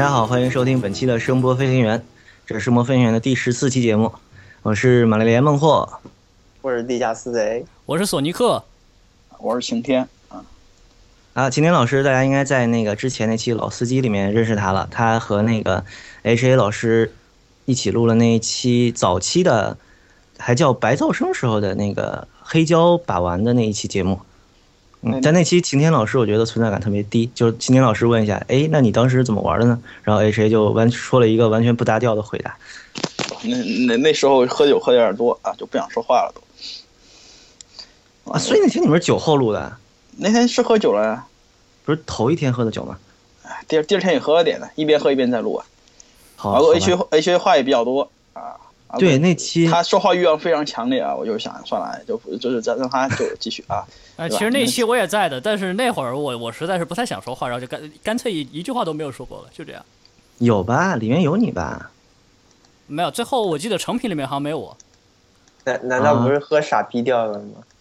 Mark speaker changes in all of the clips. Speaker 1: 啊欢迎收听本期的声波飞行员，这是声波飞行员的第十四期节目，我是玛丽莲孟获，
Speaker 2: 我是地下私贼，
Speaker 3: 我是索尼克，
Speaker 4: 我是晴天。
Speaker 1: 啊，秦天老师，大家应该在那个之前那期《老司机》里面认识他了。他和那个 H A 老师一起录了那一期早期的，还叫白噪声时候的那个黑胶把玩的那一期节目。
Speaker 2: 哎
Speaker 1: 嗯，但那期晴天老师我觉得存在感特别低，就是晴天老师问一下，哎，那你当时怎么玩的呢？然后 H A 就完说了一个完全不搭调的回答。
Speaker 4: 那那那时候喝酒喝的有点多啊，就不想说话了都。
Speaker 1: 啊，所以那天你们是酒后录的？
Speaker 4: 那天是喝酒了、啊，
Speaker 1: 不是头一天喝的酒吗？
Speaker 4: 哎，第二第二天也喝了点的，一边喝一边在录啊。
Speaker 1: 哦好
Speaker 4: ，H H 话也比较多啊。
Speaker 1: 对，那期
Speaker 4: 他说话欲望非常强烈啊，我就想算了，就就是让让他就继续啊。
Speaker 3: 啊，其实那期我也在的，但是那会儿我我实在是不太想说话，然后就干干脆一一句话都没有说过了，就这样。
Speaker 1: 有吧？里面有你吧？
Speaker 3: 没有，最后我记得成品里面好像没有我。
Speaker 2: 难难道不是喝傻逼掉了吗？啊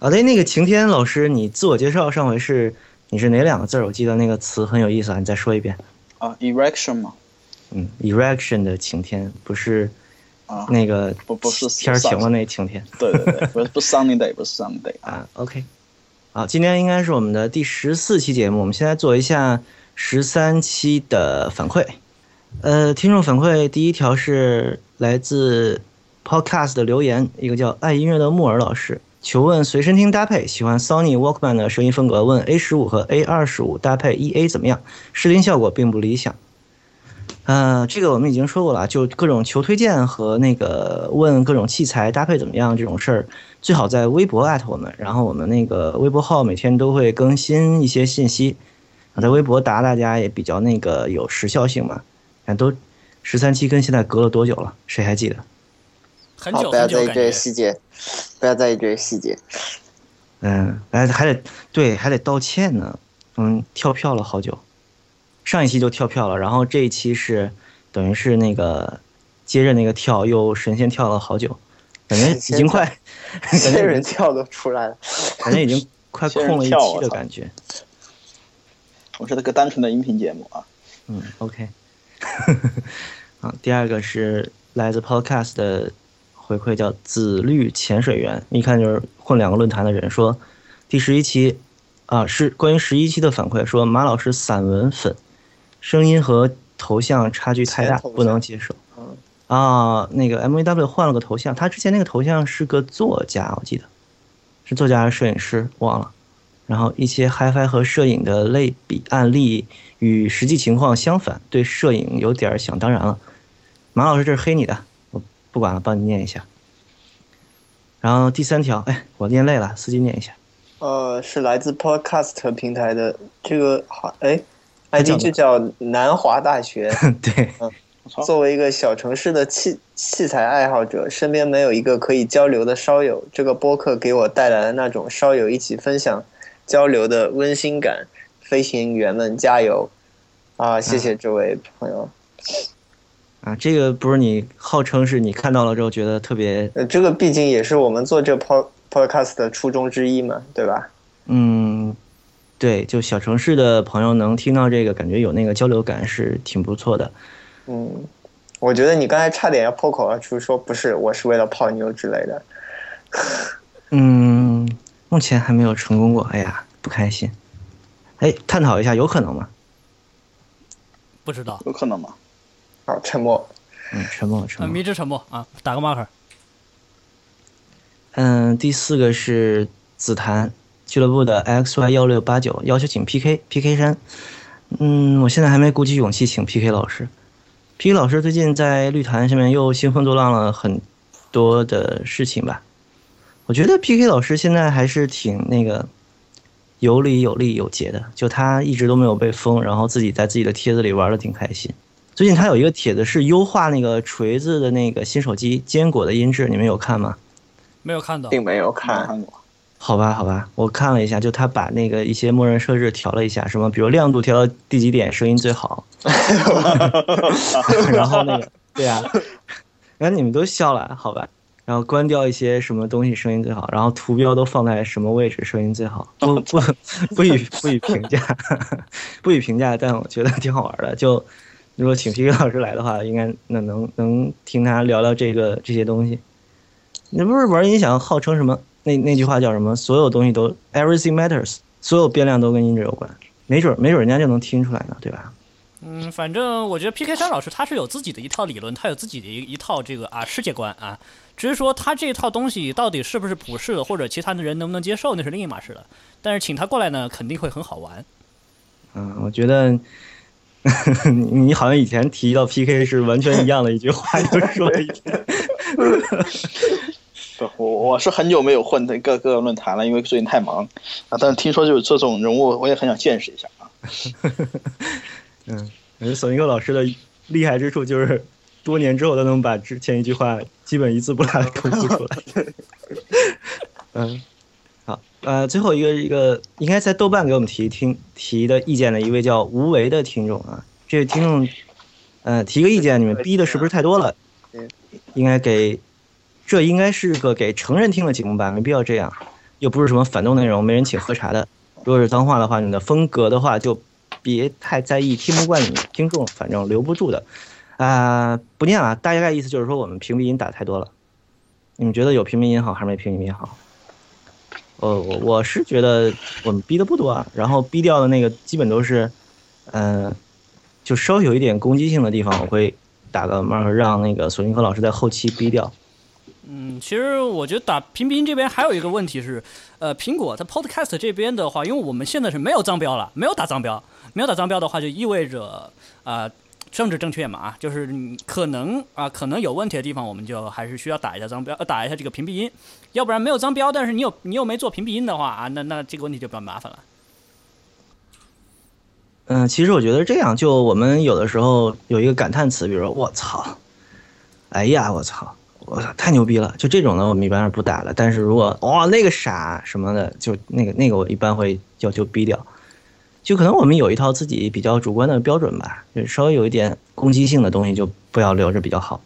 Speaker 1: 好的，那个晴天老师，你自我介绍上回是你是哪两个字儿？我记得那个词很有意思啊，你再说一遍。
Speaker 4: 啊、uh,，erection 吗？
Speaker 1: 嗯，erection 的晴天不是
Speaker 4: 啊，
Speaker 1: 那个
Speaker 4: 不不是
Speaker 1: 天晴了那晴天。
Speaker 4: 对对对，不是不是 sunny day，不是 sunny day
Speaker 1: 啊。OK，好，今天应该是我们的第十四期节目，我们现在做一下十三期的反馈。呃，听众反馈第一条是来自 Podcast 的留言，一个叫爱音乐的木耳老师。求问随身听搭配，喜欢 Sony Walkman 的声音风格，问 A 十五和 A 二十五搭配 EA 怎么样？视听效果并不理想。呃，这个我们已经说过了，就各种求推荐和那个问各种器材搭配怎么样这种事儿，最好在微博艾特我们，然后我们那个微博号每天都会更新一些信息，啊在微博答大家也比较那个有时效性嘛。看都十三期跟现在隔了多久了？谁还记得？
Speaker 3: 很
Speaker 2: 好，
Speaker 3: 久
Speaker 2: 不要在意
Speaker 3: 这
Speaker 2: 些细节，不要在意这些细节。
Speaker 1: 嗯，哎，还得对，还得道歉呢。嗯，跳票了好久，上一期就跳票了，然后这一期是等于是那个接着那个跳，又神仙跳了好久，感觉已经快，感
Speaker 2: 觉人跳都出来了，
Speaker 1: 感觉已 经快空了一期的感觉。
Speaker 4: 我是个单纯的音频节目啊。
Speaker 1: 嗯，OK。啊第二个是来自 Podcast 的。回馈叫紫绿潜水员，一看就是混两个论坛的人。说第十一期啊，是关于十一期的反馈，说马老师散文粉，声音和头像差距太大，不能接受。啊，那个 M V W 换了个头像，他之前那个头像是个作家，我记得是作家还是摄影师，忘了。然后一些 HiFi 和摄影的类比案例与实际情况相反，对摄影有点想当然了。马老师，这是黑你的。不管了，帮你念一下。然后第三条，哎，我念累了，司机念一下。
Speaker 2: 呃，是来自 Podcast 平台的这个好，哎，ID 就叫南华大学。
Speaker 1: 对、
Speaker 2: 嗯，作为一个小城市的器器材爱好者，身边没有一个可以交流的烧友，这个播客给我带来了那种烧友一起分享、交流的温馨感。飞行员们加油！啊，谢谢这位朋友。
Speaker 1: 啊啊，这个不是你号称是你看到了之后觉得特别，
Speaker 2: 呃，这个毕竟也是我们做这 pod podcast 的初衷之一嘛，对吧？
Speaker 1: 嗯，对，就小城市的朋友能听到这个，感觉有那个交流感是挺不错的。
Speaker 2: 嗯，我觉得你刚才差点要破口而出说不是，我是为了泡妞之类的。
Speaker 1: 嗯，目前还没有成功过，哎呀，不开心。哎，探讨一下，有可能吗？
Speaker 3: 不知道，
Speaker 4: 有可能吗？
Speaker 2: 好，沉默。
Speaker 1: 嗯，沉默，沉默。
Speaker 3: 迷之沉默啊，打个 marker。
Speaker 1: 嗯，第四个是紫檀俱乐部的 X Y 幺六八九要求请 P K P K 山。嗯，我现在还没鼓起勇气请 P K 老师。P K 老师最近在绿坛上面又兴风作浪了很多的事情吧？我觉得 P K 老师现在还是挺那个有理有利有节的，就他一直都没有被封，然后自己在自己的帖子里玩的挺开心。最近他有一个帖子是优化那个锤子的那个新手机坚果的音质，你们有看吗？
Speaker 3: 没有看到，
Speaker 2: 并没有看。
Speaker 1: 嗯
Speaker 4: 看过。
Speaker 1: 好吧，好吧，我看了一下，就他把那个一些默认设置调了一下，什么比如亮度调到第几点声音最好，然后那个对啊，然后你们都笑了，好吧，然后关掉一些什么东西声音最好，然后图标都放在什么位置声音最好，不不 不予不予评价，不予评价，但我觉得挺好玩的，就。如果请皮皮老师来的话，应该那能能听他聊聊这个这些东西。那不是玩音响号称什么？那那句话叫什么？所有东西都 everything matters，所有变量都跟音质有关。没准没准人家就能听出来呢，对吧？
Speaker 3: 嗯，反正我觉得 P.K. 山老师他是有自己的一套理论，他有自己的一一套这个啊世界观啊，只是说他这套东西到底是不是普世的，或者其他的人能不能接受，那是另一码事了。但是请他过来呢，肯定会很好玩。
Speaker 1: 嗯，我觉得 你你好像以前提到 PK 是完全一样的一句话，就说一遍。
Speaker 4: 不我我是很久没有混的各个论坛了，因为最近太忙啊。但是听说就是这种人物，我也很想见识一下啊。
Speaker 1: 嗯，我觉得索尼克老师的厉害之处就是，多年之后他能把之前一句话基本一字不落的重复出来。 嗯，好，呃，最后一个一个应该在豆瓣给我们提听提的意见的一位叫无为的听众啊，这位听众，呃，提个意见，你们逼的是不是太多了
Speaker 2: 嗯？
Speaker 1: 应该给，这应该是个给成人听的节目吧，没必要这样，又不是什么反动内容，没人请喝茶的。如果是脏话的话，你的风格的话就别太在意，听不惯你听众，反正留不住的。啊、不念了，大概意思就是说我们屏蔽音打太多了。你们觉得有平民音好还是没平民音好？呃，我我是觉得我们逼的不多啊，然后逼掉的那个基本都是，嗯、就稍有一点攻击性的地方，我会打个 mark，让那个索尼克老师在后期逼掉。
Speaker 3: 嗯，其实我觉得打平民这边还有一个问题是，呃，苹果它 Podcast 这边的话，因为我们现在是没有脏标了，没有打脏标，没有打脏标的话，就意味着啊、呃政治正确嘛啊，就是你可能啊、可能有问题的地方，我们就还是需要打一下脏标，呃，打一下这个屏蔽音，要不然没有脏标，但是你有你又没做屏蔽音的话啊，那那这个问题就比较麻烦了。
Speaker 1: 嗯、其实我觉得这样，就我们有的时候有一个感叹词，比如说“我操”，“哎呀，我操”，“我操，太牛逼了”，就这种的我们一般是不打的。但是如果“哇、那个傻”什么的，就那个那个我一般会要求逼掉。就可能我们有一套自己比较主观的标准吧，就稍微有一点攻击性的东西就不要留着比较好。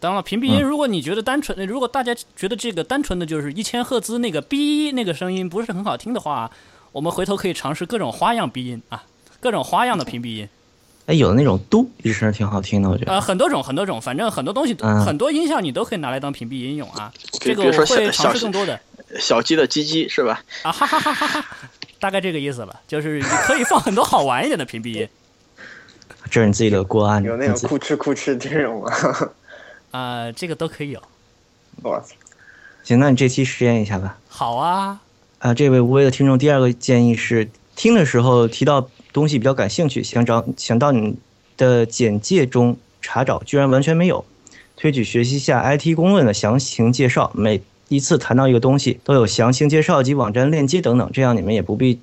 Speaker 3: 当然了，屏蔽
Speaker 4: 嗯
Speaker 3: 音，如果你觉得单纯，如果大家觉得这个单纯的就是一千赫兹那个哔那个声音不是很好听的话，我们回头可以尝试各种花样鼻音啊，各种花样的屏蔽音
Speaker 1: 哎，有的那种“嘟”一声挺好听的，我
Speaker 4: 嗯
Speaker 1: 觉得。
Speaker 3: 啊、很多种很多种，反正很多东西、
Speaker 1: 嗯
Speaker 3: 很多音效你都可以拿来当屏蔽音用啊。这
Speaker 4: 比
Speaker 3: 个
Speaker 4: 比
Speaker 3: 我
Speaker 4: 如说
Speaker 3: 会
Speaker 4: 小小
Speaker 3: 尝试更多的
Speaker 4: 小鸡的鸡鸡是吧？
Speaker 3: 啊，哈哈哈哈哈，大概这个意思了，就是你可以放很多好玩一点的屏蔽音。
Speaker 1: 这是你自己的锅啊！你
Speaker 2: 有那
Speaker 1: 自己
Speaker 2: 种酷吃酷吃这种吗？
Speaker 3: 啊、这个都可以有，
Speaker 2: 我操！
Speaker 1: 行，那你这期实验一下吧。
Speaker 3: 好啊，
Speaker 1: 啊，这位无畏的听众，第二个建议是，听的时候提到东西比较感兴趣，想找想到你的简介中查找，居然完全没有。推举学习一下 IT 公论的详情介绍，每一次谈到一个东西都有详情介绍及网站链接等等，这样你们也不必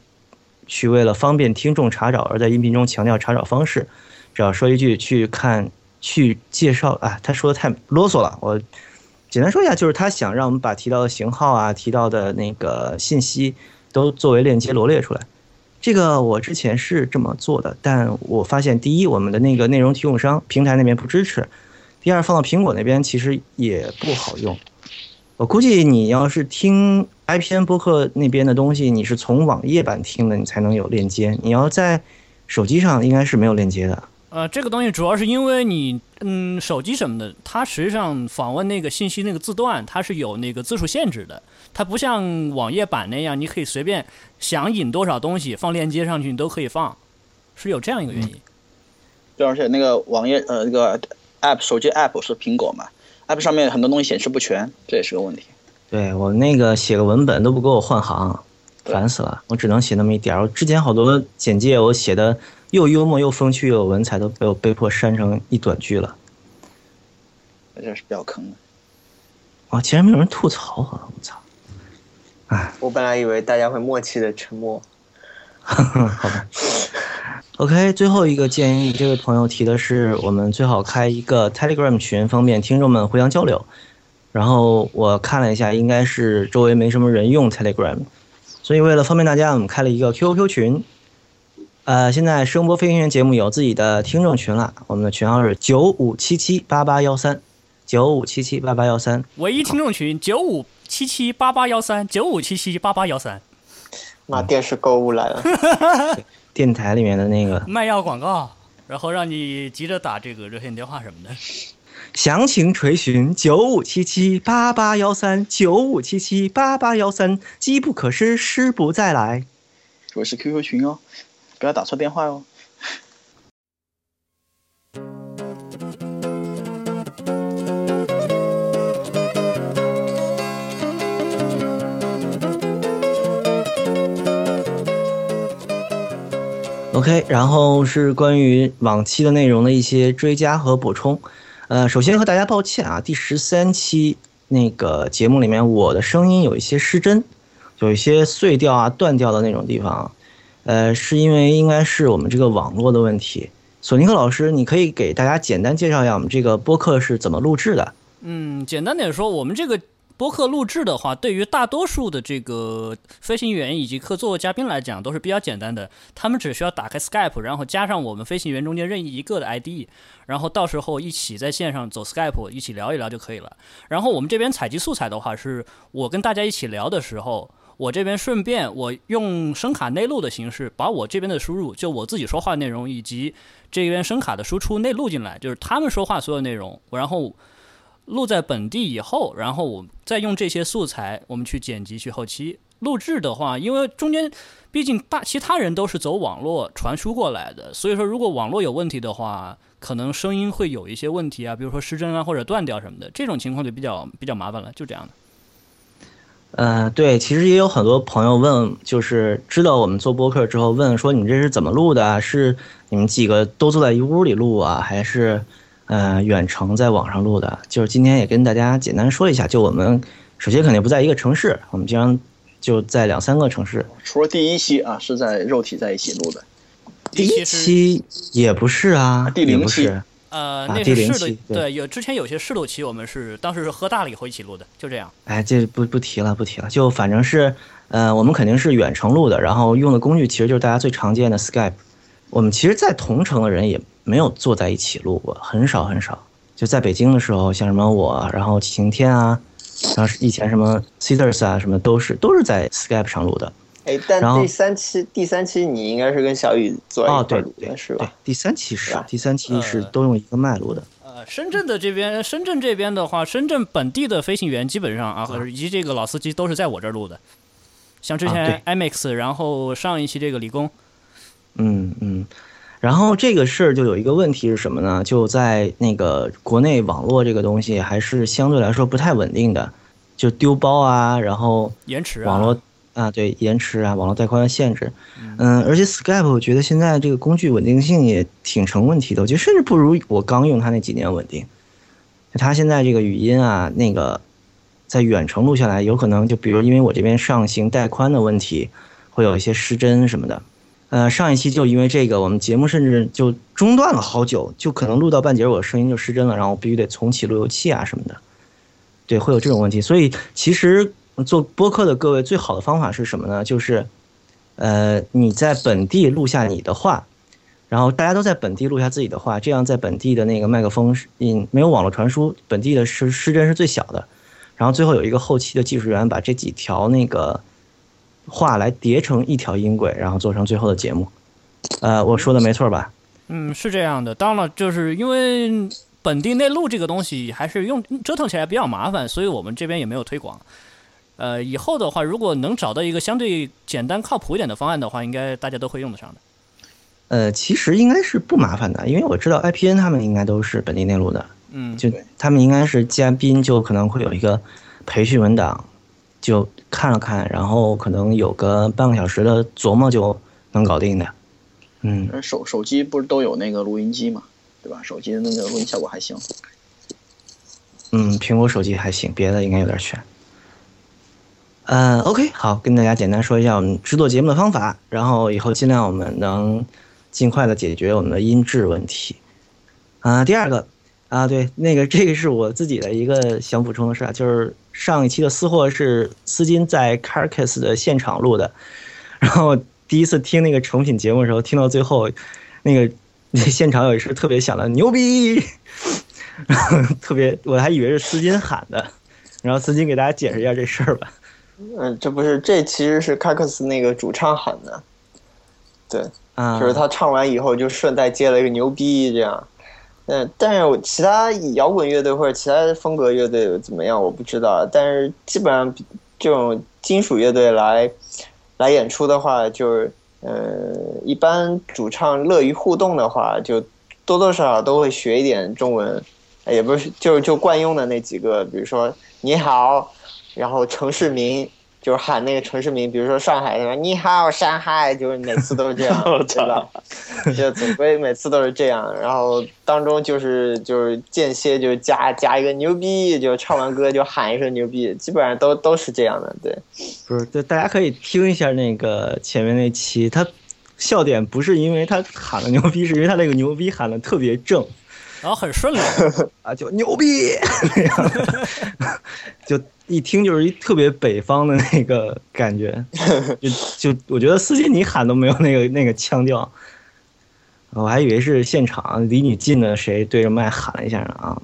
Speaker 1: 去为了方便听众查找而在音频中强调查找方式，只要说一句去看去介绍啊，他说的太啰嗦了，我简单说一下，就是他想让我们把提到的型号啊、提到的那个信息都作为链接罗列出来。这个我之前是这么做的，但我发现第一，我们的那个内容提供商平台那边不支持；第二，放到苹果那边其实也不好用。我估计你要是听 IPN 播客那边的东西，你是从网页版听的，你才能有链接。你要在手机上应该是没有链接的。
Speaker 3: 呃，这个东西主要是因为你，嗯，手机什么的，它实际上访问那个信息那个字段，它是有那个字数限制的，它不像网页版那样，你可以随便想引多少东西放链接上去，你都可以放，是有这样一个原因。
Speaker 4: 对，而且那个网页呃那个 app 手机 app 是苹果嘛，app 上面很多东西显示不全，这也是个问题。
Speaker 1: 对我那个写个文本都不给我换行，
Speaker 4: 对
Speaker 1: 烦死了！我只能写那么一点儿。我之前好多简介我写的又幽默又风趣又有文采，都被我被迫删成一短句了。
Speaker 4: 这是比较坑的。
Speaker 1: 哇，竟然没有人吐槽啊！我操！
Speaker 2: 我本来以为大家会默契的沉默。
Speaker 1: 好吧。OK，最后一个建议，这位朋友提的是，我们最好开一个 Telegram 群，方便听众们互相交流。然后我看了一下，应该是周围没什么人用 Telegram，所以为了方便大家，我们开了一个 QQ 群。呃，现在声波飞行员节目有自己的听众群了，我们的群号是九五七七八八幺三，九五七七八八幺三。
Speaker 3: 唯一听众群九五七七八八幺三九五七七八八幺三，
Speaker 1: 嗯
Speaker 2: 妈，电视购物来了，
Speaker 1: 电台里面的那个
Speaker 3: 卖药广告，然后让你急着打这个热线电话什么的。
Speaker 1: 详情垂询九五七七八八幺三九五七七八八幺三。机不可失，失不再来。
Speaker 4: 我是 QQ 群哦，不要打错电话哦。
Speaker 1: OK，然后是关于往期的内容的一些追加和补充。呃，首先和大家抱歉啊，第十三期那个节目里面我的声音有一些失真，有一些碎掉啊、断掉的那种地方啊。呃，是因为应该是我们这个网络的问题。索尼克老师，你可以给大家简单介绍一下我们这个播客是怎么录制的？
Speaker 3: 嗯，简单点说，我们这个播客录制的话，对于大多数的这个飞行员以及客座嘉宾来讲，都是比较简单的。他们只需要打开 Skype，然后加上我们飞行员中间任意一个的 ID，然后到时候一起在线上走 Skype 一起聊一聊就可以了。然后我们这边采集素材的话，是我跟大家一起聊的时候。我这边顺便，我用声卡内录的形式，把我这边的输入，就我自己说话内容，以及这边声卡的输出内录进来，就是他们说话所有内容，然后录在本地以后，然后我再用这些素材，我们去剪辑、去后期录制的话，因为中间毕竟大其他人都是走网络传输过来的，所以说如果网络有问题的话，可能声音会有一些问题啊，比如说失真啊或者断掉什么的，这种情况就比较比较麻烦了，就这样的。
Speaker 1: 呃，对，其实也有很多朋友问，就是知道我们做播客之后问说你们这是怎么录的啊？是你们几个都坐在一屋里录啊，还是呃远程在网上录的？就是今天也跟大家简单说一下，就我们首先肯定不在一个城市，我们经常就在两三个城市。
Speaker 4: 除了第一期啊，是在肉体在一起录的，
Speaker 1: 第
Speaker 3: 一
Speaker 1: 一
Speaker 3: 期
Speaker 1: 期也不是啊，
Speaker 4: 第零
Speaker 1: 也不
Speaker 4: 期
Speaker 1: 是
Speaker 3: 呃，
Speaker 1: 啊
Speaker 3: 那
Speaker 1: 第
Speaker 3: 是
Speaker 1: 零
Speaker 3: 试
Speaker 1: 期
Speaker 3: 录，
Speaker 1: 对
Speaker 3: 对，有之前有些试录期，我们是当时是喝大了以后一起录的，就这样。
Speaker 1: 哎，这不不提了，不提了，就反正是，呃，我们肯定是远程录的，然后用的工具其实就是大家最常见的 Skype。我们其实，在同城的人也没有坐在一起录过，很少很少。就在北京的时候，像什么我，然后晴天啊，然后以前什么 Cedars 啊，什么都是都是在 Skype 上录的。
Speaker 2: 哎，但
Speaker 1: 然后
Speaker 2: 第三期第三期你应该是跟小雨坐在
Speaker 1: 哦
Speaker 2: 一，块
Speaker 1: 对
Speaker 2: 儿录的
Speaker 1: 对
Speaker 2: 是
Speaker 1: 对
Speaker 2: 吧？，嗯
Speaker 1: 第三期是
Speaker 2: 是吧
Speaker 1: 第三期是
Speaker 3: 呃
Speaker 1: 都用一个麦录的。
Speaker 3: 呃，深圳的这边，深圳这边的话，深圳本地的飞行员基本上啊，以及这个老司机都是在我这儿录的。像之
Speaker 1: 啊
Speaker 3: 前 IMAX，、然后上一期这个理工，
Speaker 1: 嗯嗯，然后这个事儿就有一个问题是什么呢？就在那个国内网络这个东西还是相对来说不太稳定的，就丢包啊，然后
Speaker 3: 延迟、啊、
Speaker 1: 网络啊对延迟啊，网络带宽的限制，嗯，而且 Skype 我觉得现在这个工具稳定性也挺成问题的，我觉得甚至不如我刚用它那几年稳定。就它现在这个语音啊，那个在远程录下来，有可能就比如因为我这边上行带宽的问题，会有一些失真什么的。呃，上一期就因为这个，我们节目甚至就中断了好久，就可能录到半截儿，我的声音就失真了，然后我必须得重启路由器啊什么的。对，会有这种问题。所以其实做播客的各位最好的方法是什么呢？就是，呃，你在本地录下你的话，然后大家都在本地录下自己的话，这样在本地的那个麦克风是嗯没有网络传输，本地的失失真是最小的。然后最后有一个后期的技术员把这几条那个话来叠成一条音轨，然后做成最后的节目。呃，我说的没错吧？
Speaker 3: 嗯，是这样的。当然了，就是因为本地内陆这个东西还是用嗯折腾起来比较麻烦，所以我们这边也没有推广。呃，以后的话，如果能找到一个相对简单靠谱一点的方案的话，应该大家都会用得上的。
Speaker 1: 呃，其实应该是不麻烦的，因为我知道 IPN 他们应该都是本地内陆的，
Speaker 3: 嗯，
Speaker 1: 就
Speaker 4: 对
Speaker 1: 他们应该是嘉宾，就可能会有一个培训文档，就看了看，然后可能有个半个小时的琢磨就能搞定的。嗯，
Speaker 4: 而手手机不是都有那个录音机嘛，对吧？手机的那个录音效果还行。
Speaker 1: 嗯，苹果手机还行，别的应该有点悬。呃，OK，好，跟大家简单说一下我们制作节目的方法，然后以后尽量我们能尽快的解决我们的音质问题。啊、第二个，啊，对，那个这个是我自己的一个想补充的事啊，就是上一期的私货是丝巾在 Carcass 的现场录的，然后第一次听那个成品节目的时候，听到最后，那个现场有一声特别响的牛逼。然后 特别，我还以为是丝巾喊的，然后丝巾给大家解释一下这事儿吧。
Speaker 2: 嗯，这不是这其实是卡克斯那个主唱喊的，对，
Speaker 1: 啊，
Speaker 2: 就是他唱完以后就顺带接了一个牛逼这样。嗯，但是我其他摇滚乐队或者其他风格乐队怎么样我不知道，但是基本上比这种金属乐队来来演出的话，就是呃，一般主唱乐于互动的话，就多多少少都会学一点中文，哎也不是就是就惯用的那几个，比如说你好，然后城市名。就是喊那个城市名，比如说上海什么“你好，上海”，就是每次都是这样，对吧？就总归每次都是这样，然后当中就是就是间歇就加加一个牛逼，就唱完歌就喊一声牛逼，基本上都都是这样的，对。
Speaker 1: 不是，就大家可以听一下那个前面那期，他笑点不是因为他喊了牛逼，是因为他那个牛逼喊的特别正
Speaker 3: 然后很顺利，
Speaker 1: 啊，就牛逼 那样的，就一听就是一特别北方的那个感 觉，就就我觉得司机你喊都没有那个那个腔调，我还以为是现场离你近的谁对着麦喊了一下呢啊，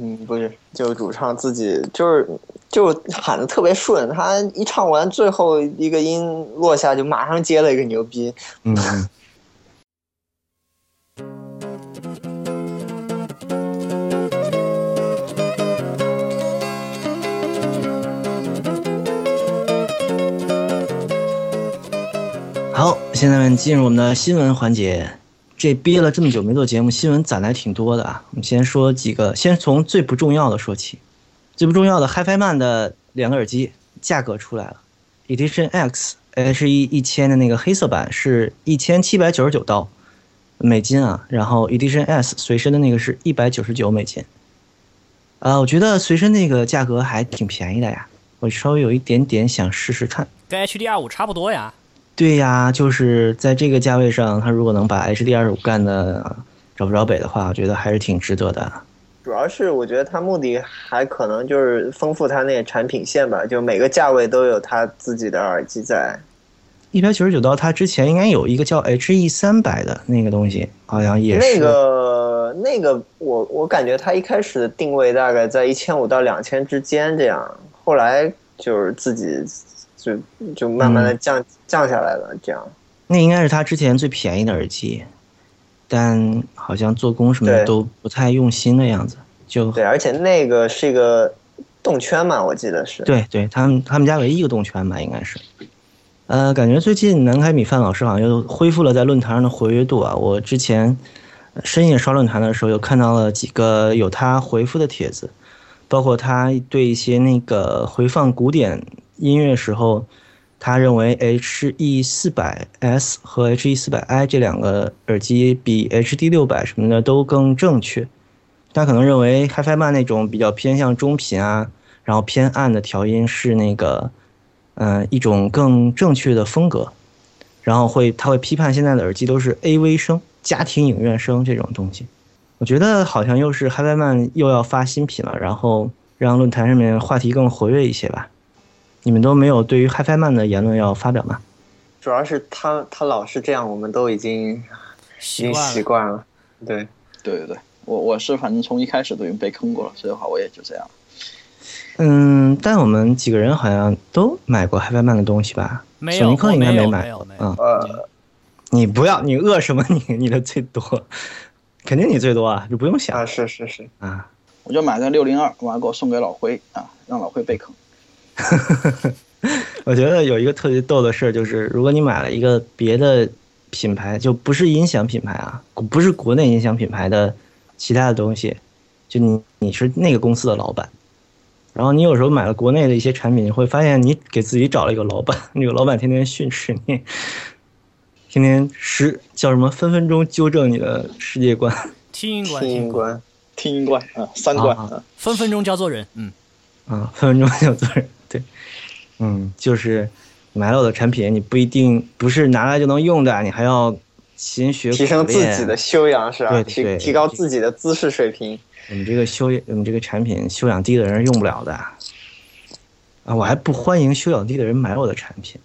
Speaker 2: 嗯，不是，就主唱自己就是就喊的特别顺，他一唱完最后一个音落下，就马上接了一个牛逼，
Speaker 1: 嗯。好，现在们进入我们的新闻环节。这憋了这么久没做节目，新闻攒来挺多的啊。我们先说几个，先从最不重要的说起。最不重要的，HiFi Man 的两个耳机价格出来了，Edition X H 一一千的那个黑色版是一千七百九十九刀美金啊，然后 Edition S 随身的那个是一百九十九美金。啊，我觉得随身那个价格还挺便宜的呀，我稍微有一点点想试试看。
Speaker 3: 跟 HDR 五差不多呀。
Speaker 1: 对呀，就是在这个价位上，他如果能把 HDR 五干的找不着北的话，我觉得还是挺值得的。
Speaker 2: 主要是我觉得他目的还可能就是丰富他那个产品线吧，就每个价位都有他自己的耳机在。
Speaker 1: 一百九十九刀，它之前应该有一个叫 HE 三百的那个东西，好像也是。
Speaker 2: 那个那个，我我感觉他一开始的定位大概在一千五到两千之间这样，后来就是自己就就慢慢的
Speaker 1: 嗯
Speaker 2: 降、降下来了，这样。
Speaker 1: 那应该是它之前最便宜的耳机，但好像做工什么的
Speaker 2: 对
Speaker 1: 都不太用心的样子。就
Speaker 2: 对，而且那个是一个动圈嘛，我记得是。
Speaker 1: 对对，他们他们家唯一一个动圈吧，应该是。呃，感觉最近南开米饭老师好像又恢复了在论坛上的活跃度啊。我之前呃深夜刷论坛的时候，有看到了几个有他回复的帖子，包括他对一些那个回放古典音乐时候，他认为 H E 四百 S 和 H E 四百 I 这两个耳机比 H D 六百什么的都更正确。他可能认为 HiFi Man 那种比较偏向中频啊，然后偏暗的调音是那个，呃，一种更正确的风格，然后会他会批判现在的耳机都是 AV 声、家庭影院声这种东西。我觉得好像又是 h i f i Man 又要发新品了，然后让论坛上面话题更活跃一些吧。你们都没有对于 h i f i Man 的言论要发表吗？
Speaker 2: 主要是他他老是这样，我们都已经已
Speaker 3: 习
Speaker 2: 经
Speaker 3: 惯
Speaker 2: 习
Speaker 3: 了，
Speaker 2: 惯了。对，
Speaker 4: 对对对，我我是反正从一开始都已经被坑过了，所以的话我也就这样。
Speaker 1: 嗯，但我们几个人好像都买过 h i f i Man 的东西吧？
Speaker 3: 没有
Speaker 1: 索尼克应该
Speaker 3: 我没有
Speaker 1: 买
Speaker 3: 没有
Speaker 1: 过
Speaker 3: 没。有
Speaker 1: 嗯，
Speaker 2: 呃，
Speaker 1: 你不要，你饿什么？你你的最多， 肯定你最多啊，就不用想
Speaker 2: 啊，是是是，
Speaker 1: 啊。
Speaker 4: 我就买个六零二，完了给我送给老辉啊，让老辉被坑。
Speaker 1: 我觉得有一个特别逗的事儿，就是如果你买了一个别的品牌，就不是音响品牌啊，不是国内音响品牌的其他的东西，就你你是那个公司的老板，然后你有时候买了国内的一些产品，你会发现你给自己找了一个老板， 那个老板天天训斥你，天天十叫什么分分钟纠正你的世界观。
Speaker 3: 听音管，
Speaker 2: 听音官，
Speaker 4: 听音官啊，三官
Speaker 1: 啊
Speaker 4: 啊，
Speaker 3: 分分钟教做人。嗯，
Speaker 1: 啊，分分钟就做人，对，嗯，就是买了我的产品，你不一定不是拿来就能用的，你还要勤学
Speaker 2: 提升
Speaker 1: 苦
Speaker 2: 自
Speaker 1: 练
Speaker 2: 己的修养是吧？
Speaker 1: 对对
Speaker 2: 提提高自己的姿势水平。
Speaker 1: 我们这个修我们这个产品修养低的人是用不了的。啊，我还不欢迎修养低的人买我的产品。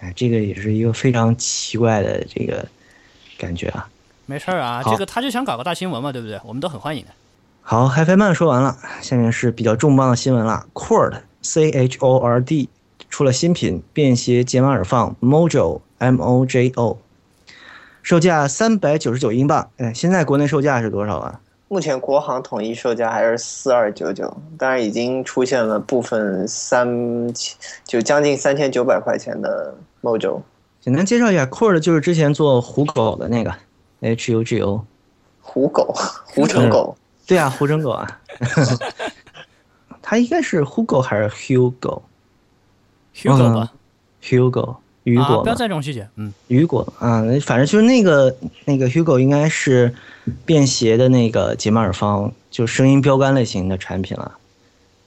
Speaker 1: 哎，这个也是一个非常奇怪的这个感觉啊。
Speaker 3: 没事儿啊，
Speaker 1: 好
Speaker 3: 这个他就想搞个大新闻嘛，对不对？我们都很欢迎的。
Speaker 1: 好，HiFi Man 说完了，下面是比较重磅的新闻了。Cord C H O R D 出了新品便携解码耳放 Mojo M O J O 售价三百九十九英镑。哎，现在国内售价是多少啊？
Speaker 2: 目前国行统一售价还是四二九九，当然已经出现了部分三千，就将近三千九百块钱的 Mojo。
Speaker 1: 简单介绍一下，Cord 就是之前做虎狗的那个 H U G O。
Speaker 2: 虎狗， 虎成狗，
Speaker 1: 对啊，虎成狗啊， 它应该是 Hugo 还是 Hugo？
Speaker 3: Hugo 吧，
Speaker 1: 嗯 Hugo 雨
Speaker 3: 啊，
Speaker 1: 果
Speaker 3: 不要
Speaker 1: 嘛，
Speaker 3: 再这种细节，嗯，
Speaker 1: 雨果啊，反正就是那个那个 Hugo 应该是便携的那个杰马尔方，就声音标杆类型的产品了，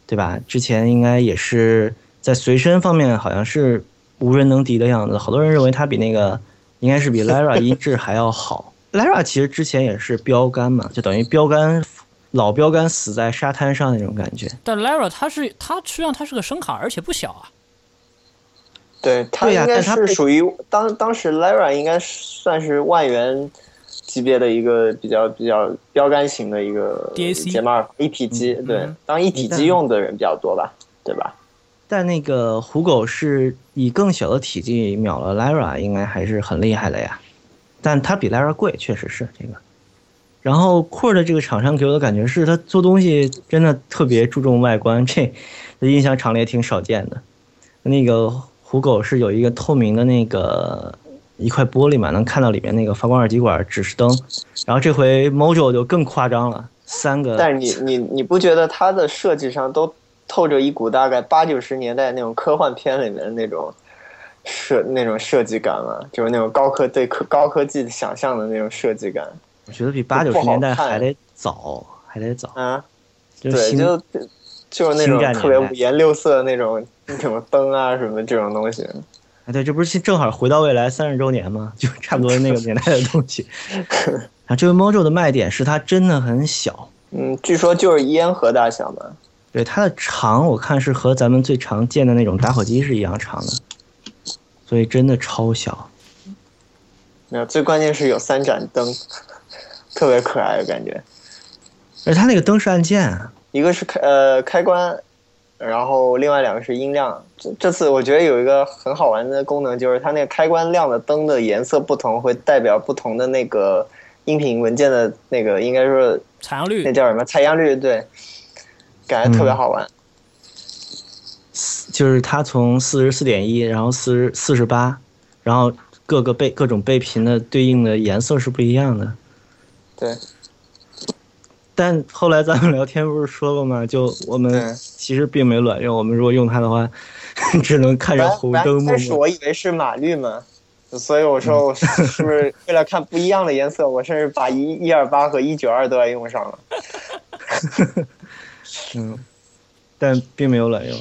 Speaker 1: 对吧？之前应该也是在随身方面好像是无人能敌的样子，好多人认为它比那个应该是比 Lyra 音质还要好。Lyra 其实之前也是标杆嘛，就等于标杆老标杆死在沙滩上那种感觉。
Speaker 3: 但 Lyra 它是它实际上它是个声卡，而且不小啊，
Speaker 2: 对，它
Speaker 1: 对呀
Speaker 2: 应该
Speaker 1: 但它
Speaker 2: 是
Speaker 1: 被
Speaker 2: 属于当当时 Lyra 应该算是万元级别的一个比较比较标杆型的一个
Speaker 3: DAC
Speaker 2: 解码耳一体机，对
Speaker 3: 嗯，
Speaker 2: 当一体机用的人比较多吧，对吧？
Speaker 1: 但那个虎狗是以更小的体积秒了 Lyra，应该还是很厉害的呀。但它比 Lyra 贵，确实是这个。然后 Core 的这个厂商给我的感觉是，他做东西真的特别注重外观，这这印象厂里也挺少见的。那个虎狗是有一个透明的那个一块玻璃嘛，能看到里面那个发光二极管、指示灯。然后这回 Mojo 就更夸张了，三
Speaker 3: 嗯
Speaker 1: 个。
Speaker 2: 但是你你你不觉得它的设计上都透着一股大概八九十年代那种科幻片里面的那种设那种设计感吗？就是那种高科对科高科技想象的那种设计感
Speaker 1: 我觉得比八九十年代还得早，还得早。
Speaker 2: 啊？
Speaker 1: 就
Speaker 2: 对，
Speaker 1: 新
Speaker 2: 就就是那
Speaker 1: 新
Speaker 2: 种
Speaker 1: 概念
Speaker 2: 特别
Speaker 1: 呗
Speaker 2: 五颜六色的那种什么灯啊什么这种东西。
Speaker 1: 啊，对，这不是正好回到未来三十周年吗？ 就差不多那个年代的东西。啊，这个 Mojo 的卖点是它真的很小，
Speaker 2: 嗯，据说就是烟盒大小嘛。
Speaker 1: 对它的长，我看是和咱们最常见的那种打火机是一样长的，所以真的超小。
Speaker 2: 没有，最关键是有三盏灯，特别可爱的感觉。
Speaker 1: 而它那个灯是按键啊，
Speaker 2: 一个是开呃开关，然后另外两个是音量。这这次我觉得有一个很好玩的功能，就是它那个开关亮的灯的颜色不同，会代表不同的那个音频文件的那个应该说
Speaker 3: 采样率
Speaker 2: 那叫什么采样率，对，感觉特别好玩。
Speaker 1: 就是它从四十四点一，然后四十四十八，然后各个倍各种倍频的对应的颜色是不一样的。
Speaker 2: 对，
Speaker 1: 但后来咱们聊天不是说过吗？就我们
Speaker 2: 对
Speaker 1: 其实并没卵用，我们如果用它的话， 只能看
Speaker 2: 本
Speaker 1: 着
Speaker 2: 来
Speaker 1: 红
Speaker 2: 本来
Speaker 1: 灯
Speaker 2: 开
Speaker 1: 默
Speaker 2: 始
Speaker 1: 默。嗯
Speaker 2: 我以为是码率嘛，所以我说我是是 不是为了看不一样的颜色，我甚至把一一二八和一九二都要用上了。
Speaker 1: 嗯，但并没有卵用。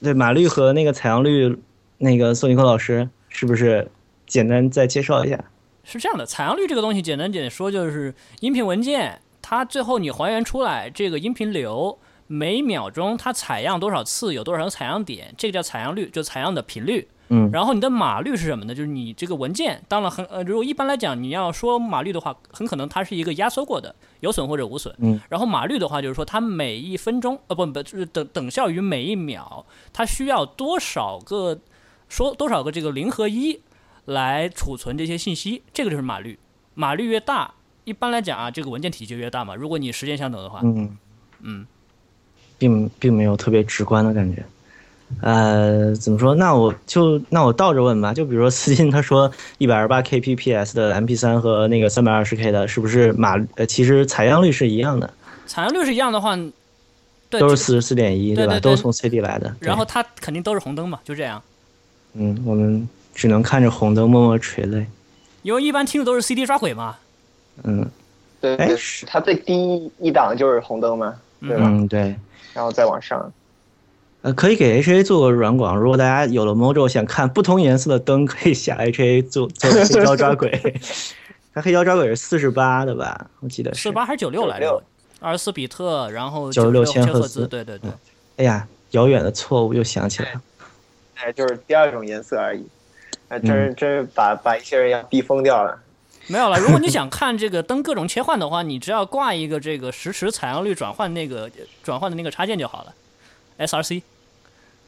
Speaker 1: 对，码率和那个采样率，那个宋尼克老师是不是简单再介绍一下？
Speaker 3: 是这样的，采样率这个东西，简单点说就是音频文件，它最后你还原出来这个音频流每秒钟它采样多少次，有多少个采样点，这个叫采样率，就采样的频率。
Speaker 1: 嗯
Speaker 3: 然后你的码率是什么呢？就是你这个文件，当然很呃，如果一般来讲你要说码率的话，很可能它是一个压缩过的，有损或者无损。
Speaker 1: 嗯。
Speaker 3: 然后码率的话，就是说它每一分钟，呃，不不，就是等等效于每一秒，它需要多少个说多少个这个零和一来储存这些信息，这个就是码率。码率越大，一般来讲啊，这个文件体积越大嘛。如果你时间相等的话，
Speaker 1: 嗯
Speaker 3: 嗯，
Speaker 1: 并并没有特别直观的感觉。呃，怎么说？那我就那我倒着问吧。就比如说斯金他说一百二十八 kbps 的 MP3 和那个三百二十 K 的，是不是码？呃，其实采样率是一样的，
Speaker 3: 采样率是一样的话，对，
Speaker 1: 都是
Speaker 3: 这
Speaker 1: 四十四点一，
Speaker 3: 对
Speaker 1: 吧？
Speaker 3: 对对
Speaker 1: 都是从 CD 来的。
Speaker 3: 然后
Speaker 1: 对
Speaker 3: 它肯定都是红灯嘛，就这样。
Speaker 1: 嗯，我们只能看着红灯默默垂泪。
Speaker 3: 因为一般听的都是 CD 抓轨嘛，
Speaker 1: 嗯
Speaker 2: 对
Speaker 1: 哎
Speaker 2: 对
Speaker 1: 是，
Speaker 2: 它最低一档就是红灯嘛，对吧？
Speaker 1: 嗯，对。
Speaker 2: 然后再往上，
Speaker 1: 呃，可以给 H A 做个软广。如果大家有了 Mojo 想看不同颜色的灯，可以下 H A 做做黑胶抓轨。 它黑胶抓轨是四十八的吧？我记得是
Speaker 3: 四八还是九六来着
Speaker 2: 96？
Speaker 3: 二十四比特，然后
Speaker 1: 96
Speaker 3: 96
Speaker 1: 千
Speaker 3: 千
Speaker 1: 赫
Speaker 3: 赫
Speaker 1: 兹
Speaker 3: 兹，对对对。
Speaker 1: 哎呀，遥远的错误又想起来了。
Speaker 2: 哎，就是第二种颜色而已。哎，真
Speaker 1: 嗯
Speaker 2: 是真是把把一些人要逼疯掉了。
Speaker 3: 没有了。如果你想看这个灯各种切换的话，你只要挂一个这个实时采样率转换那个转换的那个插件就好了，SRC。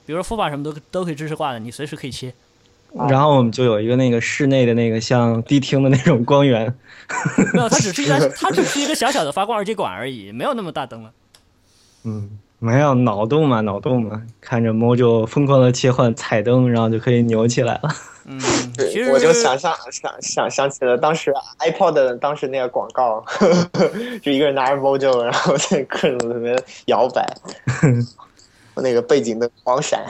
Speaker 3: 比如说 f u b a 什么都都可以支持挂的，你随时可以切。
Speaker 1: 然后我们就有一个那个室内的那个像迪厅的那种光 源，
Speaker 3: 没有，它只是一个 它只是一个小小的发光二极管而已，没有那么大灯了。
Speaker 1: 嗯，没有脑洞嘛，脑洞嘛，看着 Mojo 疯狂的切换彩灯，然后就可以扭起来了。
Speaker 3: 嗯，
Speaker 2: 对
Speaker 3: 其实
Speaker 2: 我就想象想想想起了当时 iPod 的当时那个广告， 就一个人拿着 Mojo，然后在各种里面摇 摆，那个背景的光闪。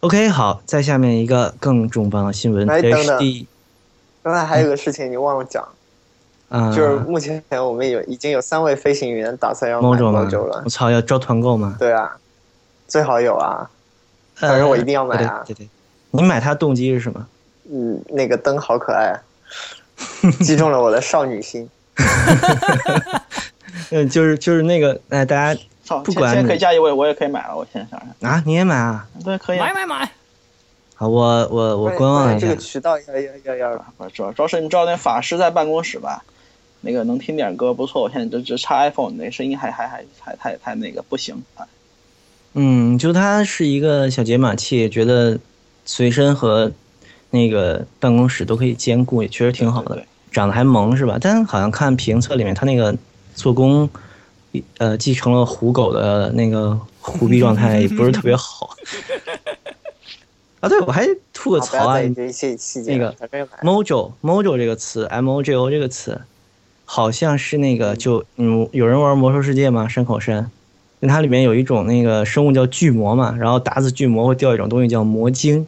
Speaker 1: OK，好，再下面一个更重磅的新闻
Speaker 2: 哎等等
Speaker 1: ，HD
Speaker 2: 刚才
Speaker 1: 哎
Speaker 2: 还有一个事情你忘了讲，
Speaker 1: 啊，
Speaker 2: 就是目前我们有已经有三位飞行员打算要买
Speaker 1: Mojo 吗
Speaker 2: Mojo 了
Speaker 1: 啊我。操，要招团购吗？
Speaker 2: 对啊，最好有啊。
Speaker 1: 呃
Speaker 2: 反正我一定要买啊
Speaker 1: 对对对，你买它动机是什么？
Speaker 2: 嗯，那个灯好可 爱啊，击中了我的少女心。
Speaker 1: 嗯，就是就是那个，哎，大家
Speaker 4: 操，
Speaker 1: 不
Speaker 4: 现
Speaker 1: 管
Speaker 4: 现在可以
Speaker 1: 你
Speaker 4: 加一位，我也可以买了。我现在想想，
Speaker 1: 啊，你也买啊？
Speaker 4: 对，可以啊
Speaker 3: 买。买买，
Speaker 1: 好，我我我
Speaker 2: 哎
Speaker 1: 观望
Speaker 2: 哎
Speaker 1: 一下
Speaker 2: 这个，渠道要要要要
Speaker 4: 不是主要主要是你知道那法师在办公室吧？那个能听点歌不错，我现在就只插 iPhone，那声音还还还还太太那个不行啊。
Speaker 1: 嗯，就它是一个小解码器，觉得随身和那个办公室都可以兼顾，也确实挺好的
Speaker 4: 对。对
Speaker 1: 长得还萌是吧？但好像看评测里面，它那个做工，呃，继承了虎狗的那个虎逼状态，也不是特别好。啊，对，我还吐个
Speaker 2: 好不
Speaker 1: 槽
Speaker 2: 要
Speaker 1: 啊
Speaker 2: 在意这些细节
Speaker 1: 那
Speaker 2: 了
Speaker 1: 个，
Speaker 2: 反正买
Speaker 1: ，mojo mojo 这个词，m o j o 这个词，好像是那个就嗯，有人玩魔兽世界吗？山口山，那它里面有一种那个生物叫巨魔嘛，然后打死巨魔会掉一种东西叫魔晶，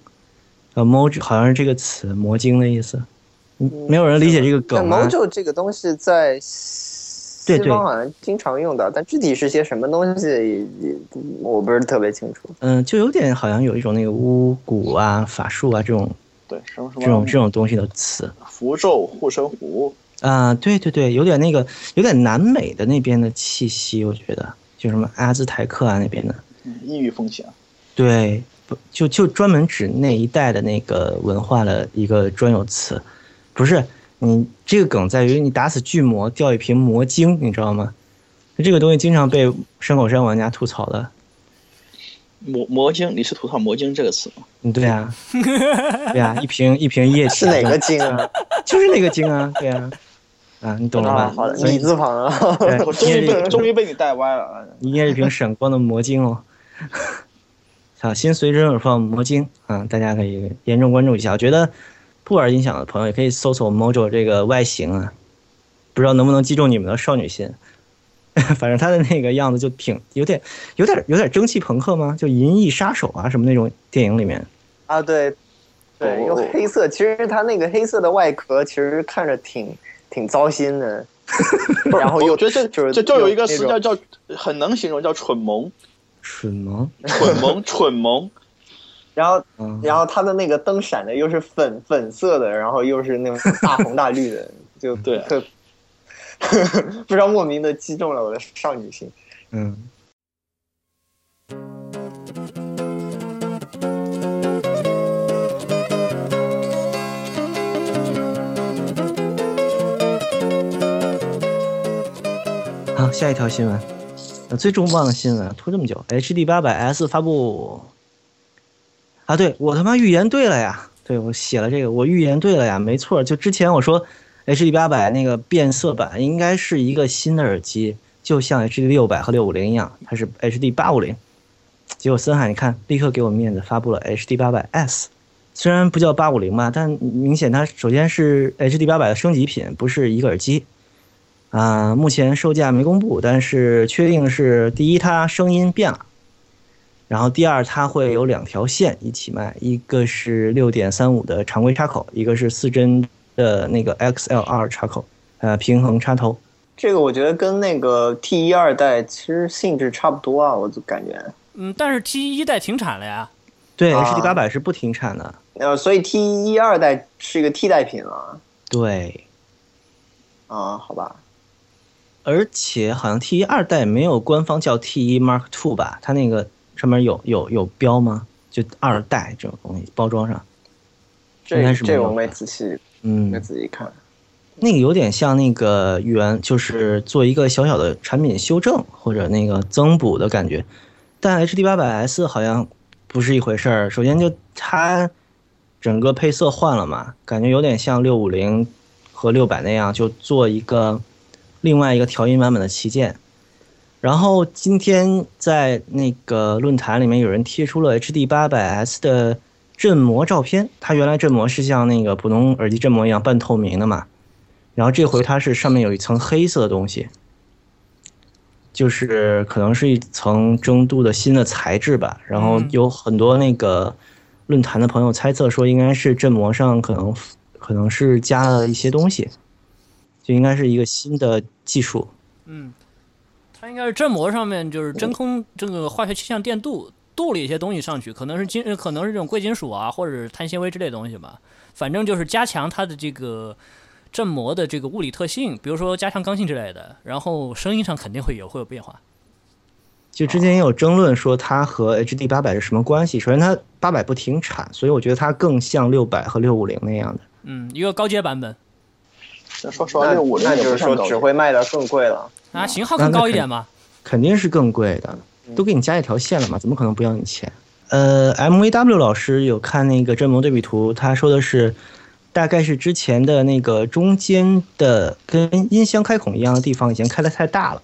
Speaker 1: 呃，mojo 好像是这个词，魔晶的意思。嗯没有人理解这个
Speaker 2: 但
Speaker 1: 梗啊吗？
Speaker 2: Mojo 这个东西在
Speaker 1: 对
Speaker 2: 西
Speaker 1: 对
Speaker 2: 方好像经常用到，但具体是些什么东西也也我不是特别清楚。
Speaker 1: 嗯，就有点好像有一种那个巫蛊啊、法术啊这种
Speaker 4: 对，什么什
Speaker 1: 这种
Speaker 4: 么
Speaker 1: 这种东西的词
Speaker 4: 符咒、护身符，
Speaker 1: 啊、对对对，有点那个有点南美的那边的气息，我觉得就什么阿兹台克啊那边的，
Speaker 4: 嗯异域风情。
Speaker 1: 对，不就就专门指那一带的那个文化的一个专有词，不是你这个梗在于你打死巨魔掉一瓶魔晶，你知道吗？这个东西经常被山口山玩家吐槽的，
Speaker 4: 魔魔晶，你是吐槽魔晶这个词吗？
Speaker 1: 嗯，对啊，对啊，一瓶一瓶液体
Speaker 2: 是哪个精啊？
Speaker 1: 就是那个经啊，对啊，啊，你懂了
Speaker 2: 啊，
Speaker 1: 吧？
Speaker 2: 好的，
Speaker 1: 所以
Speaker 2: 米字旁啊。
Speaker 1: 对
Speaker 4: 我终于
Speaker 1: 你也
Speaker 4: 被终于被你带歪了。啊
Speaker 1: 你也是一瓶闪光的魔晶哦。 好，新随身耳放魔晶啊，大家可以严重关注一下。我觉得不玩音响的朋友也可以搜索 Mojo 这个外形啊，不知道能不能击中你们的少女心。 反正他的那个样子就挺有点、有点、有点蒸汽朋克吗？就《银翼杀手》啊什么那种电影里面，
Speaker 2: 啊，对，对，
Speaker 4: 哦
Speaker 2: 用黑色，其实它那个黑色的外壳其实看着挺挺糟 心的，然后又
Speaker 4: 我觉得这
Speaker 2: 就是
Speaker 4: 哦这就有一个
Speaker 2: 那
Speaker 4: 词
Speaker 2: 种
Speaker 4: 叫叫很能形容，叫蠢萌，
Speaker 1: 蠢萌
Speaker 4: 蠢萌，蠢萌。
Speaker 2: 然后
Speaker 1: 嗯，
Speaker 2: 然后它的那个灯闪的又是粉粉色的，然后又是那种大红大绿的，就
Speaker 4: 对
Speaker 2: 特 不知道莫名的击中了我的少女心。
Speaker 1: 嗯。好，下一条新闻，呃最重磅的新闻，拖这么久，HD 八百 S 发布啊，对我他妈预言对了呀，对我写了这个，我预言对了呀，没错，就之前我说 HD 八百那个变色版应该是一个新的耳机，就像 HD 六百和六五零一样，它是 HD 八五零。结果森海，你看，立刻给我面子，发布了 HD 八百 S，虽然不叫八五零吧，但明显它首先是 HD 八百的升级品，不是一个耳机。啊，目前售价没公布，但是确定是第一，它声音变了，然后第二，它会有两条线一起卖，一个是六点三五的常规插口，一个是四针的那个 XLR 插口，呃，平衡插头。
Speaker 2: 这个我觉得跟那个 T 一二代其实性质差不多啊，我就感觉，
Speaker 3: 嗯，但是 T 一代停产了呀，
Speaker 1: 对、
Speaker 2: 啊
Speaker 1: h d 八百是不停产的。
Speaker 2: 呃，所以 T 一二代是一个替代品了
Speaker 1: 对，
Speaker 2: 啊，好吧，
Speaker 1: 而且好像 T 一二代没有官方叫 T 一 Mark Two 吧？它那个上面有有有标吗？就二代这种东西包装上，应该
Speaker 2: 这
Speaker 1: 是没
Speaker 2: 这
Speaker 1: 有
Speaker 2: 我没
Speaker 1: 吧
Speaker 2: 仔细没
Speaker 1: 嗯，
Speaker 2: 仔细看。
Speaker 1: 那个有点像那个原，就是做一个小小的产品修正或者那个增补的感觉。但 HD 八百 S 好像不是一回事儿。首先就它整个配色换了嘛，感觉有点像六五零和六百那样，就做一个另外一个调音版本的旗舰。然后今天在那个论坛里面有人贴出了 HD 八百 S 的振膜照片，它原来振膜是像那个普通耳机振膜一样半透明的嘛，然后这回它是上面有一层黑色的东西，就是可能是一层蒸镀的新的材质吧。然后有很多那个论坛的朋友猜测说，应该是振膜上可能可能是加了一些东西，就应该是一个新的技术。
Speaker 3: 嗯，它应该是振膜上面就是真
Speaker 2: 嗯
Speaker 3: 空这个化学气象电镀镀了一些东西上去，可能是金，呃可能是这种贵金属啊，或者是碳纤维之类的东西吧。反正就是加强它的这个振膜的这个物理特性，比如说加强刚性之类的。然后声音上肯定会有会有变化。
Speaker 1: 就之前也有争论说它和 HD 八百是什么关系。首先，它八百不停产，所以我觉得它更像六百和六五零那样的。
Speaker 3: 嗯，一个高阶版本
Speaker 4: 这 说实话，
Speaker 2: 那
Speaker 4: 六五零
Speaker 2: 那
Speaker 4: 也
Speaker 2: 就
Speaker 4: 不
Speaker 2: 是
Speaker 4: 算
Speaker 2: 说
Speaker 4: 高级。
Speaker 2: 只会卖的更贵了。
Speaker 3: 啊，型号更高一点嘛。
Speaker 1: 肯定是更贵的，都给你加一条线了嘛，怎么可能不要你钱？呃，MVW 老师有看那个振膜对比图，他说的是，大概是之前的那个中间的跟音箱开孔一样的地方已经开的太大了，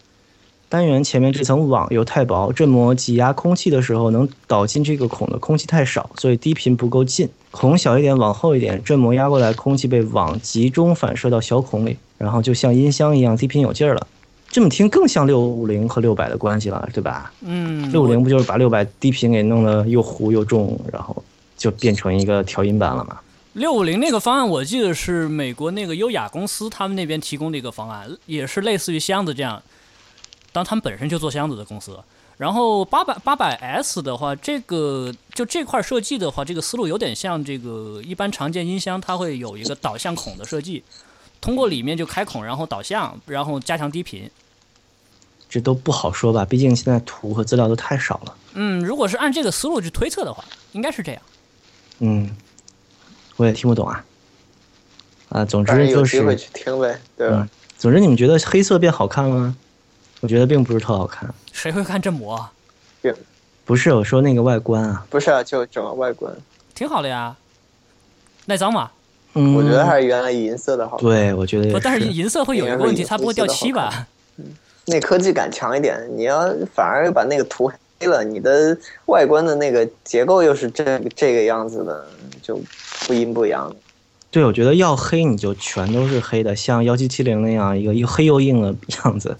Speaker 1: 单元前面这层网又太薄，振膜挤压空气的时候能导进这个孔的空气太少，所以低频不够进，孔小一点往后一点，振膜压过来，空气被网集中反射到小孔里，然后就像音箱一样低频有劲儿了。这么听更像六五零和六百的关系了，对吧？
Speaker 3: 嗯，
Speaker 1: 六五零不就是把六百低频给弄得又糊又重，然后就变成一个调音版了嘛？
Speaker 3: 六五零那个方案，我记得是美国那个优雅公司他们那边提供的一个方案，也是类似于箱子这样，当他们本身就做箱子的公司。然后八百八百 S 的话，这个就这块设计的话，这个思路有点像这个一般常见音箱，它会有一个导向孔的设计，通过里面就开孔，然后导向，然后加强低频。
Speaker 1: 这都不好说吧，毕竟现在图和资料都太少了。
Speaker 3: 嗯，如果是按这个思路去推测的话，应该是这样。
Speaker 1: 嗯，我也听不懂啊。啊，总
Speaker 2: 反正
Speaker 1: 之
Speaker 2: 有
Speaker 1: 就
Speaker 2: 机会
Speaker 1: 是，
Speaker 2: 去听呗，对吧
Speaker 1: 嗯？，总之你们觉得黑色变好看了吗？我觉得并不是特好看，
Speaker 3: 谁会看振膜啊？
Speaker 1: 不是我说那个外观啊，
Speaker 2: 不是啊，就整个外观，
Speaker 3: 挺好的呀，耐脏嘛。
Speaker 1: 嗯，
Speaker 2: 我觉得还是原来银色的好，
Speaker 1: 对，我觉得也
Speaker 3: 不，但是
Speaker 1: 是
Speaker 3: 银色会有一个问题，它不会掉漆吧？
Speaker 2: 那科技感强一点。你要反而把那个涂黑了，你的外观的那个结构又是这这个样子的，就不阴不阳。
Speaker 1: 对，我觉得要黑你就全都是黑的，像幺七七零那样一个又黑又硬的样子，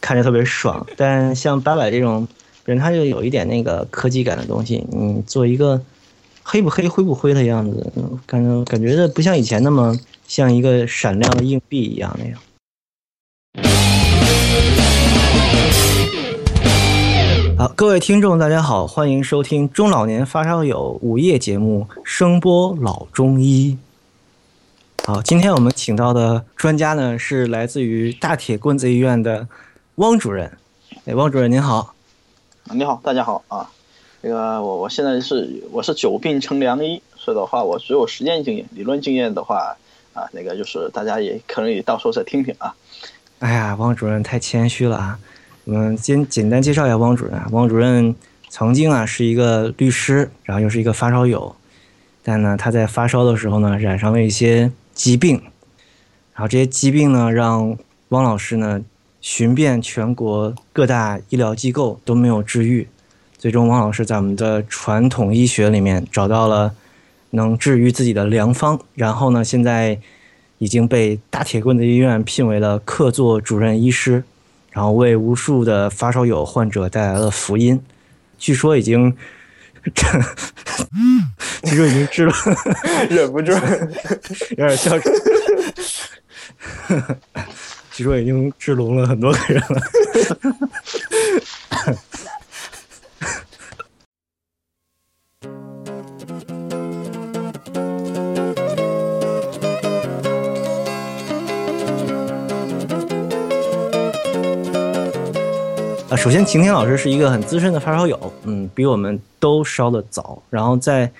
Speaker 1: 看着特别爽。但像八百这种，本身它就有一点那个科技感的东西，你做一个黑不黑灰不灰的样子，嗯感觉感觉不像以前那么像一个闪亮的硬币一样那样。好，各位听众，大家好，欢迎收听中老年发烧友午夜节目《声波老中医》。好，今天我们请到的专家呢是来自于大铁棍子医院的汪主任。哎，汪主任您好，
Speaker 4: 你好，大家好啊。这个我我现在是我是久病成良医，所以的话我只有实践经验，理论经验的话啊，那个就是大家也可以到时候再听听啊。
Speaker 1: 哎呀，汪主任太谦虚了啊！我们先简单介绍一下汪主任啊。汪主任曾经啊是一个律师，然后又是一个发烧友，但呢他在发烧的时候呢染上了一些疾病，然后这些疾病呢让汪老师呢寻遍全国各大医疗机构都没有治愈，最终汪老师在我们的传统医学里面找到了能治愈自己的良方，然后呢现在。已经被大铁棍子医院聘为了客座主任医师，然后为无数的发烧友患者带来了福音。据说已经， 据说已经治了，
Speaker 2: 忍 不住，
Speaker 1: 有点笑场。据说已经治聋了很多个人了。啊，首先晴天老师是一个很资深的发烧友，嗯，比我们都烧的早。然后在，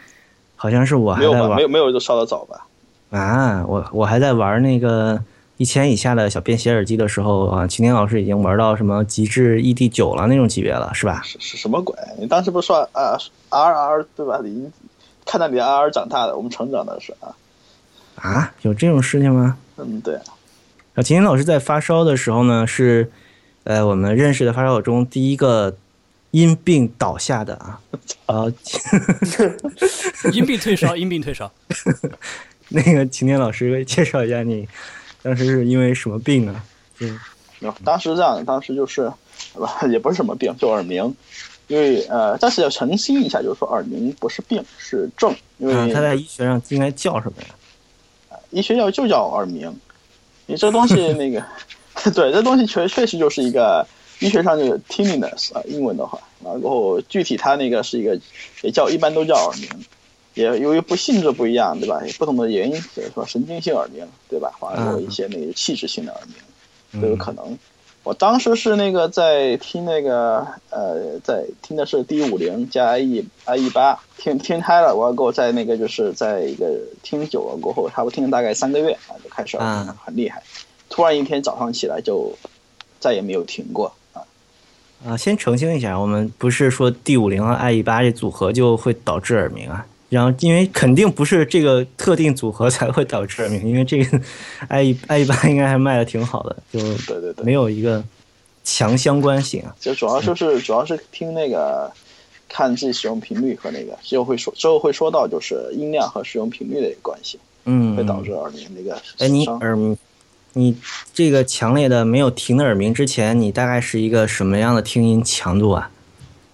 Speaker 1: 好像是我还
Speaker 4: 没有
Speaker 1: 在
Speaker 4: 吧？
Speaker 1: 玩
Speaker 4: 没有没有就烧得早吧？
Speaker 1: 啊，我我还在玩那个一千以下的小便携耳机的时候啊，秦天老师已经玩到什么极致 ED 九了那种级别了，是吧？
Speaker 4: 是是什么鬼？你当时不是说啊 R R 对吧？你看到你的 R 长大的，我们成长的是啊，
Speaker 1: 啊，有这种事情吗？
Speaker 4: 嗯，对，
Speaker 1: 啊，秦秦老师在发烧的时候呢，是呃我们认识的发烧友中第一个因病倒下的啊，呃，
Speaker 3: 因病退烧，因病退烧。
Speaker 1: 那个秦秦老师介绍一下你当时是因为什么病呢？嗯，
Speaker 4: 然后当时这样，当时就是，也不是什么病，就耳鸣，因为呃，但是要澄清一下，就是说耳鸣不是病，是症，因为、
Speaker 1: 啊，它在医学上应该叫什么呀？
Speaker 4: 医学药就叫耳鸣，你这东西那个， 对，这东西确确实就是一个医学上就是 tinnitus 啊，英文的话，然后具体它那个是一个也叫一般都叫耳鸣，也由于不性质不一样，对吧？也不同的原因，比如说神经性耳鸣，对吧？或者说一些那个器质性的耳鸣都有可能。我当时是那个在听那个呃，在听的是 D 五零加 IE IE 八，听听嗨了，我要给我在那个就是在一个听久了过后，差不多听了大概三个月啊，就开始耳鸣
Speaker 1: 啊
Speaker 4: 很厉害。突然一天早上起来就再也没有停过啊，
Speaker 1: 啊，先澄清一下，我们不是说 D 五零和 I E 八这组合就会导致耳鸣啊。然后，因为肯定不是这个特定组合才会导致耳鸣，因为这个 I E I E 八应该还卖的挺好的，就
Speaker 4: 对对对
Speaker 1: 没有一个强相关性啊。
Speaker 4: 就主要就是主要是听那个，看自己使用频率和那个，之后会说之后会说到就是音量和使用频率的一个关系，
Speaker 1: 嗯，
Speaker 4: 会导致耳鸣那个
Speaker 1: 哎，你
Speaker 4: 伤
Speaker 1: 耳鸣，你这个强烈的没有停的耳鸣之前，你大概是一个什么样的听音强度啊？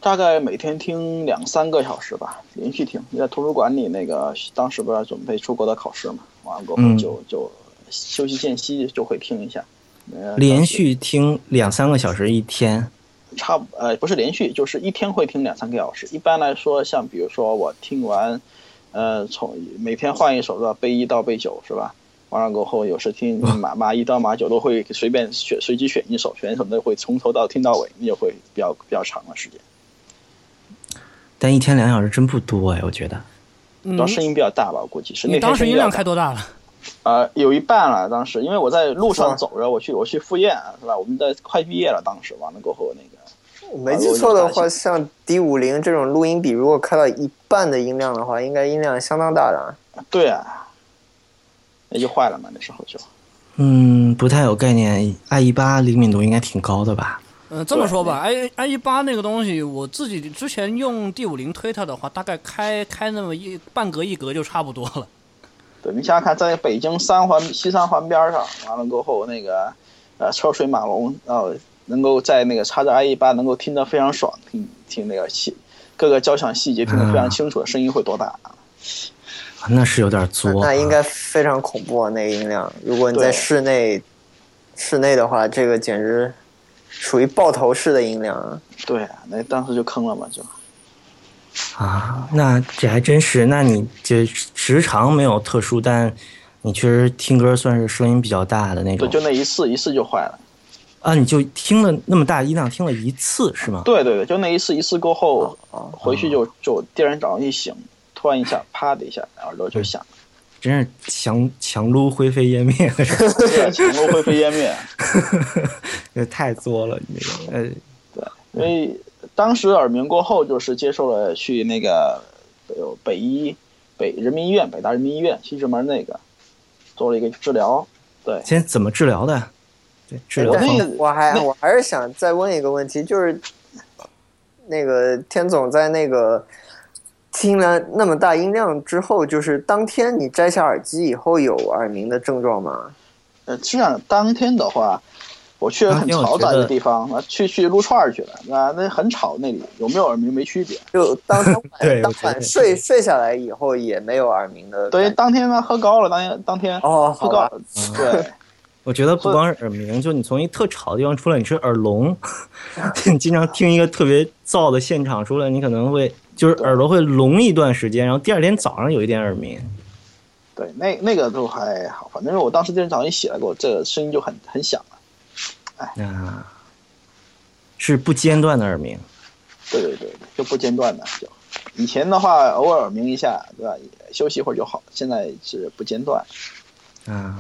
Speaker 4: 大概每天听两三个小时吧，连续听。在图书馆里那个，当时不是要准备出国的考试嘛，完了过后
Speaker 1: 嗯
Speaker 4: 就、就休息间隙就会听一下。呃
Speaker 1: 连续听两三个小时一天，
Speaker 4: 差不呃不是连续，就是一天会听两三个小时。一般来说，像比如说我听完，呃，从每天换一首的背一到背九是吧？完了过后，有时听马马一到马九都会随便选随机选一首，选一首那会从头到听到尾，那就会比较比较长的时间。
Speaker 1: 但一天两小时真不多哎，我觉得。
Speaker 3: 嗯
Speaker 4: 主要声音比较大吧，我估计是那
Speaker 3: 你
Speaker 4: 天
Speaker 3: 当时
Speaker 4: 声音
Speaker 3: 音
Speaker 4: 比较
Speaker 3: 量
Speaker 4: 大
Speaker 3: 开多大了？
Speaker 4: 呃，有一半了，当时因为我在路上
Speaker 2: 哇
Speaker 4: 走着，我去我去赴宴是吧？我们在快毕业了，当时完了过后那个，
Speaker 2: 我没记错的话，像 D 五零这种录音笔，如果开到一半的音量的话，应该音量相当大的。啊。
Speaker 4: 对啊，那就坏了嘛，那时候就
Speaker 1: 嗯，不太有概念。i 一八灵敏度应该挺高的吧？
Speaker 3: 嗯、这么说吧，i i 一八那个东西，我自己之前用 D 五零推它的话，大概开开那么一半格一格就差不多了。
Speaker 4: 对你想想看，在北京三环西三环边上，完了过后那个呃车水马龙，然后能够在那个插着 IE 八能够听得非常爽，听听那个细各个交响细节听得非常清楚，声音会多大？
Speaker 1: 啊那是有点
Speaker 2: 那
Speaker 1: 作啊。
Speaker 2: 那应该非常恐怖啊，那个音量。如果你在
Speaker 4: 对
Speaker 2: 室内，室内的话，这个简直属于爆头式的音量啊。
Speaker 4: 对啊，那当时就坑了嘛，就
Speaker 1: 啊，那这还真是。那你这时长没有特殊，但你确实听歌算是声音比较大的那
Speaker 4: 对，
Speaker 1: 种。
Speaker 4: 就那一次，一次就坏了。
Speaker 1: 啊，你就听了那么大音量，听了一次是吗？
Speaker 4: 对对对，就那一次，一次过后
Speaker 2: 哦
Speaker 4: 回去就就第二天早上一醒，突然一下啪的一下，耳朵就响 了，
Speaker 1: 真是强强撸灰飞烟灭的时候，
Speaker 4: 对，全部灰飞烟灭。
Speaker 1: 这太作了。你这个呃，
Speaker 4: 因为当时耳鸣过后，就是接受了去那个有北医北人民医院、北大人民医院西直门那个做了一个治疗。对，
Speaker 1: 先怎么治疗的？对，治疗
Speaker 4: 我
Speaker 1: 方
Speaker 4: 那
Speaker 1: 法
Speaker 4: 个
Speaker 2: 我还
Speaker 4: 那
Speaker 2: 我还是想再问一个问题，就是那个天总在那个听了那么大音量之后，就是当天你摘下耳机以后有耳鸣的症状吗？
Speaker 4: 呃，实际上当天的话，我去
Speaker 2: 啊
Speaker 4: 了很嘈杂的地方，啊，去去撸串儿去了，啊，那很吵，那里有没有耳鸣没区别。
Speaker 2: 就当天
Speaker 1: 对
Speaker 2: 晚
Speaker 1: 我
Speaker 2: 当
Speaker 1: 觉得
Speaker 2: 晚睡睡下来以后也没有耳鸣的感
Speaker 4: 对，
Speaker 2: 觉。
Speaker 4: 当天呢喝高了，当天当天
Speaker 2: 哦，
Speaker 4: 喝
Speaker 2: 好
Speaker 4: 高
Speaker 2: 吧，
Speaker 4: 了，对。
Speaker 1: 我觉得不光是耳鸣，就你从一特吵的地方出来，你是耳聋， 你经常听一个特别燥的现场出来，你可能会就是耳朵会聋一段时间，然后第二天早上有一点耳鸣。
Speaker 4: 对，那那个都还好，反正我当时第二天早上一起来给我这个声音就很很响了。
Speaker 1: 啊，是不间断的耳鸣。
Speaker 4: 对对对，对就不间断的就。以前的话偶尔鸣一下，对吧？休息一会儿就好。现在是不间断。
Speaker 1: 啊，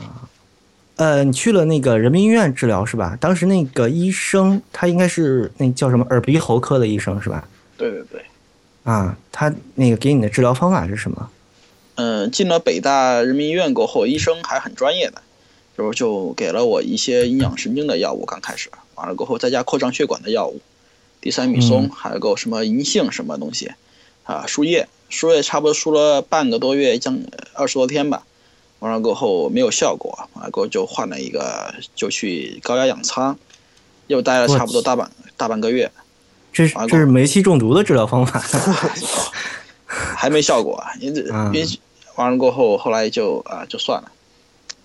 Speaker 1: 呃，你去了那个人民医院治疗是吧？当时那个医生他应该是那叫什么耳鼻喉科的医生是吧？
Speaker 4: 对对对，
Speaker 1: 啊，他那个给你的治疗方法是什么？
Speaker 4: 嗯，进了北大人民医院过后，医生还很专业的，就就给了我一些营养神经的药物，刚开始，完了过后再加扩张血管的药物，地塞米松，
Speaker 1: 嗯
Speaker 4: 还有什么银杏什么东西，啊，输液，输液差不多输了半个多月，将二十多天吧，完了过后没有效果，完了过后就换了一个，就去高压氧舱，又待了差不多大半大半个月，
Speaker 1: 这是这是煤气中毒的治疗方法。
Speaker 4: 还没效果，因为
Speaker 1: 啊
Speaker 4: 因为完了过后，后来就啊就算了，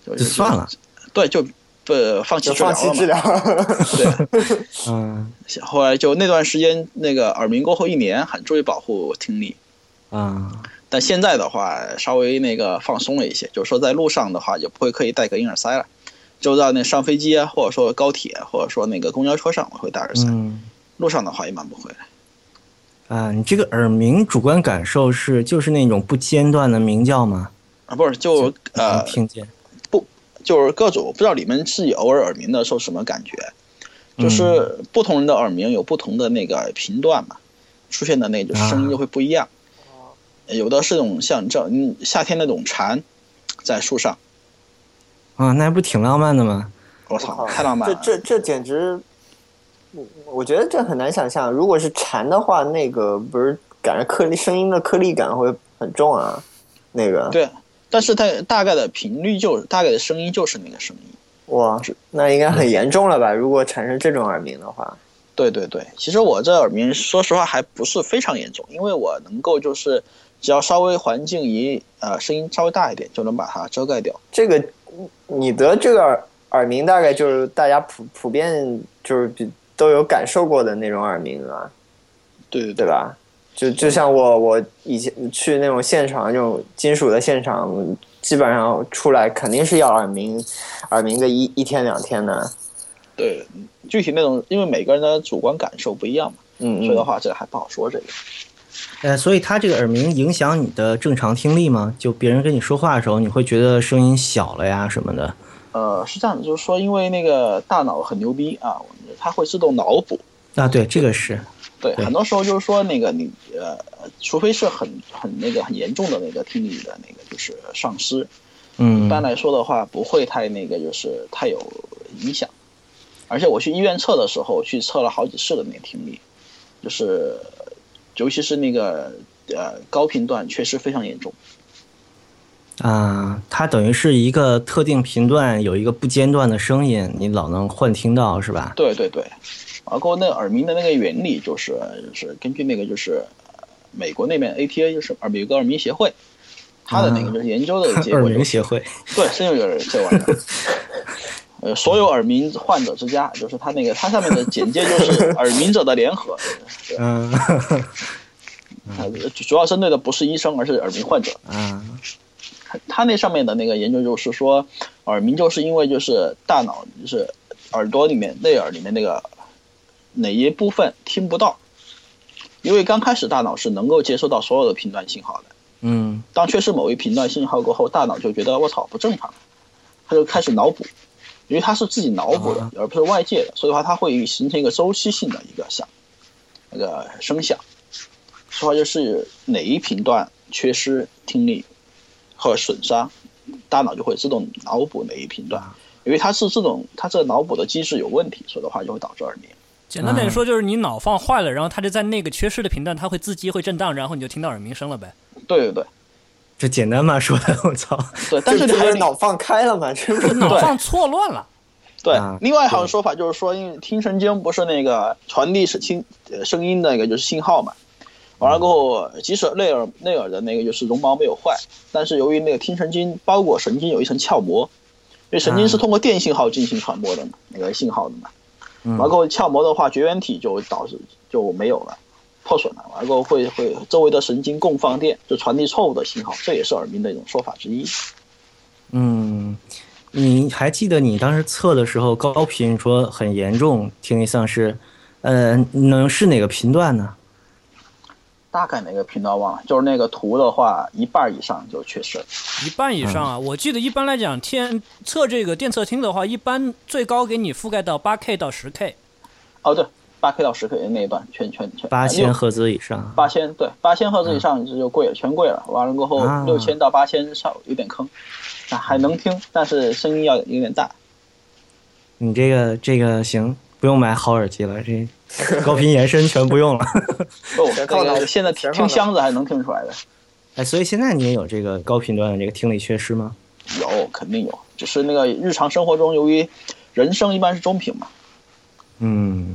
Speaker 4: 就
Speaker 1: 就算 了，
Speaker 4: 对，就不放弃
Speaker 2: 就
Speaker 4: 治疗
Speaker 2: 放弃
Speaker 4: 了
Speaker 2: 治
Speaker 4: 嘛。
Speaker 2: 疗。
Speaker 4: 对，
Speaker 1: 嗯
Speaker 4: 后来就那段时间，那个耳鸣过后一年，很注意保护听力。
Speaker 1: 啊
Speaker 4: 但现在的话，稍微那个放松了一些，就是说在路上的话，也不会刻意戴个硬耳塞了。就在那上飞机啊，或者说高铁，或者说那个公交车上，我会戴耳塞。
Speaker 1: 嗯
Speaker 4: 路上的话一般不会。
Speaker 1: 啊，你这个耳鸣主观感受是就是那种不间断的鸣叫吗？
Speaker 4: 啊，不是，就呃
Speaker 1: 能，听见
Speaker 4: 就是各种，不知道你们是偶尔耳鸣的时候什么感觉，就是不同人的耳鸣有不同的那个频段嘛，出现的那个声音就会不一样。哦呃有的是那种像这嗯夏天那种蝉，在树上，
Speaker 1: 啊，那还不挺浪漫的吗？
Speaker 4: 我操，太浪漫
Speaker 2: 哦这
Speaker 4: 了。
Speaker 2: 这这简直，我我觉得这很难想象。如果是蝉的话，那个不是感觉颗粒声音的颗粒感会很重啊。那个，
Speaker 4: 对，但是它大概的频率就是大概的声音就是那个声音。
Speaker 2: 哇，那应该很严重了吧？如果产生这种耳鸣的话，
Speaker 4: 对对对，其实我这耳鸣，说实话还不是非常严重，因为我能够就是只要稍微环境一呃声音稍微大一点，就能把它遮盖掉。
Speaker 2: 这个你得这个耳耳鸣，大概就是大家普普遍就是比都有感受过的那种耳鸣啊。
Speaker 4: 对对对
Speaker 2: 对吧？就就像我我以前去那种现场，那种金属的现场，基本上出来肯定是要耳鸣，耳鸣个一一天两天的。
Speaker 4: 对，具体那种，因为每个人的主观感受不一样嘛，
Speaker 2: 嗯
Speaker 4: 所以的
Speaker 2: 嗯，
Speaker 4: 话这还不好说这个。
Speaker 1: 呃，所以它这个耳鸣影响你的正常听力吗？就别人跟你说话的时候，你会觉得声音小了呀什么的？
Speaker 4: 呃，是这样的，就是说，因为那个大脑很牛逼啊，我们它会自动脑补。
Speaker 1: 啊，对，这个是
Speaker 4: 对，
Speaker 1: 对
Speaker 4: 很多时候就是说那个你呃，除非是很很那个很严重的那个听力的那个就是丧失，
Speaker 1: 嗯
Speaker 4: 一般来说的话不会太那个就是太有影响。而且我去医院测的时候，去测了好几次的那个听力，就是尤其是那个呃高频段确实非常严重。
Speaker 1: 啊，它等于是一个特定频段有一个不间断的声音，你老能幻听到是吧？
Speaker 4: 对对对，然后那耳鸣的那个原理就是就是根据那个就是呃美国那边 ATA 就是耳美国耳鸣协会，它的那个就是研究的结
Speaker 1: 啊耳
Speaker 4: 果就
Speaker 1: 鸣
Speaker 4: 是、
Speaker 1: 协 会
Speaker 4: 对，真有点这玩意儿。呃，所有耳鸣患者之家，就是它那个它上面的简介就是 耳鸣者的联合，对
Speaker 1: 嗯
Speaker 4: 呃主要针对的不是医生，而是耳鸣患者。
Speaker 1: 啊
Speaker 4: 他那上面的那个研究就是说，耳鸣就是因为就是大脑就是耳朵里面内耳里面那个哪一部分听不到，因为刚开始大脑是能够接收到所有的频段信号的，
Speaker 1: 嗯
Speaker 4: 当缺失某一频段信号过后，大脑就觉得我操不正常，他就开始脑补，因为他是自己脑补的
Speaker 1: 啊，
Speaker 4: 而不是外界的，所以话它会形成一个周期性的一个响，那个声响，说话就是哪一频段缺失听力和损伤，大脑就会自动脑补哪一频段，因为它是自动它这脑补的机制有问题，所以的话就会导致耳鸣。
Speaker 3: 简
Speaker 1: 啊
Speaker 3: 单点说，就是你脑放坏了，然后它就在那个缺失的频段，它会自激会震荡，然后你就听到耳鸣声了呗。
Speaker 4: 对对对
Speaker 1: 这简单吗？说的我操，
Speaker 4: 对，但是
Speaker 2: 这
Speaker 4: 这
Speaker 2: 不
Speaker 4: 个
Speaker 2: 是脑放开了吗？这不是
Speaker 3: 脑放错乱了，
Speaker 4: 对
Speaker 1: 啊，
Speaker 4: 另外还有说法就是说，因为听神经不是那个传递是听呃声音的一个就是信号嘛，完了过后，即使内耳内耳的那个就是绒毛没有坏，但是由于那个听神经包裹神经有一层鞘膜，因为神经是通过电信号进行传播的嘛，那个信号的嘛，
Speaker 1: 嗯
Speaker 4: 完了过后鞘膜的话，绝缘体就导致就没有了。破损了，完了过后会会周围的神经供放电，就传递错误的信号，这也是耳鸣的一种说法之一。
Speaker 1: 嗯，你还记得你当时测的时候高频说很严重听力丧失，呃，能是哪个频段呢？
Speaker 4: 大概哪个频道忘了，就是那个图的话，一半以上就缺失了。
Speaker 3: 一半以上啊。
Speaker 1: 嗯
Speaker 3: 我记得一般来讲，天测这个电测听的话，一般最高给你覆盖到八 K 到十 K。
Speaker 4: 哦，对，八 K 到十 K 那一段，全全全
Speaker 1: 八千
Speaker 4: 六
Speaker 1: 赫兹以上，
Speaker 4: 八千对八千赫兹以上就贵了，全贵了。完了过后
Speaker 1: 啊
Speaker 4: 六千到八千稍有点坑，啊还能听，但是声音要有点大。
Speaker 1: 你这个这个行，不用买好耳机了，这 高频延伸全不用了。
Speaker 4: 哦，
Speaker 2: 全
Speaker 4: 这
Speaker 2: 靠脑
Speaker 4: 个
Speaker 2: 子
Speaker 4: 现在
Speaker 2: 全靠
Speaker 4: 听
Speaker 2: 脑子
Speaker 4: 箱子还能听出来的，
Speaker 1: 哎，所以现在你也有这个高频段的这个听力缺失吗？
Speaker 4: 有肯定有，只是那个日常生活中，由于人声一般是中频嘛，
Speaker 1: 嗯，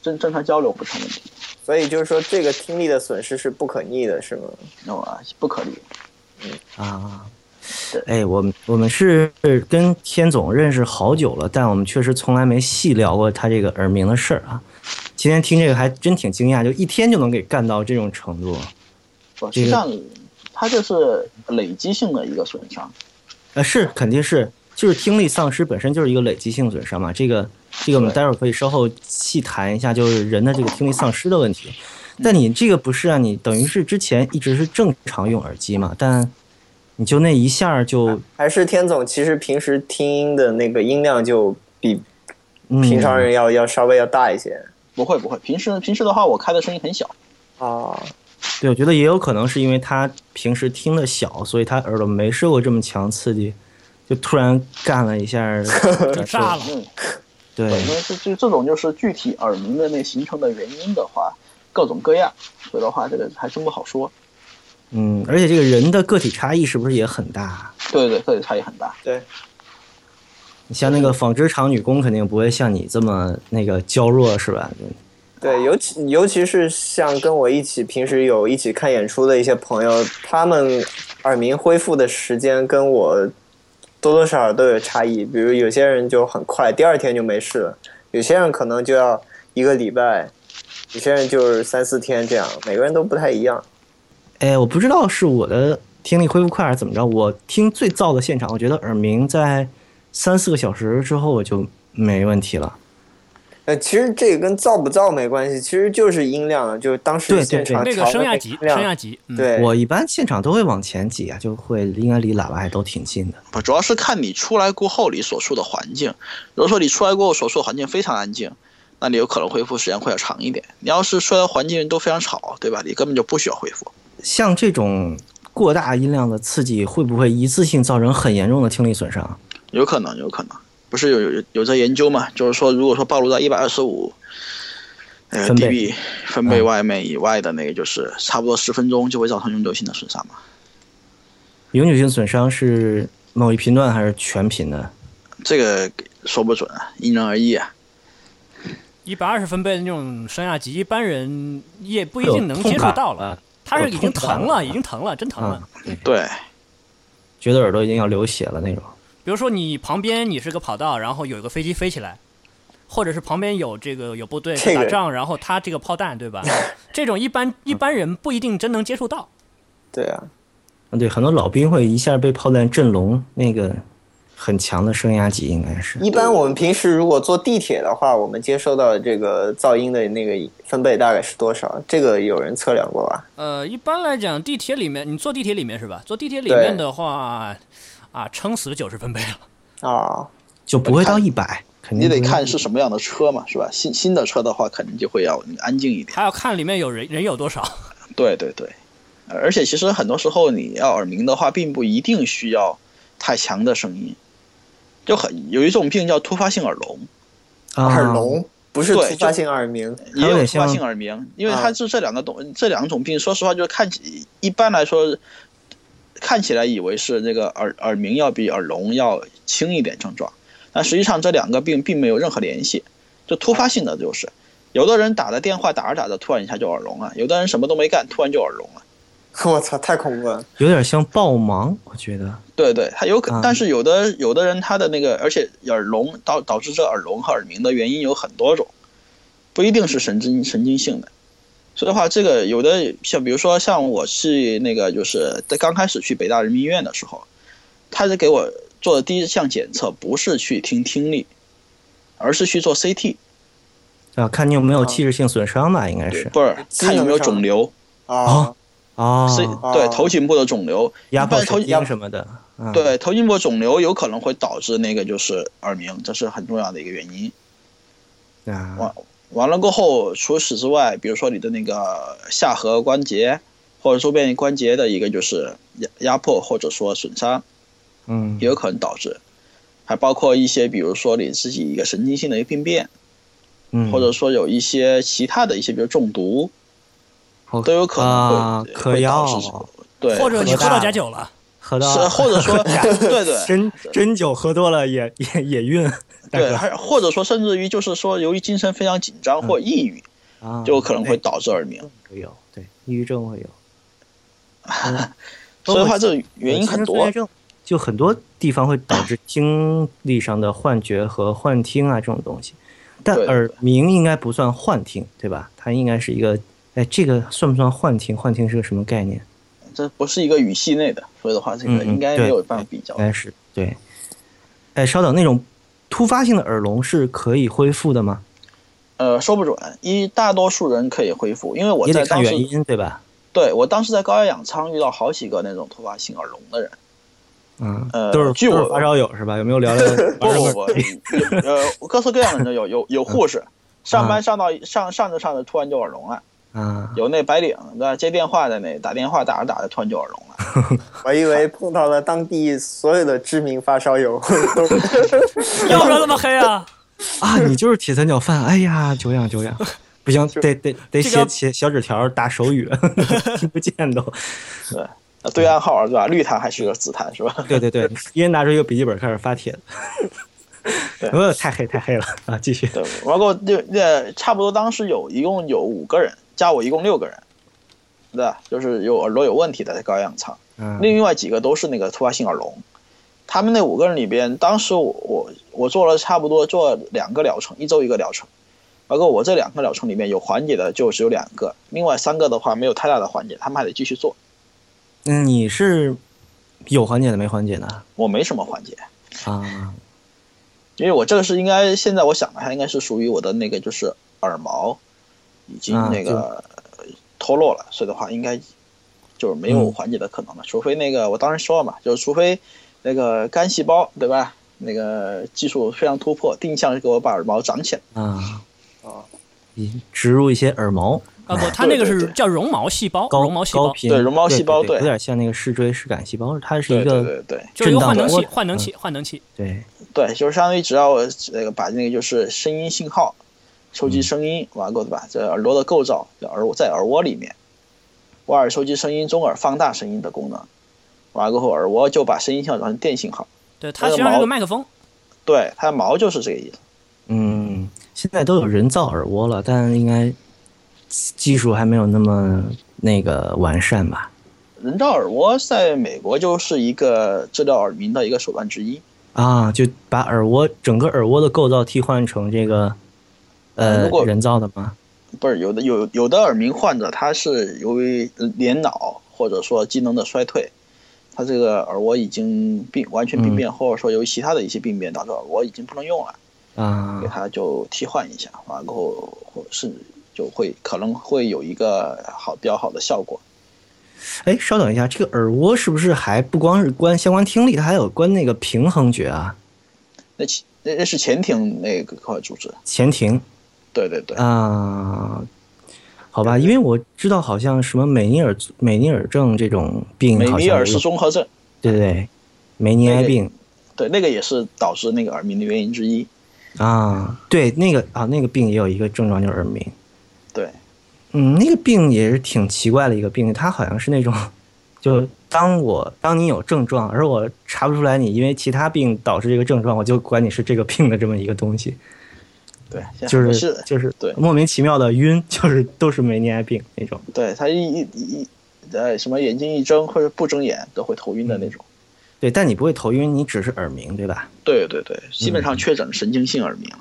Speaker 4: 正正常交流不成问题，
Speaker 2: 所以就是说，这个听力的损失是不可逆的，是吗？
Speaker 4: 那我不可逆。
Speaker 1: 啊
Speaker 4: 对，
Speaker 1: 哎，我们我们是跟天总认识好久了，但我们确实从来没细聊过他这个耳鸣的事儿啊。今天听这个还真挺惊讶，就一天就能给干到这种程度。
Speaker 4: 不，
Speaker 1: 这
Speaker 4: 实
Speaker 1: 个
Speaker 4: 际上它就是累积性的一个损伤。
Speaker 1: 呃，是肯定是，就是听力丧失本身就是一个累积性损伤嘛。这个这个我们
Speaker 4: 对
Speaker 1: 待会儿可以稍后细谈一下，就是人的这个听力丧失的问题。但你这个不是啊，你等于是之前一直是正常用耳机嘛，但你就那一下儿就
Speaker 2: 还是天总其实平时听音的那个音量就比
Speaker 1: 嗯
Speaker 2: 平常人要、要稍微要大一些
Speaker 4: 不会不会，平时平时的话，我开的声音很小。
Speaker 2: 啊。
Speaker 1: 对，我觉得也有可能是因为他平时听的小，所以他耳朵没受过这么强刺激，就突然干了一下儿
Speaker 3: 就炸了。
Speaker 4: 嗯，
Speaker 1: 对，
Speaker 4: 因为这这这种就是具体耳鸣的那形成的原因的话，各种各样，所以的话这个还真不好说。
Speaker 1: 嗯，而且这个人的个体差异是不是也很大？
Speaker 4: 对对，这里差异很大。
Speaker 2: 对，
Speaker 1: 你像那个纺织厂女工，肯定不会像你这么那个娇弱，是吧？
Speaker 2: 对，尤其尤其是像跟我一起平时有一起看演出的一些朋友，他们耳鸣恢复的时间跟我多多少少都有差异。比如有些人就很快，第二天就没事了；有些人可能就要一个礼拜，有些人就是三四天这样。每个人都不太一样。
Speaker 1: 哎，我不知道是我的听力恢复快还是怎么着，我听最燥的现场，我觉得耳鸣在三四个小时之后我就没问题了。
Speaker 2: 呃，其实这个跟燥不燥没关系，其实就是音量啊，就是当
Speaker 1: 对
Speaker 2: 时
Speaker 1: 对
Speaker 2: 现场
Speaker 3: 那
Speaker 2: 调
Speaker 3: 个
Speaker 2: 的
Speaker 3: 升压级，
Speaker 2: 音量
Speaker 3: 升压级，嗯，
Speaker 2: 对，
Speaker 1: 我一般现场都会往前挤啊，就会应该离喇叭还都挺近的。
Speaker 4: 不，主要是看你出来过后你所处的环境。如果说你出来过后所处的环境非常安静，那你有可能恢复时间会要长一点。你要是出来的环境都非常吵，对吧？你根本就不需要恢复。
Speaker 1: 像这种过大音量的刺激，会不会一次性造成很严重的听力损伤？
Speaker 4: 有可能，有可能，不是有有有这研究嘛？就是说，如果说暴露在一百二十五，呃
Speaker 1: 分贝嗯
Speaker 4: dB 分贝外面以外的那个，就是差不多十分钟就会造成永久性的损伤嘛。
Speaker 1: 永久性损伤是某一频段还是全频的？
Speaker 4: 这个说不准啊，因人而异啊。
Speaker 3: 一百二十分贝的那种升压级，一般人也不一
Speaker 1: 会有
Speaker 3: 定能接
Speaker 1: 痛
Speaker 3: 触
Speaker 1: 感啊
Speaker 3: 到了
Speaker 1: 吧。
Speaker 3: 他是已经
Speaker 1: 有痛感
Speaker 3: 疼
Speaker 1: 吧
Speaker 3: 了，已经疼了，真疼了。
Speaker 4: 对，
Speaker 1: 觉得耳朵已经要流血了那种。
Speaker 3: 比如说你旁边你是个跑道，然后有一个飞机飞起来，或者是旁边有这个有部队在
Speaker 2: 这个
Speaker 3: 打仗，然后他这个炮弹，对吧？这种一般一般人不一定真能接触到。
Speaker 2: 对啊，
Speaker 1: 嗯，对，很多老兵会一下被炮弹震聋，那个很强的升压级应该是。
Speaker 2: 一般我们平时如果坐地铁的话，我们接收到这个噪音的那个分贝大概是多少？这个有人测量过吧？
Speaker 3: 呃，一般来讲，地铁里面你坐地铁里面是吧？坐地铁里
Speaker 2: 对
Speaker 3: 面的话，啊，撑死九十分贝了。
Speaker 2: 啊，
Speaker 1: 就不会到一百，肯
Speaker 4: 你
Speaker 1: 定
Speaker 4: 得
Speaker 1: 不会
Speaker 4: 看是什么样的车嘛，是吧？新新的车的话，肯定就会要安静一点。
Speaker 3: 还要看里面有人人有多少。
Speaker 4: 对对对，呃而且其实很多时候你要耳鸣的话，并不一定需要太强的声音，就很有一种病叫突发性耳聋。
Speaker 1: 啊
Speaker 2: 耳聋不是
Speaker 4: 对
Speaker 2: 突发性耳鸣，
Speaker 4: 也
Speaker 1: 还有
Speaker 4: 有
Speaker 1: 点
Speaker 4: 突
Speaker 1: 像啊
Speaker 4: 发性耳鸣，因为它是这两个东、这两种病，说实话就是看起一般来说，看起来以为是这个耳耳鸣要比耳聋要轻一点症状，但实际上这两个病并没有任何联系，就突发性的就是，有的人打着电话打着打着突然一下就耳聋啊了，有的人什么都没干突然就耳聋啊了。
Speaker 2: 我操，太恐怖了！
Speaker 1: 有点像爆盲，我觉得。
Speaker 4: 对对，他有可
Speaker 1: 啊，
Speaker 4: 但是有的有的人他的那个，而且耳聋导导致这耳聋和耳鸣的原因有很多种，不一定是神经神经性的。所以的话，这个有的像比如说像我去那个就是在刚开始去北大人民医院的时候，他是给我做的第一项检测不是去听听力，而是去做 CT，
Speaker 1: 啊，看你有没有器质性损伤吧，应该是。
Speaker 4: 不是
Speaker 2: 基
Speaker 4: 看有
Speaker 2: 本
Speaker 4: 没有
Speaker 2: 上
Speaker 4: 肿瘤，
Speaker 2: 啊，
Speaker 1: 哦，
Speaker 4: C 对头颈部的肿瘤，
Speaker 1: 压迫
Speaker 4: 一般头
Speaker 1: 神
Speaker 4: 压
Speaker 1: 经什么的。啊，
Speaker 4: 对，头颈部肿瘤有可能会导致那个就是耳鸣，这是很重要的一个原因。
Speaker 1: 啊，
Speaker 4: 哇完了过后，除此之外，比如说你的那个下颌关节或者周边关节的一个就是压压迫或者说损伤，
Speaker 1: 嗯
Speaker 4: 也有可能导致，还包括一些比如说你自己一个神经性的一个病变，
Speaker 1: 嗯，
Speaker 4: 或者说有一些其他的一些比如中毒，
Speaker 1: 好
Speaker 4: 都有可能
Speaker 1: 哦啊
Speaker 4: 会、
Speaker 1: 嗑
Speaker 4: 会
Speaker 1: 药
Speaker 4: 导致这种对，
Speaker 3: 或者你喝
Speaker 1: 喝
Speaker 3: 到
Speaker 1: 大
Speaker 3: 假酒了，
Speaker 1: 喝到
Speaker 4: 是或 者说对对，
Speaker 1: 真真酒喝多了也也也晕，大
Speaker 4: 对，
Speaker 1: 哥
Speaker 4: 还或者说甚至于就是说，由于精神非常紧张或抑郁，
Speaker 1: 啊
Speaker 4: 就可能会
Speaker 1: 嗯对
Speaker 4: 导致耳鸣。
Speaker 1: 会有对抑郁症会有，
Speaker 4: 所以的话，这种原因
Speaker 1: 精
Speaker 4: 很
Speaker 1: 神分
Speaker 4: 多
Speaker 1: 裂。症就很多地方会导 致听力上的幻觉和幻听啊这种东西，但
Speaker 4: 对
Speaker 1: 耳鸣应该不算幻听，对吧？它应该是一个，哎，这个算不算幻听？幻听是个什么概念？
Speaker 4: 这不是一个语系内的，所以的话，这个
Speaker 1: 嗯嗯
Speaker 4: 应该没有办法比较
Speaker 1: 应。该是对。哎，稍等，那种突发性的耳聋是可以恢复的吗？
Speaker 4: 呃，说不准，一大多数人可以恢复，因为我
Speaker 1: 也
Speaker 4: 在
Speaker 1: 得看
Speaker 4: 当
Speaker 1: 原
Speaker 4: 时，
Speaker 1: 因，对吧？
Speaker 4: 对我当时在高压氧舱遇到好几个那种突发性耳聋的人。
Speaker 1: 嗯，
Speaker 4: 呃
Speaker 1: 都是
Speaker 4: 据
Speaker 1: 都是
Speaker 4: 我
Speaker 1: 发烧友是吧？有没有聊聊
Speaker 4: 不 不不，有呃，各式各样的人都有，有有护
Speaker 1: 嗯
Speaker 4: 士，上班上到上上着上着突然就耳聋了，
Speaker 1: 啊？
Speaker 4: 有那白领对吧？接电话的那打电话打着打着突然就耳聋了。
Speaker 2: 我以为碰到了当地所有的知名发烧友，都
Speaker 3: 要不然这么黑啊？
Speaker 1: 啊，你就是铁三角饭，哎呀，久仰久仰，不行，得得得
Speaker 3: 这
Speaker 1: 写
Speaker 3: 个
Speaker 1: 写小纸条打手语， 听不见都。
Speaker 4: 啊，对暗号对吧？绿碳还是个紫碳是吧？
Speaker 1: 对对 对，一人拿出一个笔记本开始发帖子。 呃，太黑太黑了啊！继续，
Speaker 4: 对，完过六那差不多当时有一共有五个人，加我一共六个人，对吧，就是有耳朵有问题的在高氧舱，
Speaker 1: 嗯
Speaker 4: 另外几个都是那个突发性耳聋。他们那五个人里边，当时我我我做了差不多做了两个疗程，一周一个疗程。包括我这两个疗程里面有缓解的就只有两个，另外三个的话没有太大的缓解，他们还得继续做。
Speaker 1: 嗯，你是有缓解的没缓解呢？
Speaker 4: 我没什么缓解，
Speaker 1: 啊，
Speaker 4: 因为我这个是应该现在我想了，它应该是属于我的那个就是耳毛已经
Speaker 1: 啊
Speaker 4: 那个呃脱落了，所以的话应该就是没有缓解的可能了，除非那个我当时说了嘛，就是除非那个干细胞对吧？那个技术非常突破，定向给我把耳毛长起来。
Speaker 1: 啊
Speaker 2: 哦，
Speaker 1: 你植入一些耳毛，
Speaker 3: 啊不，他那个
Speaker 4: 对
Speaker 3: 是
Speaker 4: 对
Speaker 3: 叫绒毛细胞，
Speaker 1: 高
Speaker 3: 绒毛细
Speaker 1: 高
Speaker 3: 胞
Speaker 1: 频
Speaker 4: 对绒毛细胞
Speaker 1: 对，
Speaker 4: 对
Speaker 1: 有点像那个视锥视感细胞，它是
Speaker 4: 对
Speaker 1: 一
Speaker 4: 对
Speaker 1: 个
Speaker 4: 对对
Speaker 3: 就是一个
Speaker 1: 震荡
Speaker 3: 换能
Speaker 1: 的
Speaker 3: 器，
Speaker 1: 我
Speaker 3: 换能器，换能器。
Speaker 1: 对
Speaker 4: 对，就是相当于只要那个把那个就是声音信号收集声音完够对吧？这耳朵的构造，这耳在耳蜗里面，挖耳收集声音，中耳放大声音的功能。完了过后，耳蜗就把声音信号转成电信号。
Speaker 3: 对，它实际上是个麦克风。
Speaker 4: 对，它的毛就是这个意思。
Speaker 1: 嗯，现在都有人造耳蜗了，但应该技术还没有那么那个完善吧？
Speaker 4: 人造耳蜗在美国就是一个治疗耳鸣的一个手段之一。
Speaker 1: 啊，就把耳蜗整个耳蜗的构造替换成这个
Speaker 4: 呃
Speaker 1: 呃
Speaker 4: 如果
Speaker 1: 人造的吗？
Speaker 4: 不是有的有有的耳鸣患者，他是由于年老或者说机能的衰退，他这个耳蜗已经病完全
Speaker 1: 嗯
Speaker 4: 病变，或者说由于其他的一些病变导致耳蜗已经不能用了，
Speaker 1: 啊
Speaker 4: 给，他就替换一下，完过后或是就会可能会有一个好比较好的效果。
Speaker 1: 哎，稍等一下，这个耳蜗是不是还不光是关相关听力，它还有关那个平衡觉啊、
Speaker 4: 那其那那是前庭那个块组织，
Speaker 1: 前庭
Speaker 4: 对对对，
Speaker 1: 啊？好吧，因为我知道好像什么美尼尔美尼尔症这种病
Speaker 4: 美
Speaker 1: 好像
Speaker 4: 米尔
Speaker 1: 有
Speaker 4: 氏综合症，
Speaker 1: 对对，梅尼埃病
Speaker 4: 对那个也是导致那个耳鸣的原因之一。
Speaker 1: 啊，对那个啊那个病也有一个症状就是耳鸣，
Speaker 4: 对，
Speaker 1: 嗯，那个病也是挺奇怪的一个病，它好像是那种，就当我当你有症状，而我查不出来你因为其他病导致这个症状，我就管你是这个病的这么一个东西，
Speaker 4: 对，
Speaker 1: 就是
Speaker 4: 是
Speaker 1: 就是
Speaker 4: 对
Speaker 1: 莫名其妙的晕， 就是都是梅尼埃病那种。
Speaker 4: 对他一一一呃什么眼睛一睁或者不睁眼都会头晕的那种。
Speaker 1: 对，但你不会头晕，你只是耳鸣，对吧？
Speaker 4: 对对对，基本上确诊神经性耳鸣了。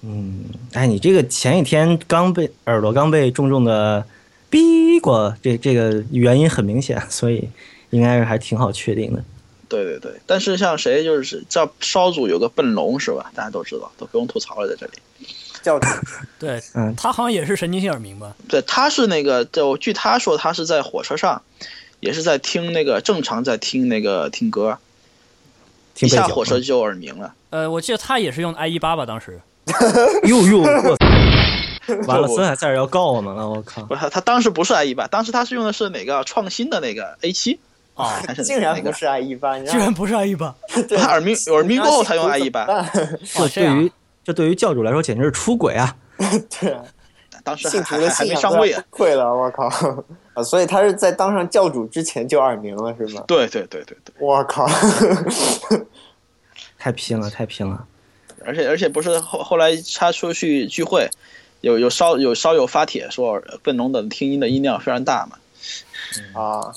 Speaker 1: 嗯，哎，你这个前几天刚被耳朵刚被重重的逼过，这这个原因很明显，所以应该是还挺好确定的。
Speaker 4: 对对对，但是像谁就是这烧组有个笨龙是吧？大家都知道，都不用吐槽了，在这里。
Speaker 2: 叫
Speaker 3: 对，
Speaker 1: 嗯
Speaker 3: 它好像也是神经性耳鸣吧？
Speaker 4: 对，他是那个，就据他说，他是在火车上，也是在听那个正常在听那个听歌，
Speaker 1: 听
Speaker 4: 一
Speaker 1: 背
Speaker 4: 下
Speaker 1: 景
Speaker 4: 火车
Speaker 1: 嗯
Speaker 4: 就耳鸣了。
Speaker 3: 呃，我记得它也是用 IE 八吧，当时。
Speaker 1: 嗯哟哟，我完了，孙海塞尔要告我们了，我靠！
Speaker 4: 不是他，他当时不是 IE 八，当时他是用的是哪个创新的那个 A 七
Speaker 3: 啊，
Speaker 4: 还是
Speaker 2: 竟然
Speaker 4: 哪
Speaker 2: 不
Speaker 4: 个？
Speaker 2: 是 IE 八，你知
Speaker 3: 居
Speaker 2: 道
Speaker 3: 然
Speaker 2: 吗？
Speaker 3: 不是 IE 八，
Speaker 2: 对
Speaker 4: 他 耳鸣耳鸣过后才用 IE 八，
Speaker 2: 八，
Speaker 1: 这
Speaker 3: 这
Speaker 1: 对
Speaker 3: 样
Speaker 4: 啊
Speaker 1: 于这对于教主来说简直是出轨啊！
Speaker 2: 对啊，
Speaker 4: 当时还
Speaker 2: 信徒
Speaker 4: 还
Speaker 2: 的
Speaker 4: 还
Speaker 2: 信
Speaker 4: 没
Speaker 2: 仰
Speaker 4: 上
Speaker 2: 都
Speaker 4: 位
Speaker 2: 要
Speaker 4: 啊。
Speaker 2: 崩溃了，我靠！ 啊，所以他是在当上教主之前就耳鸣了，是吗？
Speaker 4: 对对对对对，
Speaker 2: 我靠！
Speaker 1: 太拼了，太拼了！
Speaker 4: 而且而且不是后后来他出去聚会，有有烧有烧友发帖说笨龙的听音的音量非常大嘛，
Speaker 2: 啊，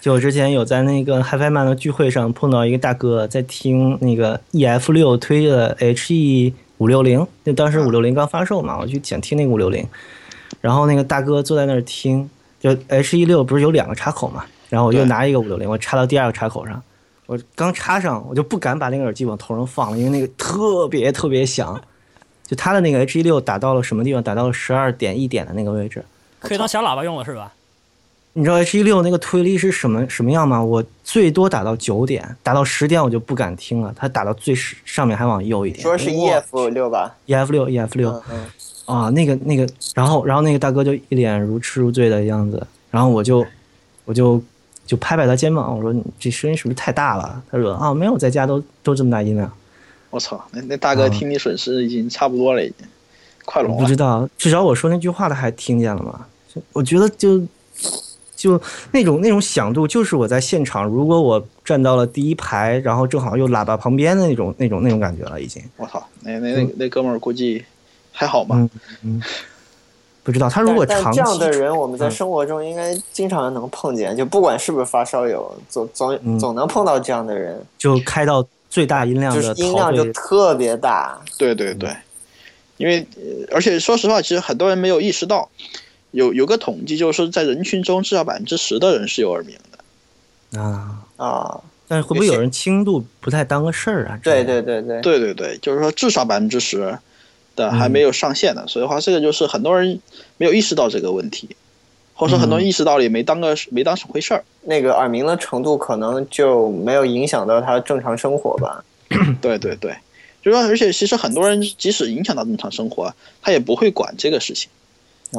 Speaker 1: 就我之前有在那个 HiFi Man 的聚会上碰到一个大哥在听那个 EF 六推的 HE 五六零，就当时五六零刚发售嘛，我就想听那个五六零，然后那个大哥坐在那儿听，就 HE 六不是有两个插口嘛，然后我就
Speaker 4: 对
Speaker 1: 拿一个五六零，我插到第二个插口上，我刚插上我就不敢把那个耳机往头上放了，因为那个特别特别响，就它的那个 HE 六打到了什么地方？打到了十二点一点的那个位置，
Speaker 3: 可以当小喇叭用了是吧？
Speaker 1: 你知道 H 1 6那个推力是什么什么样吗？我最多打到九点，打到十点我就不敢听了。它打到最上上面还往右一点。
Speaker 2: 说是 EF 六吧？
Speaker 1: EF 六 EF 六
Speaker 2: 嗯嗯，
Speaker 1: 啊，那个那个，然后然后那个大哥就一脸如痴如醉的样子，然后我就我就就拍拍他肩膀，我说你这声音是不是太大了？他说啊没有，在家都都这么大音量。
Speaker 4: 我操，那那大哥
Speaker 1: 嗯
Speaker 4: 听力损失已经差不多了，已经快
Speaker 1: 我
Speaker 4: 聋
Speaker 1: 不
Speaker 4: 了
Speaker 1: 知。道，至少我说那句话他还听见了嘛？就我觉得就就那种那种响度，就是我在现场，如果我站到了第一排，然后正好又喇叭旁边的那种那种那种感觉了，已经。
Speaker 4: 我操，那那那那哥们儿估计还好吧？
Speaker 1: 嗯不知道他
Speaker 2: 但
Speaker 1: 如果
Speaker 2: 但
Speaker 1: 长期
Speaker 2: 这样的人，我们在
Speaker 1: 嗯
Speaker 2: 生活中应该经常能碰见，就不管是不是发烧友，总
Speaker 1: 嗯
Speaker 2: 总总能碰到这样的人，
Speaker 1: 就开到最大音量
Speaker 2: 就
Speaker 1: 的
Speaker 2: 是音
Speaker 1: 陶
Speaker 2: 量就
Speaker 1: 醉，
Speaker 2: 特别大。
Speaker 4: 对对对，
Speaker 1: 嗯
Speaker 4: 因为呃而且说实话，其实很多人没有意识到，有有个统计，就是说在人群中至少百分之十的人是有耳鸣的。
Speaker 1: 啊。
Speaker 2: 啊，
Speaker 1: 但是会不会有人轻度不太当个事儿啊？
Speaker 2: 对对对对，
Speaker 4: 对对对，就是说至少百分之十的还没有上线的，所以话这个就是很多人没有意识到这个问题，或者说很多人意识到了也没当个、没当回事儿。
Speaker 2: 那个耳鸣的程度可能就没有影响到他正常生活吧。
Speaker 4: 对对对，就是说，而且其实很多人即使影响到正常生活，他也不会管这个事情。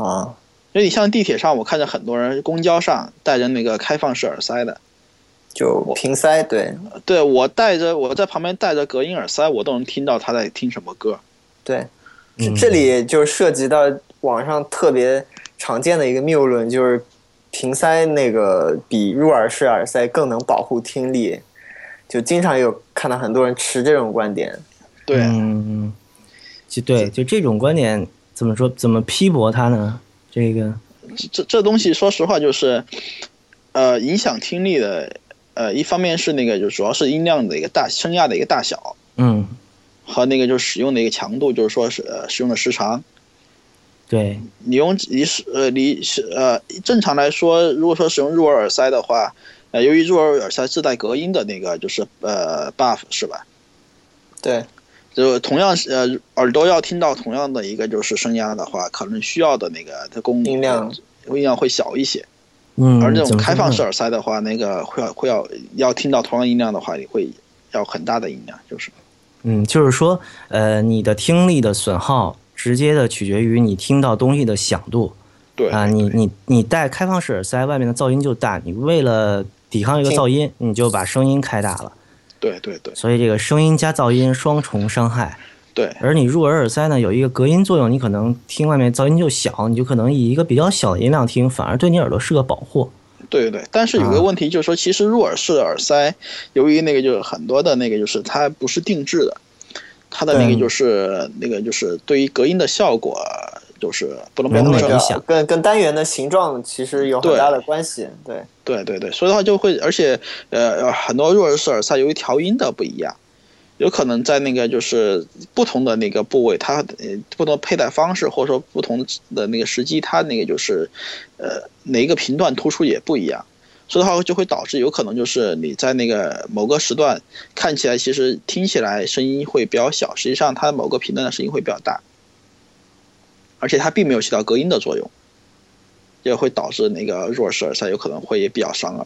Speaker 2: 啊，
Speaker 4: 因为你像地铁上，我看着很多人，公交上戴着那个开放式耳塞的，
Speaker 2: 就瓶塞，对
Speaker 4: 对我戴着我在旁边戴着隔音耳塞，我都能听到他在听什么歌。
Speaker 2: 对，这
Speaker 1: 嗯
Speaker 2: 这里就涉及到网上特别常见的一个谬论，就是瓶塞那个比入耳式耳塞更能保护听力，就经常有看到很多人持这种观点。
Speaker 4: 对，
Speaker 1: 嗯，就对，就这种观点怎么说？怎么批驳他呢？这个
Speaker 4: 这这这东西说实话就是，呃，影响听力的，呃，一方面是那个就主要是音量的一个大声压的一个大小
Speaker 1: 嗯，
Speaker 4: 和那个就是使用的一个强度，就是说是呃使用的时长。
Speaker 1: 对，
Speaker 4: 你用你使呃你使呃正常来说，如果说使用入耳耳塞的话，呃，由于入耳耳塞自带隔音的那个就是呃 buff 是吧？
Speaker 2: 对，
Speaker 4: 就同样是呃耳朵要听到同样的一个就是声压的话，可能需要的那个它功呃
Speaker 2: 音量
Speaker 4: 音量会小一些。
Speaker 1: 嗯，
Speaker 4: 而这种
Speaker 1: 怎么
Speaker 4: 开放
Speaker 1: 说呢
Speaker 4: 式耳塞的话，那个会要会要要听到同样音量的话，你会要很大的音量，就是
Speaker 1: 嗯，就是说，呃，你的听力的损耗直接的取决于你听到东西的响度
Speaker 4: 对
Speaker 1: 啊、你你你戴开放式耳塞，外面的噪音就大。你为了抵抗这个
Speaker 2: 听
Speaker 1: 噪音，你就把声音开大了。
Speaker 4: 对对对
Speaker 1: 所以这个声音加噪音双重伤害。
Speaker 4: 对
Speaker 1: 而你入耳耳塞呢，有一个隔音作用，你可能听外面噪音就小，你就可能以一个比较小的音量听，反而对你耳朵是个保护。
Speaker 4: 对对。但是有个
Speaker 1: 啊
Speaker 4: 问题就是说，其实入耳式的耳塞，由于那个就是很多的那个就是它不是定制的，它的那个
Speaker 1: 对
Speaker 4: 就是那个就是对于隔音的效果就是不能
Speaker 1: 没
Speaker 4: 保
Speaker 1: 那么
Speaker 4: 证
Speaker 2: 那
Speaker 1: 理
Speaker 2: 个
Speaker 1: 想
Speaker 2: 跟跟单元的形状其实有很大的关系。对，
Speaker 4: 对对对，所以的话就会，而且呃，很多入耳式耳塞由于调音的不一样，有可能在那个就是不同的那个部位，它呃不同的佩戴方式，或者说不同的那个时机，它那个就是呃哪一个频段突出也不一样，所以的话就会导致有可能就是你在那个某个时段看起来其实听起来声音会比较小，实际上它某个频段的声音会比较大，而且它并没有起到隔音的作用。也会导致那个入耳式耳塞有可能会也比较伤耳。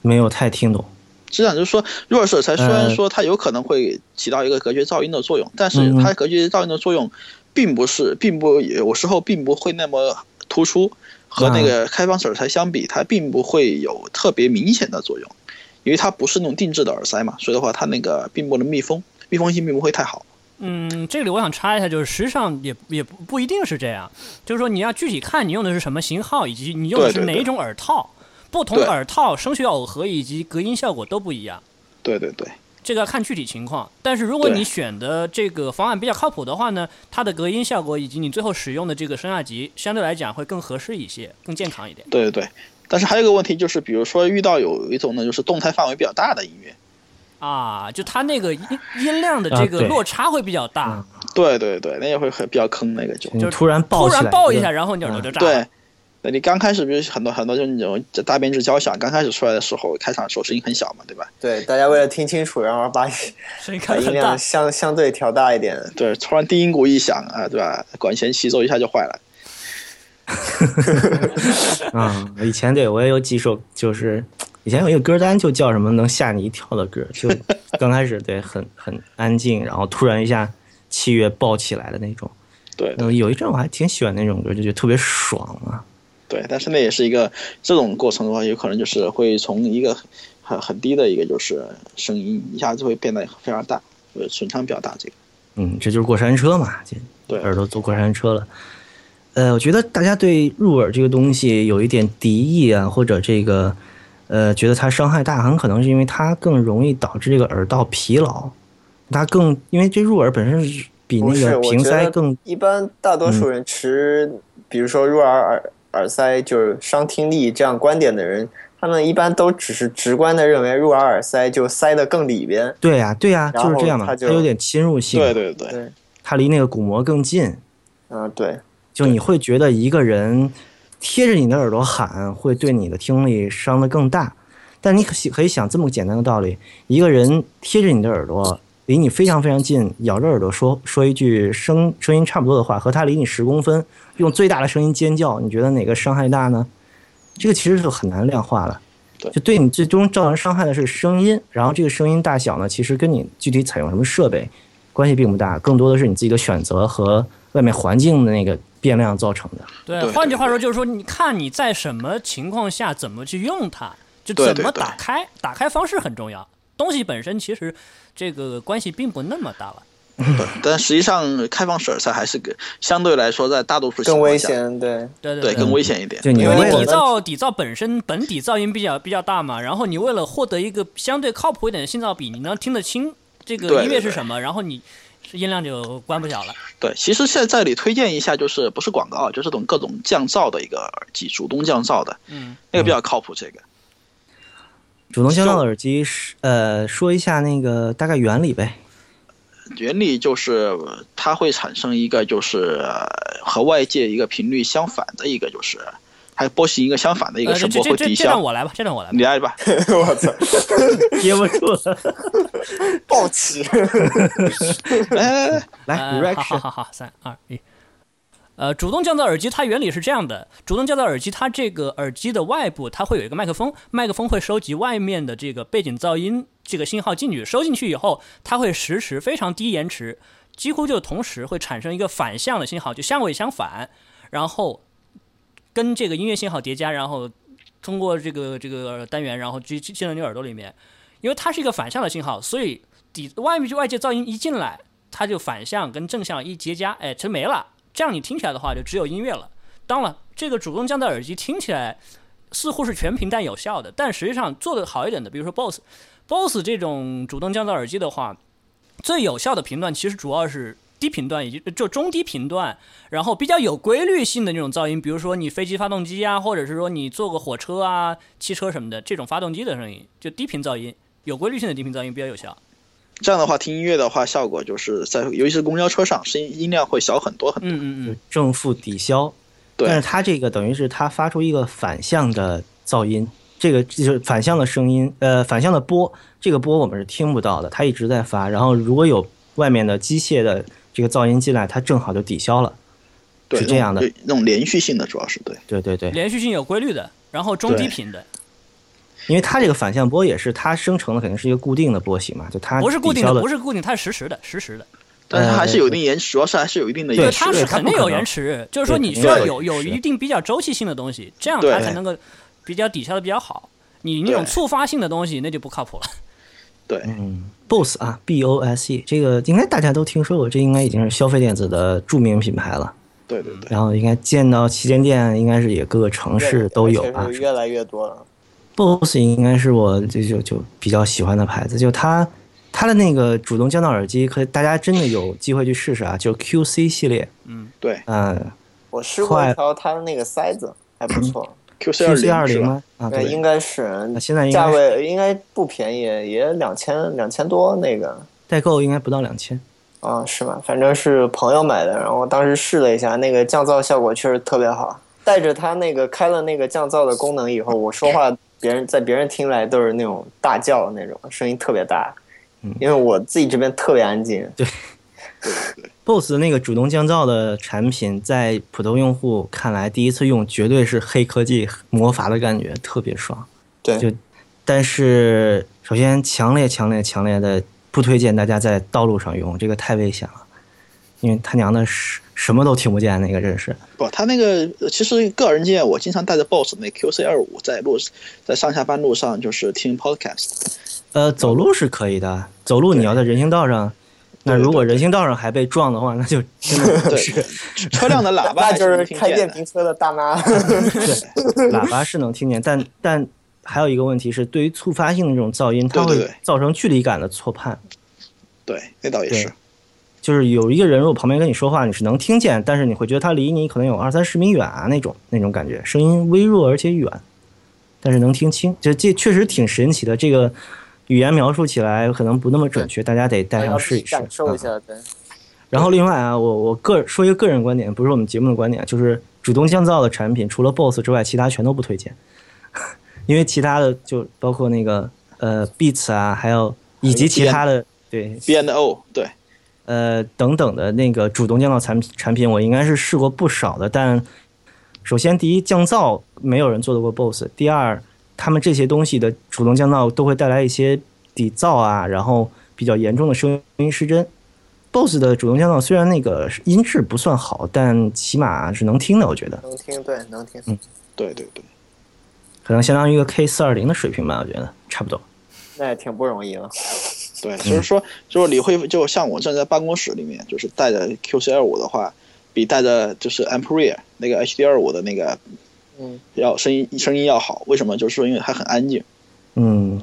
Speaker 1: 没有太听懂，
Speaker 4: 实际上就是说，入耳式耳塞虽然
Speaker 1: 呃
Speaker 4: 说它有可能会起到一个隔绝噪音的作用，但是
Speaker 1: 嗯嗯
Speaker 4: 它隔绝噪音的作用并不是，并不有时候并不会那么突出，和那个开放式耳塞相比，它并不会有特别明显的作用，因为它不是那种定制的耳塞嘛，所以的话它那个并不能密封，密封性并不会太好。
Speaker 3: 嗯，这里我想插一下，就是实际上也也不不一定是这样，就是说你要具体看你用的是什么型号，以及你用的是
Speaker 4: 对对
Speaker 3: 哪
Speaker 4: 对
Speaker 3: 一种耳套，不同
Speaker 4: 对
Speaker 3: 耳套声学耦合以及隔音效果都不一样，
Speaker 4: 对对对，
Speaker 3: 这个要看具体情况。但是如果
Speaker 4: 对
Speaker 3: 你选的这个方案比较靠谱的话呢，它的隔音效果以及你最后使用的这个声压级相对来讲会更合适一些，更健康一点。
Speaker 4: 对对对。但是还有一个问题就是，比如说遇到有一种呢，就是动态范围比较大的音乐，
Speaker 3: 啊，就它那个音音量的
Speaker 1: 啊
Speaker 3: 这个
Speaker 1: 对嗯
Speaker 3: 落差会比较大，
Speaker 4: 对对对，那也会很比较坑那个就。
Speaker 1: 你
Speaker 3: 就
Speaker 1: 突然爆
Speaker 3: 突
Speaker 1: 起来，嗯
Speaker 3: 然爆一下，然后你耳朵就炸了。
Speaker 4: 对，那你刚开始不是很多很多就是那种大编制交响，刚开始出来的时候，开场的时候声音很小嘛，对吧？
Speaker 2: 对，大家为了听清楚，然后把
Speaker 3: 声音开
Speaker 2: 把
Speaker 3: 得
Speaker 2: 音
Speaker 3: 很大
Speaker 2: 量。相相对调大一点。
Speaker 4: 对，突然低音鼓一响啊，对吧？管弦齐奏一下就坏了。
Speaker 1: 嗯，以前对我也有几首，就是以前有一个歌单就叫什么能吓你一跳的歌，就刚开始对很很安静，然后突然一下器乐爆起来的那种。
Speaker 4: 对
Speaker 1: 嗯，有一阵我还挺喜欢那种歌，就觉得特别爽啊。
Speaker 4: 对，但是那也是一个这种过程的话，有可能就是会从一个很很低的一个就是声音，一下子会变得非常大，呃，损伤比较大。这个
Speaker 1: 嗯，这就是过山车嘛，这
Speaker 4: 对
Speaker 1: 耳朵坐过山车了。呃，我觉得大家对入耳这个东西有一点敌意啊，或者这个呃，觉得它伤害大，很可能是因为它更容易导致这个耳道疲劳。它更因为这入耳本身是比
Speaker 2: 不
Speaker 1: 那
Speaker 2: 是，
Speaker 1: 个
Speaker 2: 我
Speaker 1: 瓶
Speaker 2: 觉
Speaker 1: 塞
Speaker 2: 得
Speaker 1: 更嗯
Speaker 2: 一般大多数人持，比如说入耳耳耳塞就是伤听力这样观点的人，他们一般都只是直观的认为入耳耳塞就塞得更里边。
Speaker 1: 对呀、对呀、
Speaker 2: 然
Speaker 1: 就是这
Speaker 2: 后
Speaker 1: 样嘛，
Speaker 2: 它
Speaker 1: 它
Speaker 2: 就
Speaker 1: 有点侵入性，
Speaker 4: 对对对，
Speaker 2: 对，
Speaker 1: 它离那个鼓膜更近，
Speaker 2: 嗯，对，
Speaker 1: 就你会觉得一个人贴着你的耳朵喊，会对你的听力伤得更大。但你可想可以想这么简单的道理：一个人贴着你的耳朵，离你非常非常近，咬着耳朵说说一句声声音差不多的话，和他离你十公分，用最大的声音尖叫，你觉得哪个伤害大呢？这个其实是很难量化的。
Speaker 4: 对
Speaker 1: 就对你最终造成伤害的是声音，然后这个声音大小呢，其实跟你具体采用什么设备关系并不大，更多的是你自己的选择和外面环境的那个变量造成的。
Speaker 3: 对，
Speaker 4: 对
Speaker 3: 换句
Speaker 4: 对
Speaker 3: 话说就是说，你看你在什么情况下怎么去用它，就
Speaker 4: 对
Speaker 3: 怎
Speaker 4: 对
Speaker 3: 么
Speaker 4: 对
Speaker 3: 打开，打开方式很重要。东西本身其实这个关系并不那么大了。
Speaker 4: 对但实际上开放式耳塞还是个相对来说在大多数情
Speaker 2: 更
Speaker 4: 况
Speaker 2: 危
Speaker 4: 下，
Speaker 2: 险。对，
Speaker 3: 对对
Speaker 4: 对，更危险一点。
Speaker 1: 嗯就你
Speaker 2: 因为
Speaker 1: 为
Speaker 2: 我
Speaker 3: 底
Speaker 1: 了
Speaker 2: 们
Speaker 3: 噪底噪本身本底噪音比较比较大嘛，然后你为了获得一个相对靠谱一点的信噪比，你能听得清这个
Speaker 4: 对
Speaker 3: 音乐
Speaker 4: 对
Speaker 3: 是
Speaker 4: 对
Speaker 3: 什么，然后你音量就关不小了。
Speaker 4: 对，其实现在这里推荐一下，就是不是广告啊，就是这种各种降噪的一个耳机，主动降噪的，
Speaker 3: 嗯，
Speaker 4: 那个比较靠谱。这个，
Speaker 1: 主动降噪耳机是呃说一下那个大概原理呗。
Speaker 4: 原理就是呃它会产生一个就是呃和外界一个频率相反的一个就是，还有波形一个相反的一
Speaker 3: 呃，
Speaker 4: 个
Speaker 3: 这
Speaker 4: 声波
Speaker 3: 这
Speaker 4: 会
Speaker 3: 这
Speaker 4: 抵
Speaker 3: 这让
Speaker 4: 消。
Speaker 3: 我来吧，这让我来吧。
Speaker 4: 你来吧，
Speaker 2: 我操，
Speaker 1: 憋不住了，
Speaker 2: 暴起！
Speaker 4: 哎，哎
Speaker 1: 来
Speaker 3: 呃，好好
Speaker 1: direction，
Speaker 3: 好好，三二一。呃，主动降噪耳机它原理是这样的：主动降噪耳机它这个耳机的外部它会有一个麦克风，麦克风会收集外面的这个背景噪音这个信号进去，收进去以后，它会实时非常低延迟，几乎就同时会产生一个反向的信号，就相位相反，然后跟这个音乐信号叠加，然后通过这个这个单元，然后进进进到你耳朵里面。因为它是一个反向的信号，所以底外面外界噪音一进来，它就反向跟正向一结加，哎，全没了。这样你听起来的话，就只有音乐了。当然了，这个主动降噪耳机听起来似乎是全频但有效的，但实际上做的好一点的，比如说 BOSS，BOSS 这种主动降噪耳机的话，最有效的频段其实主要是低频段以及就中低频段，然后比较有规律性的那种噪音，比如说你飞机发动机啊，或者是说你坐个火车啊、汽车什么的，这种发动机的声音，就低频噪音，有规律性的低频噪音比较有效。
Speaker 4: 这样的话听音乐的话，效果就是在尤其是公交车上，声音音量会小很多很多。
Speaker 3: 嗯嗯嗯，
Speaker 1: 正负抵消。但
Speaker 4: 对
Speaker 1: 是它这个等于是它发出一个反向的噪音，这个就是反向的声音，呃，反向的波，这个波我们是听不到的，它一直在发。然后如果有外面的机械的这个噪音进来，它正好就抵消了。
Speaker 4: 对，
Speaker 1: 是这样的呃
Speaker 4: 那种，那种连续性的主要是对。
Speaker 1: 对对对，
Speaker 3: 连续性有规律的，然后中低频的，
Speaker 1: 因为它这个反向波也是它生成的，肯定是一个固定的波形嘛，就它
Speaker 3: 不是固定
Speaker 1: 抵消
Speaker 3: 的，
Speaker 1: 了
Speaker 3: 不是固定，它是实时的，实时的。
Speaker 4: 但是它还是有一定延迟，主要是还是有一定的
Speaker 1: 对
Speaker 4: 延
Speaker 1: 是
Speaker 4: 迟。
Speaker 3: 它
Speaker 1: 对
Speaker 3: 是
Speaker 1: 它
Speaker 3: 肯
Speaker 1: 不
Speaker 3: 定
Speaker 1: 可
Speaker 3: 有
Speaker 1: 能
Speaker 3: 延迟，就是说
Speaker 1: 对
Speaker 3: 你
Speaker 1: 肯定
Speaker 3: 需要
Speaker 1: 有
Speaker 3: 有
Speaker 1: 延
Speaker 3: 有
Speaker 1: 迟
Speaker 3: 一定比较周期性的东西，这样
Speaker 4: 对
Speaker 3: 它才能够比较抵消的比较好。你那种
Speaker 4: 对
Speaker 3: 触发性的东西，那就不靠谱了。
Speaker 4: 对，
Speaker 1: 嗯，BOSS 啊，B O S E，这个应该大家都听说过，这应该已经是消费电子的著名品牌了。
Speaker 4: 对对对，
Speaker 1: 然后应该见到旗舰店，应该是也各个城市都有吧
Speaker 2: 而且。是越来越多了。
Speaker 1: BOSS 应该是我就就就比较喜欢的牌子，就它它的那个主动降噪耳机，可以大家真的有机会去试试啊，就 QC 系列，
Speaker 4: 对
Speaker 1: 嗯
Speaker 2: 我试过
Speaker 1: 快
Speaker 2: 一条它那个塞子还不错，
Speaker 4: QC 二
Speaker 1: ，QC 二
Speaker 4: 是
Speaker 1: 零
Speaker 4: 吧？
Speaker 1: 吗？啊，
Speaker 2: 对，应
Speaker 1: 对，
Speaker 2: 该是
Speaker 1: 现在应
Speaker 2: 价
Speaker 1: 该是
Speaker 2: 位应该不便宜，也两千两千多那个
Speaker 1: 代购应该不到两千。
Speaker 2: 啊，是吧？反正是朋友买的，然后当时试了一下，那个降噪效果确实特别好。带着它那个开了那个降噪的功能以后，我说话别人在别人听来都是那种大叫那种，声音特别大
Speaker 1: 嗯，
Speaker 2: 因为我自己这边特别安静。
Speaker 1: BOSS 的那个主动降噪的产品，在普通用户看来，第一次用绝对是黑科技魔法的感觉，特别爽。
Speaker 2: 对
Speaker 1: 就但是首先强烈、强烈、强烈的不推荐大家在道路上用，这个太危险了，因为他娘的什什么都听不见，那个真是。
Speaker 4: 不，它那个呃其实个人经验，我经常带着 BOSS 那 QC 二五在路在上下班路上就是听 podcast，
Speaker 1: 呃，走路是可以的，走路你要在人行道上，那
Speaker 4: 对
Speaker 1: 如果
Speaker 4: 对对
Speaker 1: 人行道上还被撞的话，那就真 的
Speaker 4: 对
Speaker 1: 是，
Speaker 4: 车辆的喇叭
Speaker 2: 那
Speaker 4: 还
Speaker 2: 就是是
Speaker 4: 能听
Speaker 2: 开
Speaker 4: 见
Speaker 2: 电
Speaker 4: 的。
Speaker 2: 瓶车的大妈。
Speaker 1: 对，喇叭是能听见，但但还有一个问题是，对于触发性的这种噪音，它
Speaker 4: 对对
Speaker 1: 会
Speaker 4: 对
Speaker 1: 造成距离感的错判。
Speaker 4: 对，那倒也
Speaker 1: 对
Speaker 4: 是。
Speaker 1: 就是有一个人如果旁边跟你说话，你是能听见，但是你会觉得他离你可能有二三十米远啊那种那种感觉，声音微弱而且远，但是能听清。就这确实挺神奇的，这个语言描述起来可能不那么准确，大家得带上
Speaker 2: 要
Speaker 1: 试一试，
Speaker 2: 感受一
Speaker 1: 嗯
Speaker 2: 下，对，
Speaker 1: 然后另外啊，我我个说一个个人观点，不是我们节目的观点，就是主动降噪的产品，除了 BOSS 之外，其他全都不推荐， 因为其他的就包括那个呃 Beats 啊，还有以及其他的对
Speaker 4: B N O 对，
Speaker 1: 呃等等的那个主动降噪产产品，我应该是试过不少的。但首先第一，降噪没有人做得过 BOSS；第二，他们这些东西的主动降噪都会带来一些底噪啊，然后比较严重的声音失真。BOSS 的主动降噪虽然那个音质不算好，但起码是能听的，我觉得
Speaker 2: 能听，对，能听。
Speaker 4: 对对对，
Speaker 1: 可能相当于一个 K 四二零的水平吧，我觉得差不多。
Speaker 2: 那也挺不容易了。
Speaker 4: 对，就是说，就是你会，就像我站在办公室里面，就是带着 QC 二五的话，比带着就是 Ampere 那个 HD 二五的那个
Speaker 2: 嗯，
Speaker 4: 要声音声音要好。为什么？就是说因为它很安静。
Speaker 1: 嗯，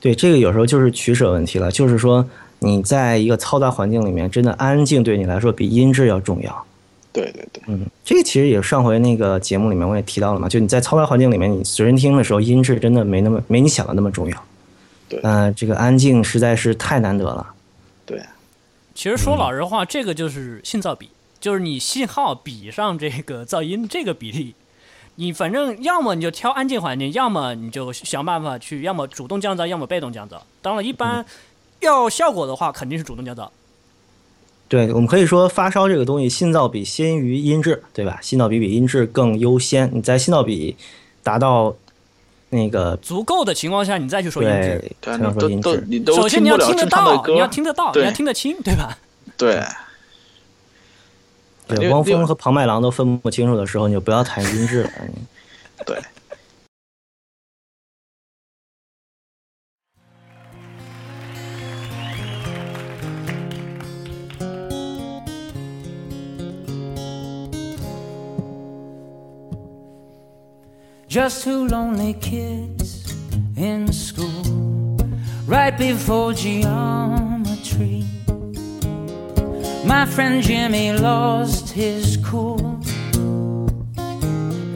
Speaker 1: 对，这个有时候就是取舍问题了，就是说你在一个嘈杂环境里面，真的安静对你来说比音质要重要。
Speaker 4: 对对对
Speaker 1: 嗯，这个其实也上回那个节目里面我也提到了嘛，就你在嘈杂环境里面，你随身听的时候，音质真的没那么没你想的那么重要。
Speaker 4: 对
Speaker 1: 呃，这个安静实在是太难得了。
Speaker 4: 对，
Speaker 3: 其实
Speaker 1: 嗯
Speaker 3: 说老实话，这个就是信噪比，就是你信号比上这个噪音这个比例。你反正要么你就挑安静环境，要么你就想办法去，要么主动降噪，要么被动降噪。当然，一般
Speaker 1: 嗯
Speaker 3: 要效果的话，肯定是主动降噪。
Speaker 1: 对，我们可以说发烧这个东西，信噪比先于音质，对吧？信噪比比音质更优先。你在信噪比达到那个
Speaker 3: 足够的情况下，你再去说音质。
Speaker 1: 对，才
Speaker 4: 对啊，
Speaker 1: 能
Speaker 4: 你
Speaker 1: 说
Speaker 4: 都
Speaker 1: 音
Speaker 4: 都
Speaker 1: 质。
Speaker 4: 你都
Speaker 3: 首先
Speaker 4: 听
Speaker 3: 你
Speaker 4: 不
Speaker 3: 要
Speaker 4: 了
Speaker 3: 听得
Speaker 4: 正常的
Speaker 3: 到，你要
Speaker 4: 歌，
Speaker 3: 听得到，你
Speaker 4: 对
Speaker 3: 要听得清，对吧？
Speaker 4: 对
Speaker 1: 对，
Speaker 4: 另
Speaker 1: 汪
Speaker 4: 另
Speaker 1: 峰和庞麦郎都分不清楚的时候，你就不要谈音质了。
Speaker 4: 对。
Speaker 5: Just two lonely kids in school right before geometry. My friend Jimmy lost his cool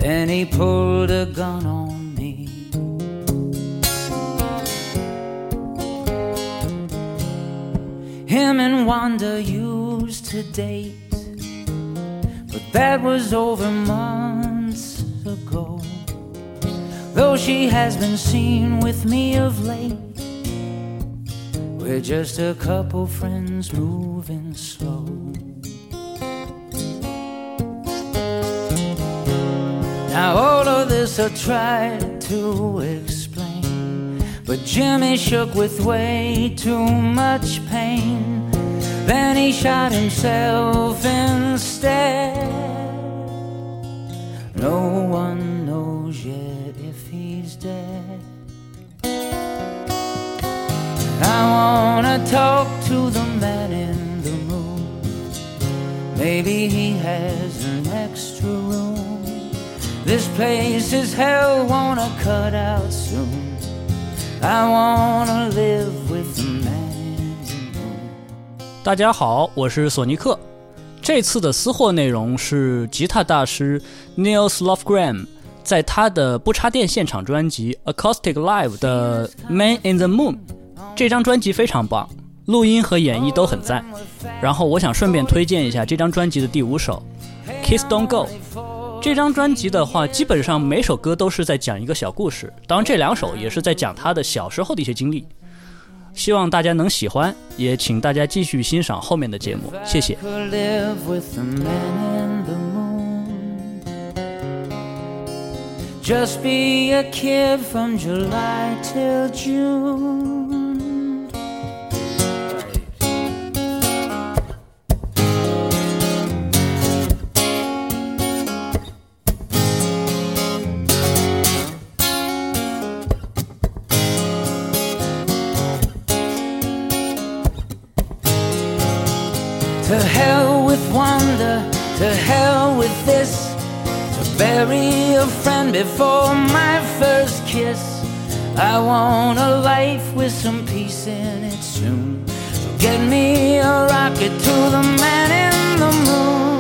Speaker 5: and he pulled a gun on me. Him and Wanda used to date, but that was over months ago. Though she has been seen with me of late, we're just a couple friends moving slow. Now, all of this I tried to explain, but Jimmy shook with way too much pain. Then he shot himself instead. No one knows yet if he's dead. I wanna talk to the man in the moon. Maybe he has an extra room. This place is hell, wanna cut out soon. I wanna live with the man in the moon.
Speaker 3: 大家好，我是索尼克。这次的私货内容是吉他大师 Neil Lofgren 在他的不插电现场专辑《Acoustic Live》的《Man in the Moon》这张专辑非常棒，录音和演绎都很赞。然后我想顺便推荐一下这张专辑的第五首《Kiss Don't Go》。这张专辑的话，基本上每首歌都是在讲一个小故事，当然这两首也是在讲他的小时候的一些经历。希望大家能喜欢，也请大家继续欣赏后面的节目，谢谢
Speaker 5: I。could live with the man in the moon. Just be a kid from July till June. To hell with wonder, to hell with this. To bury a friend before my first kiss. I want a life with some peace in it soon. So get me a rocket to the man in the moon.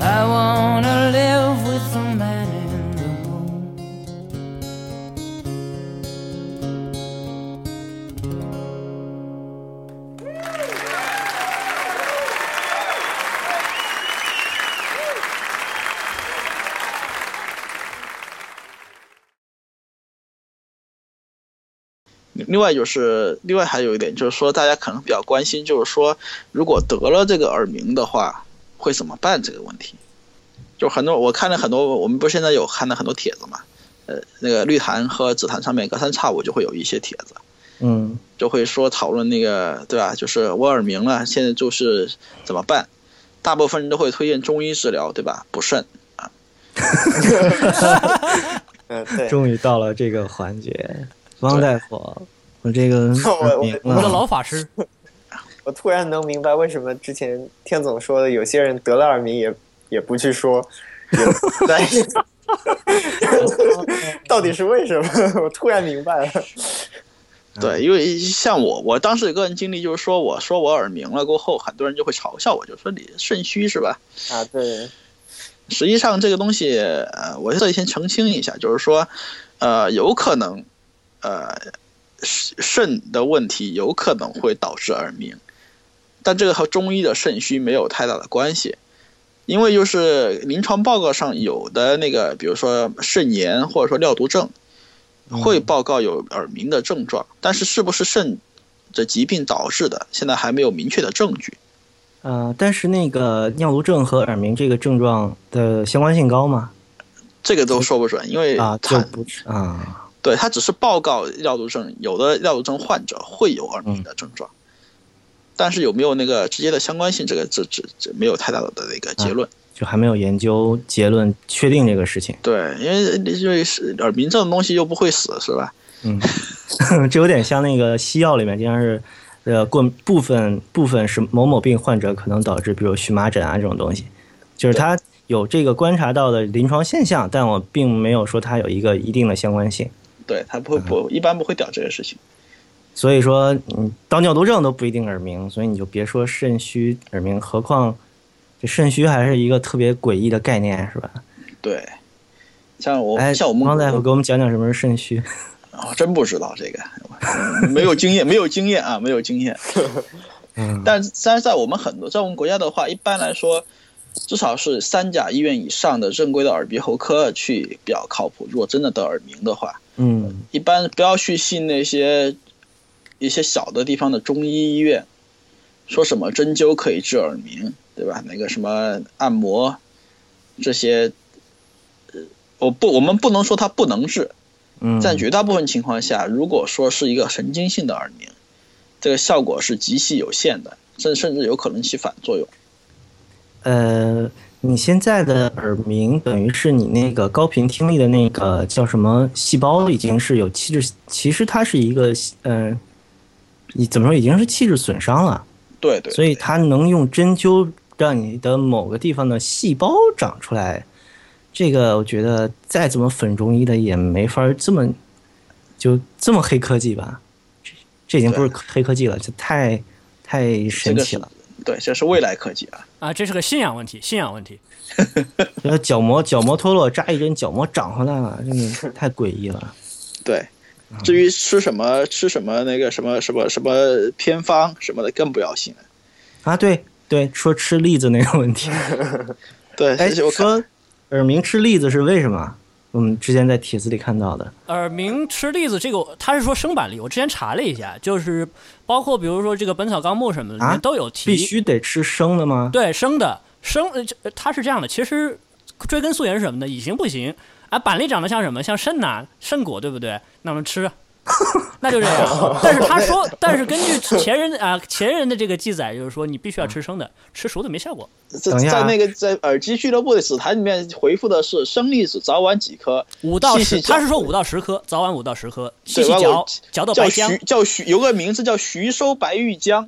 Speaker 5: I wanna live with the man in the moon.
Speaker 4: 另另外就是，另外还有一点就是说，大家可能比较关心，就是说，如果得了这个耳鸣的话，会怎么办这个问题？就很多我看了很多，我们不是现在有看了很多帖子嘛？呃，那个绿坛和紫坛上面隔三差五就会有一些帖子，
Speaker 1: 嗯
Speaker 4: 就会说讨论那个，对吧？就是我耳鸣了，现在就是怎么办？大部分人都会推荐中医治疗，对吧？补肾。
Speaker 2: 嗯， 对，
Speaker 1: 终于到了这个环节，汪大夫，我这个耳鸣
Speaker 2: 我
Speaker 3: 我的
Speaker 1: 了，
Speaker 3: 老法师，
Speaker 2: 我突然能明白为什么之前天总说的有些人得了耳鸣也也不去说，也不在意， 到底是为什么？我突然明白了。
Speaker 4: 对，因为像我，我当时有个人经历就是说，我说我耳鸣了过后，很多人就会嘲笑我，就说你肾虚是吧？
Speaker 2: 啊，对，
Speaker 4: 实际上这个东西，呃，我这里先澄清一下，就是说，呃，有可能，呃，肾肾的问题有可能会导致耳鸣，但这个和中医的肾虚没有太大的关系，因为就是临床报告上有的那个，比如说肾炎或者说尿毒症，
Speaker 1: 嗯
Speaker 4: 会报告有耳鸣的症状，但是是不是肾的疾病导致的，现在还没有明确的证据。
Speaker 1: 呃，但是那个尿毒症和耳鸣这个症状的相关性高吗？
Speaker 4: 这个都说不准，因为
Speaker 1: 啊，就
Speaker 4: 它
Speaker 1: 不啊，
Speaker 4: 对，它只是报告尿毒症，有的尿毒症患者会有耳鸣的症状，但是有没有那个直接的相关性，这个这这这没有太大的那个结论。
Speaker 1: 就还没有研究结论确定这个事情。
Speaker 4: 对，因为因为是耳鸣这种东西又不会死，是吧？
Speaker 1: 嗯， 这有点像那个西药里面经常是，呃，过部分部分是某某病患者可能导致，比如荨麻疹啊这种东西，就是他有这个观察到的临床现象，但我并没有说它有一个一定的相关性。
Speaker 4: 对，它不会不一般不会屌这个事情。
Speaker 1: 所以说，嗯，到尿毒症都不一定耳鸣，所以你就别说肾虚耳鸣，何况这肾虚还是一个特别诡异的概念，是吧？
Speaker 4: 对，像我、
Speaker 1: 哎，
Speaker 4: 哦像我
Speaker 1: 王
Speaker 4: 们
Speaker 1: 大夫给我们讲讲什么是肾虚。
Speaker 4: 我啊真不知道这个，嗯没有经验，没有经验啊，没有经验。
Speaker 1: 嗯
Speaker 4: 但但是在我们很多在我们国家的话，一般来说，至少是三甲医院以上的正规的耳鼻喉科去比较靠谱。如果真的得耳鸣的话，
Speaker 1: 嗯
Speaker 4: 一般不要去信那些一些小的地方的中医医院，说什么针灸可以治耳鸣，对吧？那个什么按摩这些，呃，我不，我们不能说它不能治，
Speaker 1: 嗯，
Speaker 4: 在绝大部分情况下，如果说是一个神经性的耳鸣，这个效果是极其有限的，甚甚至有可能起反作用。
Speaker 1: 呃，你现在的耳鸣等于是你那个高频听力的那个叫什么细胞已经是有气质，其实它是一个嗯，呃你怎么说已经是气质损伤了，
Speaker 4: 对对，
Speaker 1: 所以它能用针灸让你的某个地方的细胞长出来，这个我觉得再怎么粉中医的也没法儿这么就这么黑科技吧，这这已经不是黑科技了，这太太
Speaker 4: 这
Speaker 1: 神
Speaker 4: 个
Speaker 1: 奇
Speaker 4: 是
Speaker 1: 了。，
Speaker 4: 对，这是未来科技啊。
Speaker 3: 啊，这是个信仰问题，信仰问题。
Speaker 1: 这个角膜角膜脱落扎一针，角膜长回来了，真的太诡异了。
Speaker 4: 对，
Speaker 1: 嗯
Speaker 4: 至于吃什么吃什么那个什么什么什么偏方什么的，更不要信了。
Speaker 1: 啊，对对，说吃栗子那个问题，
Speaker 4: 对，
Speaker 1: 哎，
Speaker 4: 而且我看
Speaker 1: 说耳鸣吃栗子是为什么？我们之前在帖子里看到的，
Speaker 3: 耳鸣吃栗子这个，他是说生板栗，我之前查了一下，就是包括比如说这个《本草纲目》什么的，里
Speaker 1: 啊
Speaker 3: 面都有提。
Speaker 1: 必须得吃生的吗？
Speaker 3: 对生的生，呃，这呃它是这样的，其实追根溯源是什么呢？以形不形。啊，板栗长得像什么？像肾呐、肾果，对不对？那我们吃啊，那就这样。但是他说，但是根据前人啊、前人的这个记载，就是说你必须要吃生的，吃熟的没效果。
Speaker 4: 在
Speaker 1: 等一下
Speaker 4: 在那个在耳机俱乐部的紫檀里面回复的是生栗子早晚几颗，
Speaker 3: 五到
Speaker 4: 细
Speaker 3: 十，
Speaker 4: 细嚼
Speaker 3: 他是说五到十颗，早晚五到十颗，细
Speaker 4: 对
Speaker 3: 细
Speaker 4: 完
Speaker 3: 嚼
Speaker 4: 我，
Speaker 3: 嚼到白
Speaker 4: 叫
Speaker 3: 香
Speaker 4: 徐。叫徐有个名字叫徐收白玉浆，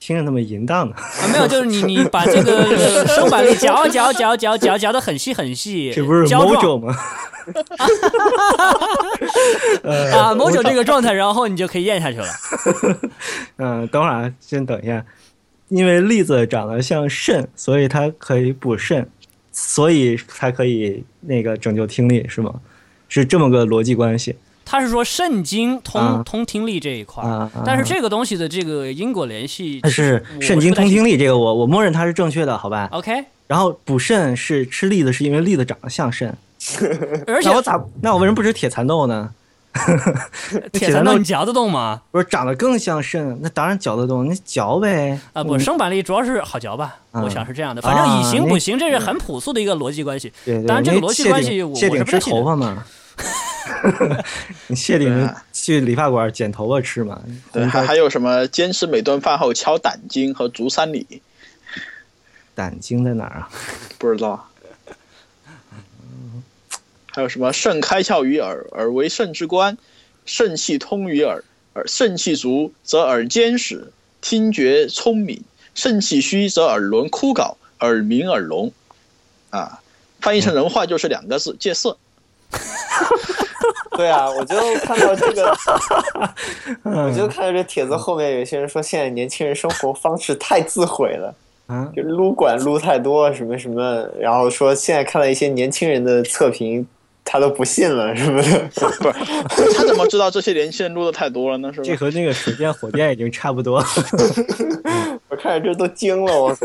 Speaker 1: 听着那么淫荡的，
Speaker 3: 啊，没有，就是你你把这个呃生板栗嚼嚼嚼嚼嚼嚼的啊很细很细，
Speaker 1: 这不是
Speaker 3: 胶状
Speaker 1: mojo 吗？
Speaker 3: 啊，某种这个状态，然后你就可以咽下去了。
Speaker 1: 嗯，等会儿啊，先等一下，因为栗子长得像肾，所以它可以补肾，所以才可以那个拯救听力，是吗？是这么个逻辑关系
Speaker 3: 他是说肾经通、
Speaker 1: 啊
Speaker 3: 通听力这一块儿，
Speaker 1: 啊？啊
Speaker 3: 但是这个东西的这个因果联系
Speaker 1: 但是
Speaker 3: 我
Speaker 1: 肾经
Speaker 3: 不太
Speaker 1: 通
Speaker 3: 清
Speaker 1: 听力这个我我默认它是正确的，好吧？
Speaker 3: OK，
Speaker 1: 然后补肾是吃栗子，是因为栗子长得像肾。
Speaker 3: 而且
Speaker 1: 那我咋？那我为什么不吃铁蚕豆呢？
Speaker 3: 铁蚕豆你嚼得动吗？
Speaker 1: 不是长得更像肾，那当然嚼得动，那嚼呗。
Speaker 3: 啊，不，生板栗主要是好嚼吧，我
Speaker 1: 嗯
Speaker 3: 想是这样的。反正以形补
Speaker 1: 那
Speaker 3: 形，这是很朴素的一个逻辑关系。
Speaker 1: 对对，
Speaker 3: 当然这个
Speaker 1: 因为
Speaker 3: 逻辑
Speaker 1: 谢
Speaker 3: 关
Speaker 1: 顶
Speaker 3: 系我
Speaker 1: 谢
Speaker 3: 我是
Speaker 1: 顶
Speaker 3: 不太
Speaker 1: 吃
Speaker 3: 信的
Speaker 1: 头发 嘛。你谢
Speaker 4: 对
Speaker 1: 顶
Speaker 4: 啊
Speaker 1: 去理发馆剪头发吃嘛？
Speaker 4: 对，啊
Speaker 1: 红
Speaker 4: 还
Speaker 1: 烧
Speaker 4: 还有什么坚持每顿饭后敲胆经和足三里，
Speaker 1: 胆经在哪儿啊？
Speaker 4: 不知道。还有什么肾开窍于耳，耳为肾之官，肾气通于耳，耳肾气足则耳坚实，听觉聪明；肾气虚则耳轮枯槁，耳鸣耳聋。啊，翻译成人话就是两个字：戒色。
Speaker 2: 对啊，我就看到这个，我就看到这帖子后面有些人说，现在年轻人生活方式太自毁了，
Speaker 1: 啊，
Speaker 2: 就撸管撸太多，什么什么，然后说现在看到一些年轻人的测评，他都不信了什么的。
Speaker 4: 不是，他怎么知道这些年轻人撸的太多了呢？是
Speaker 1: 这
Speaker 4: 吧？
Speaker 1: 和那个水箭火箭已经差不多了。
Speaker 2: 我看着这都惊了，我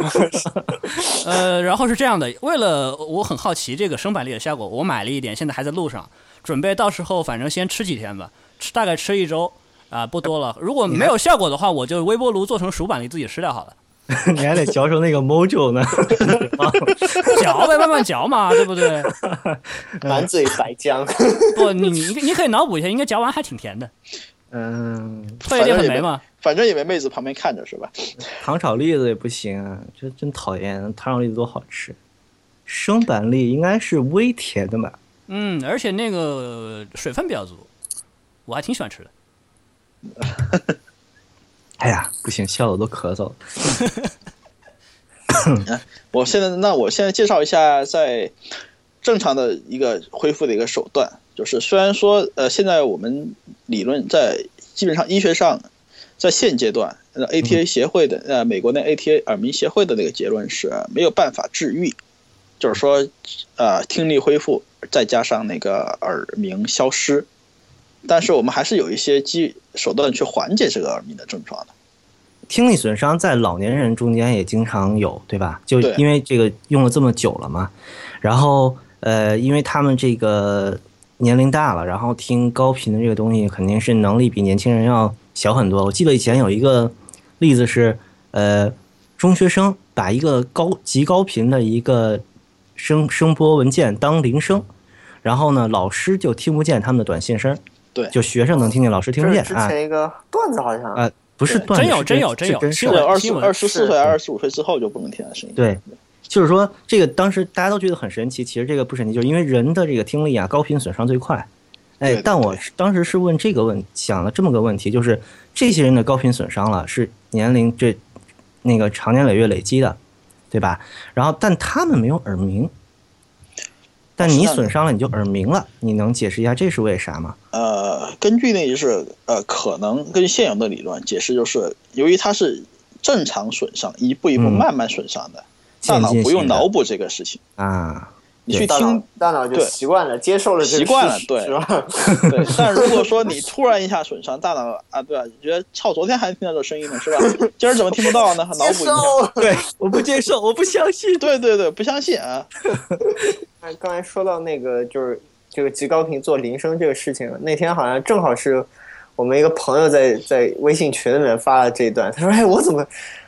Speaker 3: 呃，然后是这样的，为了我很好奇这个生板栗的效果，我买了一点，现在还在路上，准备到时候反正先吃几天吧，吃大概吃一周啊、不多了。如果没有效果的话，我就微波炉做成熟板栗自己吃掉好了，
Speaker 1: 你还得嚼成那个 mojo 呢。
Speaker 3: 嚼呗，慢慢嚼嘛，对不对？
Speaker 4: 嗯
Speaker 2: 满嘴白浆。
Speaker 3: 不，你你你可以脑补一下，应该嚼完还挺甜的，
Speaker 1: 嗯，
Speaker 3: 唾液淀粉酶嘛。
Speaker 4: 反正也没妹子旁边看着，是吧？
Speaker 1: 糖炒栗子也不行啊，这真讨厌。糖炒栗子多好吃，生板栗应该是微甜的吧？
Speaker 3: 嗯，而且那个水分比较足，我还挺喜欢吃的。
Speaker 1: 哎呀，不行，笑的我都咳嗽了。
Speaker 4: 我现在，那我现在介绍一下在正常的一个恢复的一个手段，就是虽然说呃，现在我们理论在基本上医学上，在现阶段，呃，ATA 协会的呃美国那 ATA 耳鸣协会的那个结论是、呃没有办法治愈，就是说呃听力恢复再加上那个耳鸣消失，但是我们还是有一些基手段去缓解这个耳鸣的症状的。
Speaker 1: 听力损伤在老年人中间也经常有，对吧？就
Speaker 4: 对
Speaker 1: 因为这个用了这么久了嘛，然后呃，因为他们这个年龄大了，然后听高频的这个东西肯定是能力比年轻人要小很多。我记得以前有一个例子是，呃，中学生把一个高极高频的一个声声波文件当铃声，然后呢，老师就听不见他们的短信声，
Speaker 4: 对
Speaker 1: 就学生能听见，老师听
Speaker 2: 这
Speaker 1: 不见
Speaker 2: 是之
Speaker 1: 啊
Speaker 2: 前一个段子好像，
Speaker 1: 啊，不是
Speaker 4: 对
Speaker 1: 段子，
Speaker 3: 真有
Speaker 1: 是
Speaker 3: 真有
Speaker 1: 是
Speaker 3: 真有
Speaker 1: 真事
Speaker 3: 新
Speaker 1: 儿
Speaker 3: 闻
Speaker 4: 对，二
Speaker 3: 新
Speaker 4: 十
Speaker 3: 闻
Speaker 4: 二十四
Speaker 2: 是
Speaker 4: 岁、二十五岁之后就不能听他的声音。
Speaker 1: 对，就是说这个当时大家都觉得很神奇，其实这个不神奇，就是因为人的这个听力啊，高频损伤最快。
Speaker 4: 对
Speaker 1: 哎
Speaker 4: 对，
Speaker 1: 但我
Speaker 4: 对
Speaker 1: 是当时是问这个问，想了这么个问题，就是这些人的高频损伤了，是年龄这那个长年累月累积的，对吧？然后，但他们没有耳鸣，但
Speaker 4: 哦是啊
Speaker 1: 你
Speaker 4: 的
Speaker 1: 损伤了，你就耳鸣了，你能解释一下这是为啥吗？
Speaker 4: 呃，根据那就是呃，可能根据现有的理论解释，就是由于它是正常损伤，一步一步
Speaker 1: 嗯
Speaker 4: 慢慢损伤的，大
Speaker 1: 渐
Speaker 4: 脑
Speaker 1: 进
Speaker 4: 不
Speaker 1: 性
Speaker 4: 用
Speaker 1: 的
Speaker 4: 脑补这个事情，
Speaker 1: 啊，
Speaker 4: 你去
Speaker 2: 大脑
Speaker 4: 听。
Speaker 2: 大脑就
Speaker 4: 对
Speaker 2: 习惯了，接受了这个
Speaker 4: 习惯了
Speaker 2: 事实
Speaker 4: 对
Speaker 2: 是 吧？
Speaker 4: 对，但如果说你突然一下损伤大脑啊，对吧？你觉得操，昨天还听到这声音呢，是吧？今儿怎么听不到呢？脑
Speaker 2: 接
Speaker 4: 补一下。
Speaker 2: 受。
Speaker 1: 对，我不接受，我不相信。
Speaker 4: 对对对，不相信啊，
Speaker 2: 哎 刚才说到那个就是这个极高频做铃声这个事情，那天好像正好是我们一个朋友在在微信群里面发了这一段，他说：“哎，我怎么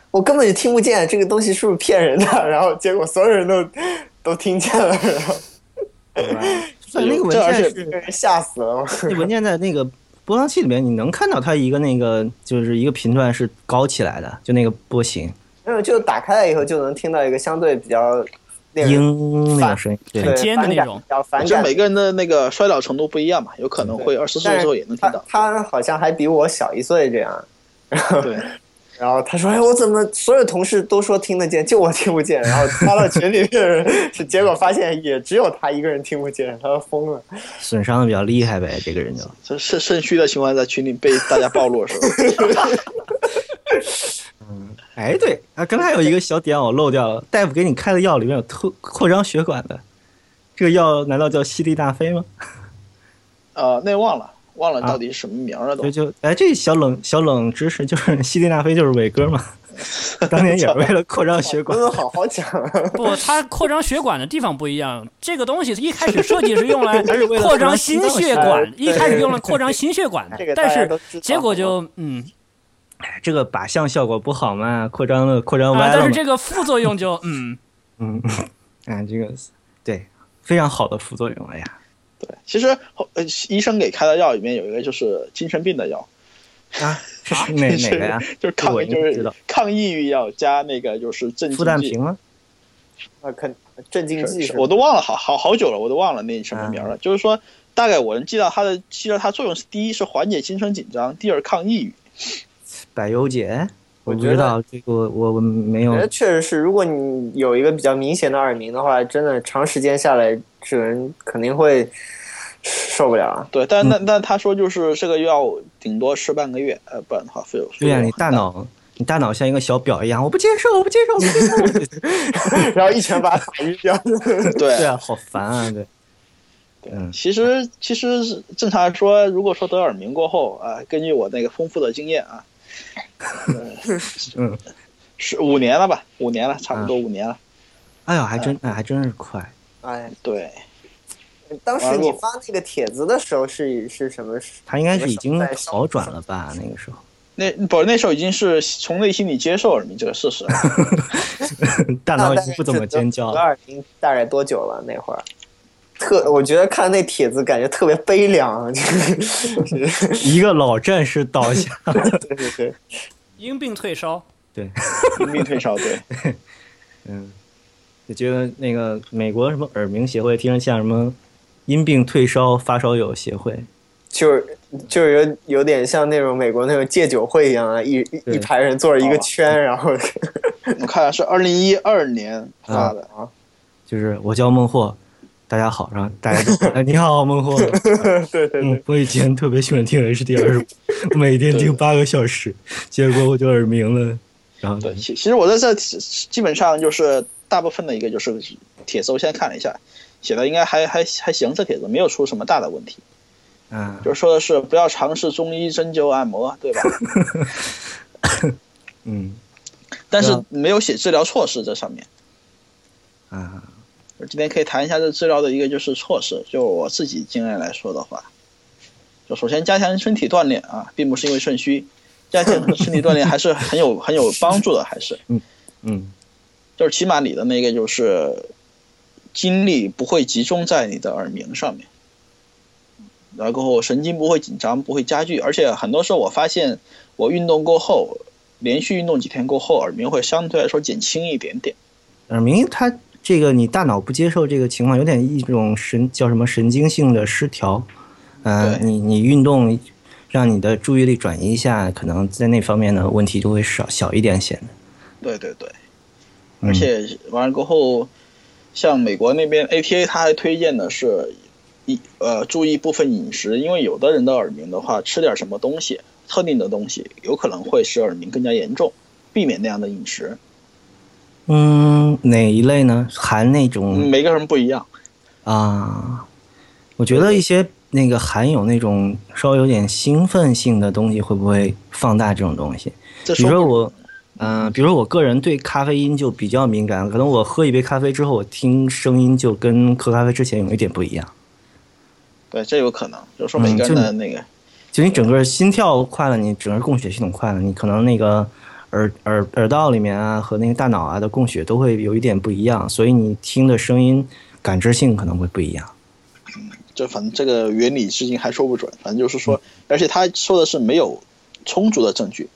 Speaker 2: 我根本就听不见这个东西是不是骗人的？” 然后结果所有人都都听见了，然后
Speaker 1: 那个文
Speaker 4: 这而且
Speaker 1: 件是
Speaker 2: 被人吓死了。
Speaker 1: 那文件在那个播放器里面，你能看到它一个那个就是一个频段是高起来的，就那个波形
Speaker 2: 没有，就打开了以后就能听到一个相对比较令人
Speaker 1: 鹰那个声音，
Speaker 2: 对
Speaker 1: 对，
Speaker 3: 尖的那
Speaker 2: 反感
Speaker 3: 种
Speaker 2: 比较反
Speaker 4: 就
Speaker 2: 感
Speaker 4: 每个人的那个衰老程度不一样嘛，有可能会二十四岁
Speaker 2: 但
Speaker 4: 之
Speaker 2: 是
Speaker 4: 后也能听
Speaker 2: 他
Speaker 4: 到。
Speaker 2: 他好像还比我小一岁这样。
Speaker 4: 对，
Speaker 2: 然后他说：“哎，我怎么所有同事都说听得见，就我听不见？”然后发到群里面的人， 是结果发现也只有他一个人听不见，他疯了。
Speaker 1: 损伤的比较厉害呗，这个人就
Speaker 4: 这肾肾虚的情况下在群里被大家暴露是吧？
Speaker 1: 哎对啊，刚才有一个小点我漏掉了，大夫给你开的药里面有特扩张血管的，这个药难道叫西利那非吗？
Speaker 4: 呃，那忘了忘了
Speaker 1: 啊
Speaker 4: 到底是什么名儿了都
Speaker 1: 就。就哎，这小冷小冷知识就是 西利那非就是伟哥嘛，当年也是为了扩张血管
Speaker 2: 真。的好好讲啊！
Speaker 3: 不，它扩张血管的地方不一样。这个东西一开始设计是用来
Speaker 1: 是为了
Speaker 3: 扩张
Speaker 1: 心
Speaker 3: 心
Speaker 1: 脏
Speaker 3: 血
Speaker 1: 的
Speaker 3: 管，
Speaker 2: 对
Speaker 3: 一开始用来扩张心血管的
Speaker 2: 这个，大
Speaker 3: 但
Speaker 2: 家
Speaker 3: 是
Speaker 2: 都知道
Speaker 3: 结果就嗯
Speaker 1: 哎这个靶向效果不好嘛，扩张了扩张
Speaker 3: 啊，
Speaker 1: 歪
Speaker 3: 但
Speaker 1: 了
Speaker 3: 是
Speaker 1: 嘛。
Speaker 3: 这个副作用就嗯，
Speaker 1: 嗯， 啊，这个对，非常好的副作用。哎呀，
Speaker 4: 对，其实后呃，医生给开的药里面有一个就是精神病的药，
Speaker 1: 啊，这是哪
Speaker 4: 是
Speaker 1: 哪个呀？
Speaker 4: 就是抗
Speaker 1: 我应
Speaker 4: 就
Speaker 1: 该知
Speaker 4: 是
Speaker 1: 道
Speaker 4: 抗抑郁药加那个就是镇
Speaker 1: 复旦
Speaker 4: 静剂
Speaker 1: 平。吗？
Speaker 2: 啊，肯镇静剂
Speaker 4: 是
Speaker 2: 是
Speaker 4: 是
Speaker 2: 吧
Speaker 4: 我都忘了好好好久了，我都忘了那什么名儿
Speaker 1: 啊
Speaker 4: 了。就是说，大概我能记到它的，记到它作用是：第一是缓解精神紧张，第二抗抑郁。
Speaker 1: 柏油姐，我
Speaker 2: 我
Speaker 1: 不
Speaker 2: 觉
Speaker 1: 知
Speaker 2: 得
Speaker 1: 道这个，我我没
Speaker 2: 我
Speaker 1: 有
Speaker 2: 觉得确实是，如果你有一个比较明显的耳鸣的话，真的长时间下来，这个人肯定会受不了啊。
Speaker 4: 对，
Speaker 1: 嗯
Speaker 4: 但那那他说就是这个药顶多吃半个月，呃，不然的话费用。
Speaker 1: 对呀、
Speaker 4: 费用
Speaker 1: 你
Speaker 4: 很
Speaker 1: 大脑，你大脑像一个小表一样，我不接受，我不接受，我不接受。
Speaker 2: 然后一拳把他打晕掉。
Speaker 4: 对
Speaker 1: 对啊，好烦啊，对。嗯，
Speaker 4: 其实，其实是正常来说，如果说得耳鸣过后啊、根据我那个丰富的经验啊，呃
Speaker 1: 嗯，
Speaker 4: 是五年了吧，五年了，差
Speaker 2: 啊
Speaker 4: 不多五年了。
Speaker 1: 哎呦，还真哎，还真是快。
Speaker 2: 哎，
Speaker 4: 对，
Speaker 2: 当时
Speaker 4: 完
Speaker 2: 你
Speaker 4: 了
Speaker 2: 发那个帖子的时候是是什么时？
Speaker 1: 他应该是已经
Speaker 2: 在上
Speaker 1: 好转了吧？那个时候，
Speaker 4: 那不是那时候已经是从内心里接受耳鸣这个事实了。
Speaker 1: 大脑已经不怎么尖叫
Speaker 2: 得
Speaker 1: 了。
Speaker 2: 耳鸣大概多久了？那会儿，特我觉得看那帖子感觉特别悲凉， 就是
Speaker 1: 一个老战士倒 下，
Speaker 2: 对对对，
Speaker 3: 因病退烧。
Speaker 4: 病退烧， 对，
Speaker 1: 嗯，就觉得那个美国什么耳鸣协会，听着像什么因病退烧发烧友协会，
Speaker 2: 就是就是有有点像那种美国那种戒酒会一样啊，一一
Speaker 1: 对
Speaker 2: 一排人坐着一
Speaker 4: 哦
Speaker 2: 个圈，然后
Speaker 4: 我看是二零一二年发的，
Speaker 2: 啊，
Speaker 1: 就是我叫孟获，大家好，然后大家都哎你好，孟获，
Speaker 2: 对对
Speaker 1: 嗯
Speaker 2: 对，，
Speaker 1: 我以前特别喜欢听 HD 二十五，每天听八个小时，结果我就耳鸣了，然后
Speaker 4: 对，其其实我在这基本上就是大部分的一个就是帖子，我现在看了一下，写的应该还还还行，这帖子没有出什么大的问题，
Speaker 1: 啊，
Speaker 4: 就是说的是不要尝试中医针灸按摩，对吧？
Speaker 1: 嗯
Speaker 4: 但
Speaker 1: 对
Speaker 4: 是
Speaker 1: 啊
Speaker 4: 没有写治疗措施这上面。
Speaker 1: 啊，
Speaker 4: 今天可以谈一下这治疗的一个就是措施，就我自己经验来说的话，就首先加强身体锻炼啊，并不是因为肾虚，加强身体锻炼还 是很有很有帮助的，还是
Speaker 1: 嗯
Speaker 4: 就是起码你的那个就是精力不会集中在你的耳鸣上面，然后神经不会紧张，不会加剧，而且很多时候我发现我运动过后，连续运动几天过后，耳鸣会相对来说减轻一点点。
Speaker 1: 耳鸣它这个你大脑不接受这个情况，有点一种神叫什么神经性的失调。嗯、
Speaker 4: 对
Speaker 1: 你你运动，让你的注意力转移一下，可能在那方面的问题就会少小一点显得。
Speaker 4: 对对对，
Speaker 1: 嗯
Speaker 4: 而且完了过后，像美国那边 APA 他还推荐的是，一呃注意部分饮食，因为有的人的耳鸣的话，吃点什么东西特定的东西，有可能会使耳鸣更加严重，避免那样的饮食。
Speaker 1: 嗯，哪一类呢？含那种
Speaker 4: 每个人不一样。
Speaker 1: 啊，我觉得一些那个含有那种稍微有点兴奋性的东西，会不会放大这种东西？
Speaker 4: 这
Speaker 1: 比如
Speaker 4: 说
Speaker 1: 说
Speaker 4: 不
Speaker 1: 我，嗯、比如说我个人对咖啡因就比较敏感，可能我喝一杯咖啡之后，我听声音就跟喝咖啡之前有一点不一样，
Speaker 4: 对，这有可能，就说每个人
Speaker 1: 嗯就
Speaker 4: 的那个，
Speaker 1: 就你整个心跳快了，你整个供血系统快了，你可能那个耳耳耳道里面啊和那个大脑啊的供血都会有一点不一样，所以你听的声音感知性可能会不一样。
Speaker 4: 这反正这个原理至今还说不准，反正就是说，而且他说的是没有充足的证据，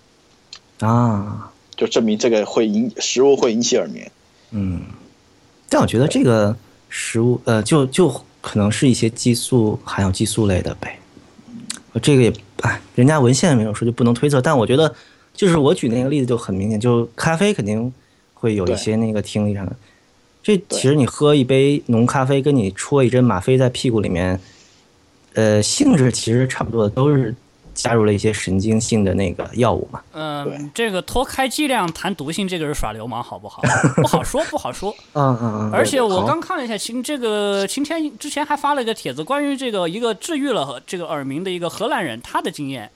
Speaker 1: 啊，
Speaker 4: 就证明这个会引食物会引起耳鸣。
Speaker 1: 嗯，但我觉得这个食物，呃，就就可能是一些激素含有激素类的呗。我这个也，哎，人家文献没有说就不能推测，但我觉得就是我举那个例子就很明显，就咖啡肯定会有一
Speaker 4: 对
Speaker 1: 些那个听力上的。这其实你喝一杯浓咖啡，跟你戳一针吗啡在屁股里面，呃，性质其实差不多的，都是加入了一些神经性的那个药物嘛。
Speaker 4: 对
Speaker 3: 嗯，这个脱开剂量谈毒性，这个是耍流氓，好不好？不好说，不好说。
Speaker 1: 嗯嗯嗯。
Speaker 3: 而且我
Speaker 1: 好
Speaker 3: 刚看了一下晴这个晴天之前还发了一个帖子，关于这个一个治愈了这个耳鸣的一个荷兰人他的经验，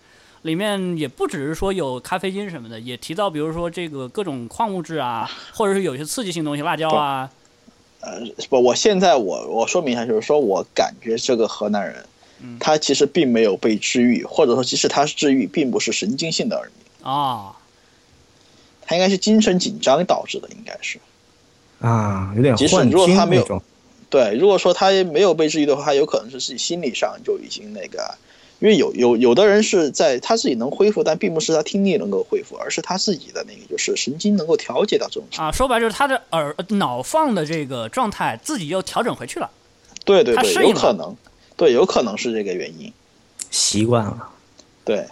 Speaker 3: 里面也不只是说有咖啡因什么的，也提到比如说这个各种矿物质啊，或者是有些刺激性东西，辣椒啊，
Speaker 4: 呃，不，我现在我我说明一下，就是说我感觉这个河南人，
Speaker 3: 嗯
Speaker 4: 他其实并没有被治愈，或者说即使他是治愈，并不是神经性的耳鸣，
Speaker 3: 啊，
Speaker 4: 他应该是精神紧张导致的，应该是。
Speaker 1: 啊，有点
Speaker 4: 即使
Speaker 1: 幻
Speaker 4: 如果
Speaker 1: 听
Speaker 4: 他没
Speaker 1: 那
Speaker 4: 有
Speaker 1: 种。
Speaker 4: 对，如果说他没有被治愈的话，他有可能是自己心理上就已经那个，因为有有有的人是在他自己能恢复，但并不是他听力能够恢复，而是他自己的那个就是神经能够调节到这种程度。
Speaker 3: 啊，说白了就是他的耳脑放的这个状态自己又调整回去了。
Speaker 4: 对对
Speaker 3: 他
Speaker 4: 对，
Speaker 3: 适应
Speaker 4: 有
Speaker 3: 了
Speaker 4: 可能，对，有可能是这个原因。
Speaker 1: 习惯了，
Speaker 4: 对，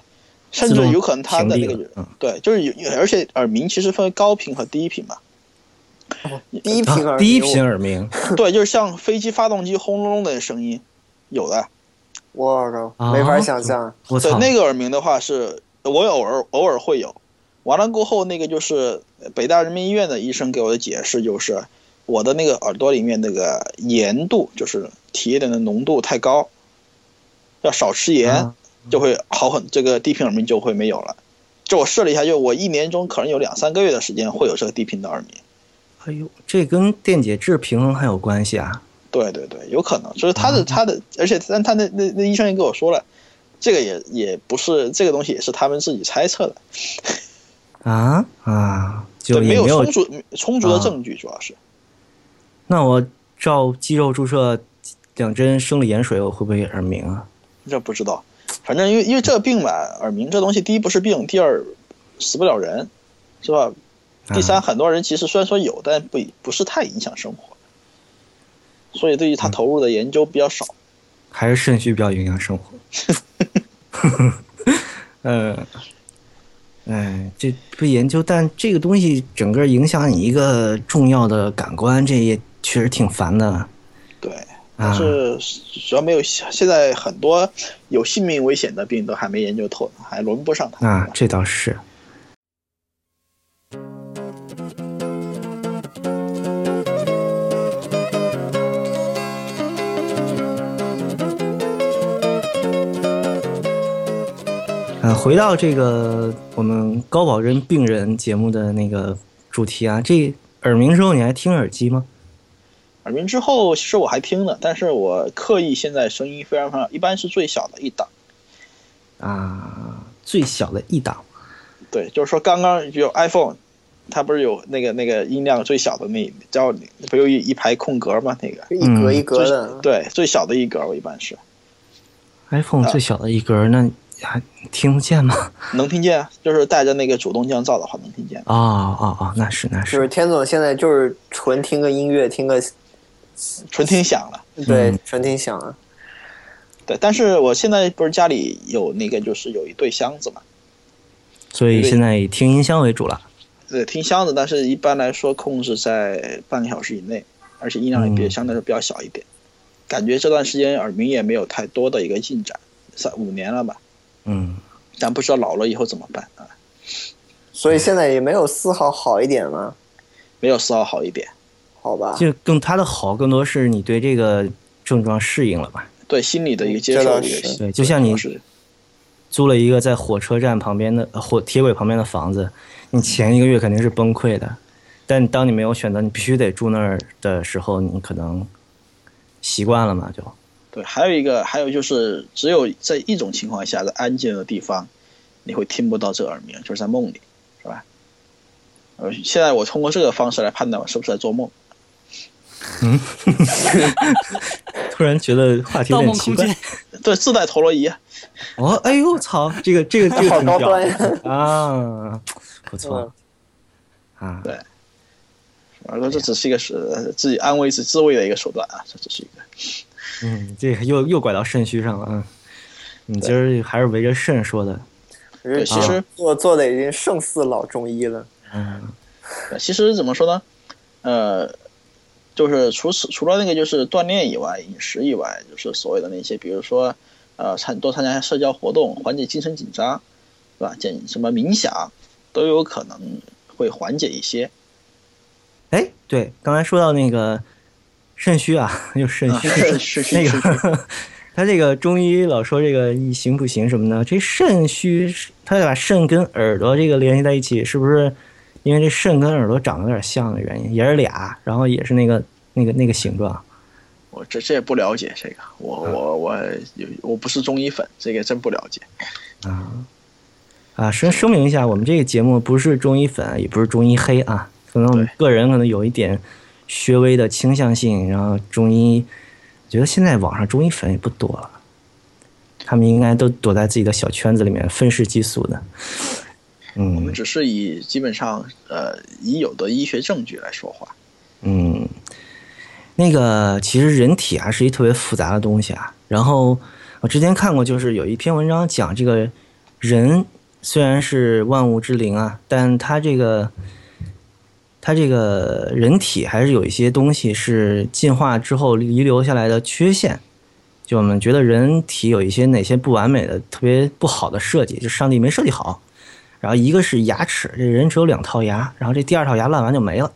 Speaker 4: 甚
Speaker 1: 自
Speaker 4: 至
Speaker 1: 动
Speaker 4: 有可能他
Speaker 1: 屏
Speaker 4: 的那
Speaker 1: 蔽
Speaker 4: 个
Speaker 1: 了嗯
Speaker 4: 对，就是有，有而且耳鸣其实分为高频和低频嘛。
Speaker 2: 低频
Speaker 1: 啊
Speaker 2: 耳鸣，
Speaker 1: 第一频耳鸣
Speaker 4: 对，就是像飞机发动机轰隆隆的声音，有的。
Speaker 2: 我靠，没法
Speaker 1: 啊
Speaker 2: 想象。
Speaker 1: 我
Speaker 4: 对
Speaker 1: 操，，
Speaker 4: 那个耳鸣的话是，我偶尔偶尔会有。完了过后，那个就是北大人民医院的医生给我的解释，就是我的那个耳朵里面那个盐度，就是体液的那浓度太高，要少吃盐，
Speaker 1: 啊
Speaker 4: 就会好很，这个低频耳鸣就会没有了。就我试了一下，就我一年中可能有两三个月的时间会有这个低频的耳鸣。
Speaker 1: 哎呦，这跟电解质平衡还有关系啊？
Speaker 4: 对对对，有可能，就是他
Speaker 1: 嗯
Speaker 4: 的他的，而且但他那那那医生也跟我说了，这个也也不是这个东西，也是他们自己猜测的，
Speaker 1: 啊啊，就
Speaker 4: 对，
Speaker 1: 也
Speaker 4: 没
Speaker 1: 没有
Speaker 4: 充。足充足的
Speaker 1: 啊
Speaker 4: 证据，主要是
Speaker 1: 那我照肌肉注射两针生理盐水，我会不会耳鸣啊？
Speaker 4: 这不知道，反正因为因为这个病嘛，耳鸣这东西，第一不是病，第二死不了人，是吧？第
Speaker 1: 啊
Speaker 4: 三，很多人其实虽然说有，但不不是太影响生活，所以对于
Speaker 1: 嗯
Speaker 4: 他投入的研究比较少。
Speaker 1: 还是肾虚比较影响生活。 呃，哎，这不研究，但这个东西整个影响你一个重要的感官，这也确实挺烦的
Speaker 4: 对，但
Speaker 1: 啊。
Speaker 4: 是主要没有现在很多有性命危险的病都还没研究透呢，还轮不上他。
Speaker 1: 啊，这倒是。呃，回到这个我们高保真病人节目的那个主题啊，这耳鸣之后你还听耳机吗？
Speaker 4: 耳鸣之后，其实我还听了，但是我刻意现在声音非常非常，一般是最小的一档。
Speaker 1: 啊，最小的一档
Speaker 4: 对，就是说刚刚有 iPhone 它不是有那个那个音量最小的那叫不有一一排空格吗？那个
Speaker 2: 一
Speaker 1: 嗯
Speaker 2: 格一格的，
Speaker 4: 对最小的一格，我一般是
Speaker 1: iPhone
Speaker 4: 啊
Speaker 1: 最小的一格，那还听得见吗？
Speaker 4: 能听见啊，就是带着那个主动降噪的话能听见。
Speaker 1: 哦哦哦，那是那，
Speaker 2: 就是是天总现在就是纯听个音乐，听个
Speaker 4: 纯听响了。
Speaker 2: 对
Speaker 1: 嗯，
Speaker 2: 纯听响啊。
Speaker 4: 对，但是我现在不是家里有那个，就是有一对箱子嘛，
Speaker 1: 所以
Speaker 4: 对
Speaker 1: 现在以听音箱为主了。
Speaker 4: 对，听箱子，但是一般来说控制在半个小时以内，而且音量也比
Speaker 1: 嗯
Speaker 4: 相对来说比较小一点。感觉这段时间耳鸣也没有太多的一个进展，三五年了吧，
Speaker 1: 嗯，
Speaker 4: 但不知道老了以后怎么办啊？
Speaker 2: 所以现在也没有丝毫好一点吗？
Speaker 4: 没有丝毫好一点。
Speaker 2: 好吧，
Speaker 1: 就更它的好更多是你对这个症状适应了吧？
Speaker 4: 对心理的一个接
Speaker 2: 这
Speaker 4: 受
Speaker 2: 倒
Speaker 4: 的一个
Speaker 2: 是
Speaker 1: 对就像你
Speaker 4: 是
Speaker 1: 租了一个在火车站旁边的呃火铁轨旁边的房子，你前一个月肯定是崩溃的，但当你没有选择，你必须得住那儿的时候，你可能习惯了嘛，就
Speaker 4: 对，还有一个，还有就是，只有在一种情况下，在安静的地方，你会听不到这个耳鸣，就是在梦里，是吧？呃，现在我通过这个方式来判断我是不是在做梦。
Speaker 1: 突然觉得话题有
Speaker 3: 盗
Speaker 1: 点
Speaker 3: 梦
Speaker 1: 奇
Speaker 3: 空
Speaker 1: 怪
Speaker 3: 间。》
Speaker 4: 对，自带陀螺仪，啊
Speaker 1: 哦，哎呦，操，这个这个这个
Speaker 2: 好
Speaker 1: 挺
Speaker 2: 高
Speaker 1: 屌
Speaker 2: 端嗯呀！
Speaker 1: 啊，不错啊，
Speaker 4: 对然后这只是一个是呃自己安慰自自慰的一个手段啊，这只是一个。
Speaker 1: 嗯，这个又又拐到肾虚上了啊。你今儿还是围着肾说的，
Speaker 2: 可是
Speaker 4: 其实
Speaker 2: 嗯做做的已经胜似老中医了。
Speaker 1: 嗯
Speaker 4: 呃其实怎么说呢？呃，就是除此除了那个就是锻炼以外，饮食以外，就是所谓的那些，比如说呃参多参加社交活动，缓解精神紧张，对吧？减什么冥想，都有可能会缓解一些。
Speaker 1: 哎，对，刚才说到那个肾虚啊，又肾
Speaker 4: 啊，
Speaker 1: 虚，
Speaker 4: 是是是
Speaker 1: 那
Speaker 4: 是是，
Speaker 1: 个他这个中医老说这个一行不行什么的，这肾虚，他把肾跟耳朵这个联系在一起，是不是因为这肾跟耳朵长得有点像的原因，也是俩，然后也是那个那个那个形状？
Speaker 4: 我这这也不了解这个，我我我有我不是中医粉，这个真不了解。
Speaker 1: 啊啊，声声明一下，我们这个节目不是中医粉，也不是中医黑啊，可能我们
Speaker 4: 对
Speaker 1: 个人可能有一点略微的倾向性，然后中医，我觉得现在网上中医粉也不多了，他们应该都躲在自己的小圈子里面愤世嫉俗的，
Speaker 4: 我
Speaker 1: 嗯
Speaker 4: 们只是以基本上呃已有的医学证据来说话。
Speaker 1: 嗯，那个其实人体啊是一特别复杂的东西啊，然后我之前看过，就是有一篇文章讲这个人虽然是万物之灵啊，但他这个他这个人体还是有一些东西是进化之后遗留下来的缺陷。就我们觉得人体有一些哪些不完美的、特别不好的设计，就上帝没设计好。然后一个是牙齿，这人只有两套牙，然后这第二套牙烂完就没了，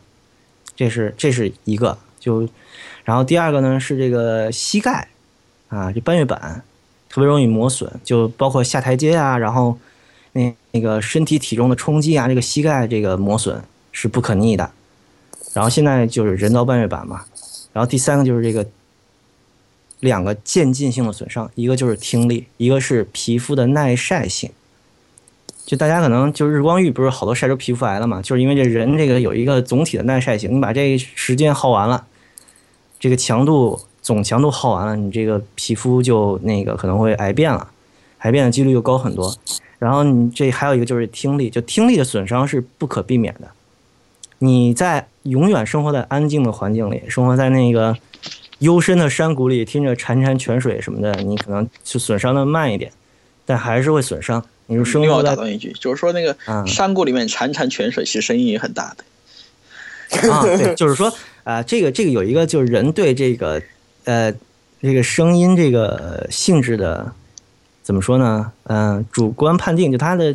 Speaker 1: 这是这是一个就，然后第二个呢是这个膝盖啊，这半月板特别容易磨损，就包括下台阶啊，然后那那个身体体重的冲击啊，这个膝盖这个磨损是不可逆的。然后现在就是人造半月板嘛，然后第三个就是这个两个渐进性的损伤，一个就是听力，一个是皮肤的耐晒性。就大家可能就是日光浴不是好多晒出皮肤癌了嘛，就是因为这人这个有一个总体的耐晒性，你把这时间耗完了，这个强度总强度耗完了，你这个皮肤就那个可能会癌变了，癌变的几率就高很多。然后你这还有一个就是听力，就听力的损伤是不可避免的。你在永远生活在安静的环境里，生活在那个幽深的山谷里，听着潺潺泉水什么的，你可能就损伤的慢一点，但还是会损伤。你就生
Speaker 4: 另外，
Speaker 1: 活
Speaker 4: 我
Speaker 1: 在
Speaker 4: 打断一句，就是说那个
Speaker 1: 嗯
Speaker 4: 山谷里面潺潺泉水，其实声音也很大的。
Speaker 1: 啊，对，就是说，啊、这个这个有一个就是人对这个，呃，这个声音这个呃性质的，怎么说呢？嗯、主观判定，就它的，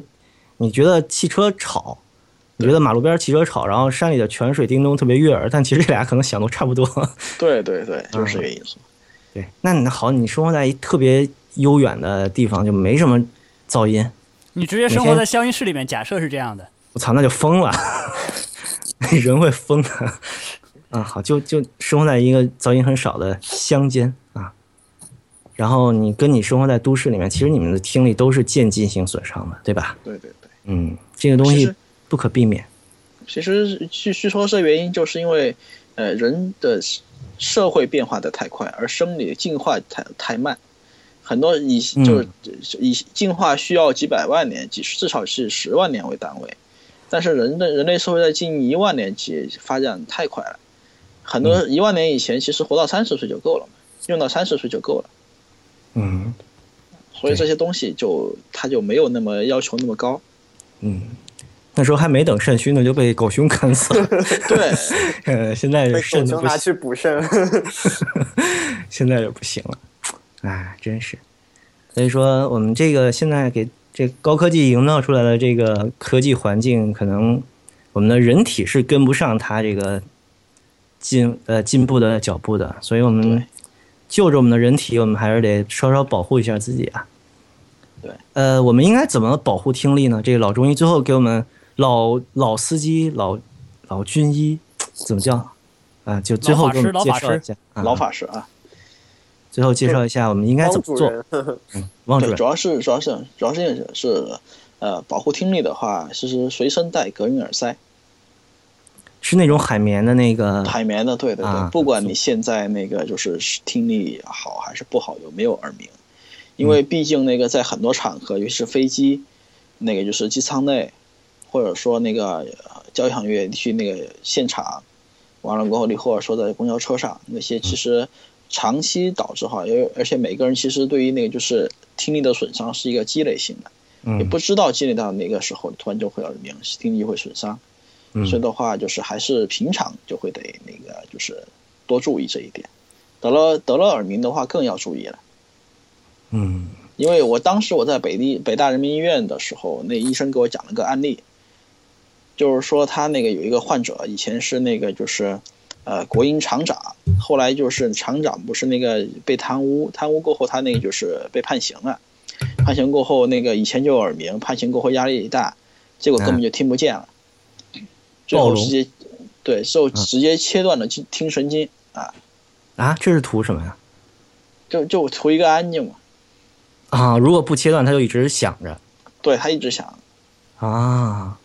Speaker 1: 你觉得汽车吵，你觉得马路边汽车吵，然后山里的泉水叮咚特别悦耳，但其实这俩可能响都差不多。
Speaker 4: 对对对，就是这个意思。
Speaker 1: 对，那你好，你生活在一特别悠远的地方，就没什么噪音，
Speaker 3: 你直接生活在消音室里面，假设是这样的，
Speaker 1: 我操，那就疯了， 人会疯的。啊，好，就就生活在一个噪音很少的乡间啊，然后你跟你生活在都市里面，其实你们的听力都是渐进性损伤的，对吧？
Speaker 4: 对对对，
Speaker 1: 嗯，这个东
Speaker 4: 是
Speaker 1: 西
Speaker 4: 是
Speaker 1: 不可避免。
Speaker 4: 其实据据说这原因就是因为，呃，人的社会变化的太快，而生理进化太太慢。很多以
Speaker 1: 嗯
Speaker 4: 就是以进化需要几百万年，几至少是十万年为单位，但是人的人类社会在近一万年起发展太快了，很多一万年以前其实活到三十岁就够了嘛，用到三十岁就够了，
Speaker 1: 嗯
Speaker 4: 所以
Speaker 1: 对
Speaker 4: 这些东西就它就没有那么要求那么高。
Speaker 1: 嗯，那时候还没等肾虚呢，就被狗熊砍死 了。
Speaker 4: 对，
Speaker 1: 呃，现在
Speaker 2: 被狗
Speaker 1: 肾都
Speaker 2: 熊
Speaker 1: 不
Speaker 2: 拿
Speaker 1: 行，
Speaker 2: 去补肾。
Speaker 1: 现在就不行了，哎，真是。所以说，我们这个现在给这高科技营造出来的这个科技环境，可能我们的人体是跟不上它这个进呃进步的脚步的，所以我们
Speaker 4: 对
Speaker 1: 就着我们的人体，我们还是得稍稍保护一下自己啊。
Speaker 4: 对，
Speaker 1: 呃，我们应该怎么保护听力呢？这个老中医最后给我们老老司机、老老军医怎么叫啊？就最后给我们
Speaker 3: 老
Speaker 1: 介
Speaker 3: 法师
Speaker 1: 绍一
Speaker 3: 老法师
Speaker 1: 下啊
Speaker 4: 老法师啊，
Speaker 1: 最后介绍一下我们应该怎
Speaker 2: 汪
Speaker 1: 么
Speaker 2: 主
Speaker 1: 做。
Speaker 2: 任，
Speaker 1: 汪主
Speaker 4: 对，
Speaker 1: 任
Speaker 4: 主，要是主要是主要是是呃，保护听力的话，其实随身带隔音耳塞。
Speaker 1: 是那种海绵的那个，
Speaker 4: 海绵的，对对对，
Speaker 1: 嗯啊
Speaker 4: 不管你现在那个就是听力好还是不好，有没有耳鸣，因为毕竟那个在很多场合，尤其是飞机，那个就是机舱内，或者说那个呃交响乐去那个现场，完了过后，你或者说在公交车上那些，其实长期导致哈，因为而且每个人其实对于那个就是听力的损伤是一个积累性的，
Speaker 1: 嗯
Speaker 4: 也不知道积累到哪个时候，突然就会耳鸣，听力就会损伤。所以
Speaker 1: 嗯
Speaker 4: 的话，就是还是平常就会得那个，就是多注意这一点。得了得了耳鸣的话，更要注意了。
Speaker 1: 嗯
Speaker 4: 因为我当时我在北地北大人民医院的时候，那医生给我讲了个案例，就是说他那个有一个患者，以前是那个就是，呃，国营厂长，后来就是厂长不是那个被贪污，贪污过后他那个就是被判刑了，判刑过后那个以前就有耳鸣，判刑过后压力大，结果根本就听不见了，最
Speaker 1: 暴
Speaker 4: 后
Speaker 1: 聋
Speaker 4: 直接对，最后直接切断了听听神经啊，
Speaker 1: 啊，这是图什么呀？
Speaker 4: 就就图一个安静嘛，
Speaker 1: 啊，如果不切断，它就一直响着
Speaker 4: 对他一直想。
Speaker 1: 啊。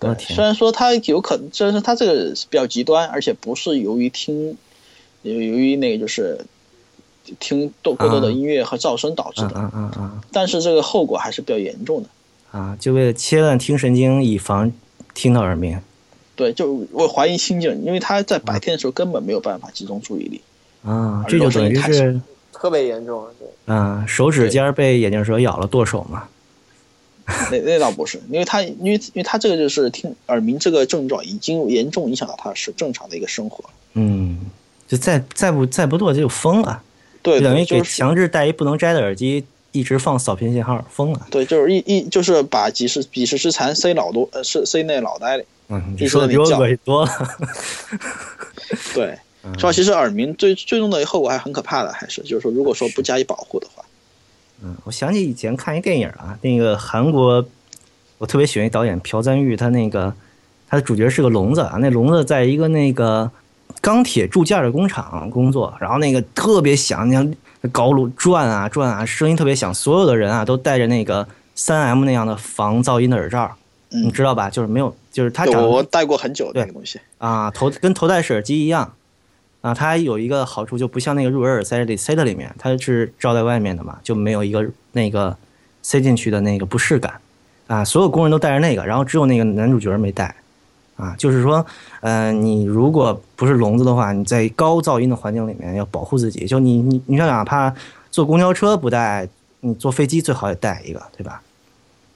Speaker 1: 我
Speaker 4: 对
Speaker 1: 的，
Speaker 4: 虽
Speaker 1: 天，
Speaker 4: 然说它有可能，虽然说它这个是比较极端，而且不是由于听，由由于那个就是听多过多的音乐和噪声导致
Speaker 1: 啊
Speaker 4: 的，
Speaker 1: 啊啊啊
Speaker 4: 但是这个后果还是比较严重的。
Speaker 1: 啊！就为了切断听神经，以防听到耳鸣
Speaker 4: 对，就我怀疑心境，因为他在
Speaker 1: 嗯
Speaker 4: 白天的时候根本没有办法集中注意力。
Speaker 1: 啊，
Speaker 4: 耳
Speaker 1: 这就
Speaker 4: 朵声
Speaker 1: 等于
Speaker 4: 音太
Speaker 1: 是
Speaker 2: 特别严重啊！对，
Speaker 1: 啊，手指尖儿被眼镜蛇咬了剁手嘛。
Speaker 4: 那那倒不是，因为他因为因为他这个就是听耳鸣这个症状已经严重影响到他是正常的一个生活了。
Speaker 1: 嗯，就再再不再不剁就疯了，
Speaker 4: 对，
Speaker 1: 就等
Speaker 4: 对
Speaker 1: 于给
Speaker 4: 就是
Speaker 1: 强制戴一不能摘的耳机，一直放扫频信号，疯了。
Speaker 4: 对，就是一一就是把几十几十只蚕塞脑朵呃是塞那脑袋里。
Speaker 1: 嗯，
Speaker 4: 就
Speaker 1: 你
Speaker 4: 是
Speaker 1: 说的
Speaker 4: 你
Speaker 1: 比我
Speaker 4: 叫
Speaker 1: 恶心多了。
Speaker 4: 对，
Speaker 1: 嗯
Speaker 4: 主要其实耳鸣最最终的后果还很可怕的，还是就是说，如果说不加以保护的话，
Speaker 1: 嗯，我想起以前看一电影啊，那个韩国，我特别喜欢一导演朴赞玉，他那个他的主角是个聋子啊，那聋子在一个那个钢铁铸件的工厂工作，然后那个特别响，你像高炉转啊转啊，声音特别响，所有的人啊都戴着那个三 M 那样的防噪音的耳罩，你
Speaker 4: 嗯，
Speaker 1: 知道吧？就是没有，就是他
Speaker 4: 对
Speaker 1: 长
Speaker 4: 我我
Speaker 1: 得
Speaker 4: 戴过很久
Speaker 1: 对
Speaker 4: 那个东西，
Speaker 1: 啊头跟头戴式耳机一样。啊，它有一个好处，就不像那个入耳耳塞里塞在里面，它是罩在外面的嘛，就没有一个那个塞进去的那个不适感啊。所有工人都戴着那个，然后只有那个男主角没戴啊。就是说，呃，你如果不是聋子的话，你在高噪音的环境里面要保护自己。就你你你哪怕坐公交车不戴，你坐飞机最好也戴一个，对吧？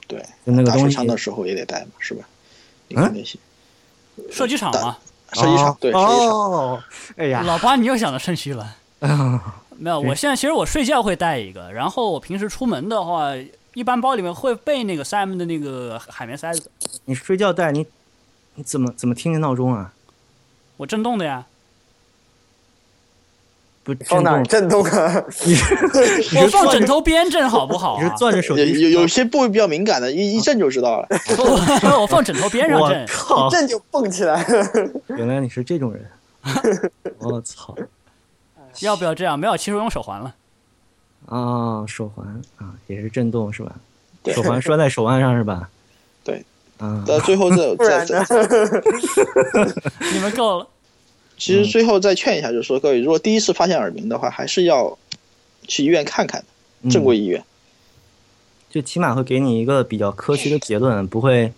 Speaker 4: 对，
Speaker 1: 就那个
Speaker 4: 打
Speaker 1: 东
Speaker 4: 手
Speaker 1: 西哦
Speaker 4: 枪的时候也得戴嘛，是吧？你
Speaker 1: 嗯
Speaker 4: 看那些
Speaker 3: 射击场嘛，
Speaker 4: 射击场，对射击场，
Speaker 1: 哦，哎 呀，
Speaker 3: 老八你又想到肾 虚了。
Speaker 1: 啊
Speaker 3: 没有，我现在其实我睡觉会带一个，然后我平时出门的话，一般包里面会备那个 Sam 的那个海绵塞子，
Speaker 1: 你睡觉戴你你怎么怎么听见闹钟啊？
Speaker 3: 我震动的呀。
Speaker 1: 不
Speaker 2: 放哪儿
Speaker 1: 震动
Speaker 2: 震动啊？
Speaker 3: 我放枕头边震好不好、
Speaker 1: 你是
Speaker 3: 啊？
Speaker 1: 攥着手
Speaker 4: 有
Speaker 1: 机
Speaker 4: 有有些部位比较敏感的，一一震就知道了。
Speaker 3: 我 我放枕头边上
Speaker 1: 我
Speaker 3: 震。
Speaker 1: 靠！
Speaker 2: 震就蹦起来了。
Speaker 1: 原来你是这 种人，我操
Speaker 3: 要不要这样？没有，其实我用手环了。
Speaker 1: 啊！手环啊，也是震动是吧？
Speaker 4: 对
Speaker 1: 手环拴在手腕上是吧？
Speaker 4: 对，
Speaker 1: 嗯，
Speaker 4: 到最后这
Speaker 2: 不然
Speaker 4: 这
Speaker 2: 呢
Speaker 4: 这，？
Speaker 3: 你们够 了。
Speaker 4: 其
Speaker 1: 嗯
Speaker 4: 实最后再劝一下，就是说各位，如果第一次发现耳鸣的话，还是要去医院看看，
Speaker 1: 嗯
Speaker 4: 正规医院。
Speaker 1: 就起码会给你一个比较科学的结论，不会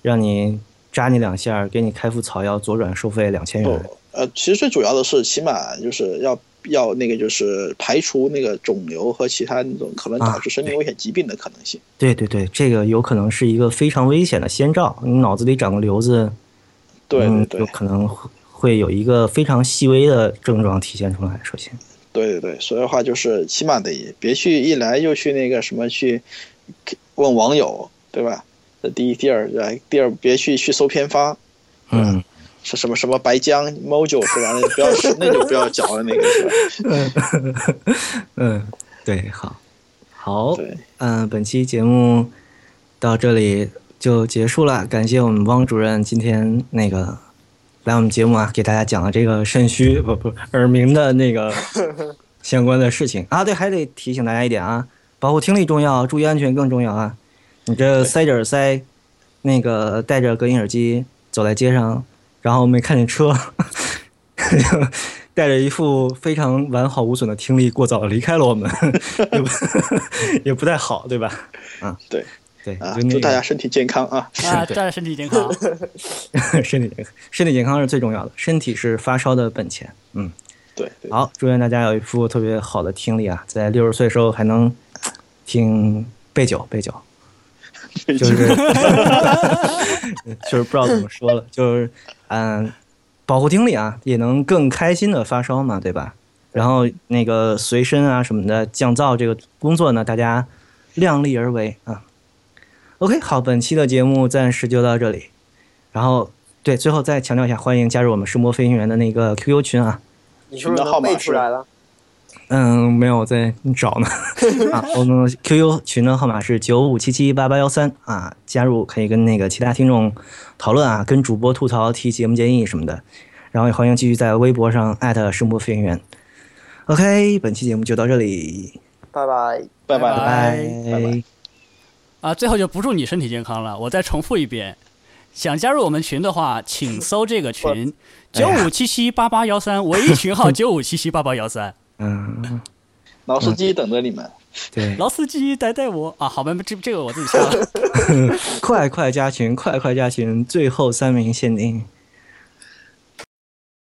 Speaker 1: 让你扎你两下儿，给你开副草药，左转收费两千元。
Speaker 4: 不，呃，其实最主要的是，起码就是要要那个就是排除那个肿瘤和其他那种可
Speaker 1: 啊
Speaker 4: 能导致生命危险疾病的可能性。
Speaker 1: 对对对，这个有可能是一个非常危险的先兆，你脑子里长个瘤子，
Speaker 4: 对对
Speaker 1: 嗯
Speaker 4: 对
Speaker 1: 有可能会会有一个非常细微的症状体现出来。首先，
Speaker 4: 对对对，所以的话就是起码得别去一来就去那个什么去问网友，对吧？这第一，第二，来第二别去去搜偏方，
Speaker 1: 嗯，
Speaker 4: 是什么什么白浆、mojo 是吧？那不要吃，那就不要嚼了，那个是吧？
Speaker 1: 嗯，对，好，好，
Speaker 4: 对，
Speaker 1: 嗯、本期节目到这里就结束了，感谢我们汪主任今天那个来我们节目啊，给大家讲了这个肾虚不不耳鸣的那个相关的事情啊。对，还得提醒大家一点啊，保护听力重要，注意安全更重要啊。你这塞着耳塞，那个戴着隔音耳机走在街上，然后没看见车，就 带着一副非常完好无损的听力过早地离开了我 们，也不也不太好，对吧？啊，
Speaker 4: 对
Speaker 1: 对，
Speaker 4: 啊
Speaker 1: 就那，
Speaker 4: 祝
Speaker 1: 个
Speaker 4: 大家身体健康啊！
Speaker 3: 啊，
Speaker 1: 对
Speaker 3: 大家身体 健康。
Speaker 1: 身体健康，身体健康是最重要的，身体是发烧的本钱。嗯，
Speaker 4: 对对，
Speaker 1: 好，祝愿大家有一副特别好的听力啊，在六十岁时候还能听背酒背酒， 就是 就是不知道怎么说了，就是嗯，保护听力啊，也能更开心的发烧嘛，对吧？然后那个随身啊什么的降噪这个工作呢，大家量力而为啊。OK，好，本期的节目暂时就到这里。然后对，最后再强调一下，欢迎加入我们声波飞行员的那个 QQ 群啊。
Speaker 2: 你是不是能背出来了？
Speaker 1: 嗯，没有我在 找呢。啊，我们 QQ 群的号码是九五七七八八幺三啊，加入可以跟那个其他听众讨论啊，跟主播吐槽、提节目建议什么的。然后也欢迎继续在微博上艾特声波飞行员。OK，本期节目就到这里，
Speaker 2: 拜拜。
Speaker 4: 拜
Speaker 1: 拜
Speaker 4: 拜拜拜
Speaker 3: 啊，最后就不祝你身体健康了。我再重复一遍，想加入我们群的话，请搜这个群九五七七八八幺三， 唯一群号九五七七八八幺三。
Speaker 1: 嗯，
Speaker 4: 老司机等着你们。
Speaker 1: 对，
Speaker 3: 老司机带带我啊，好吧，这这个我自己下了。
Speaker 1: 快快加群，快快加群，最后三名限定。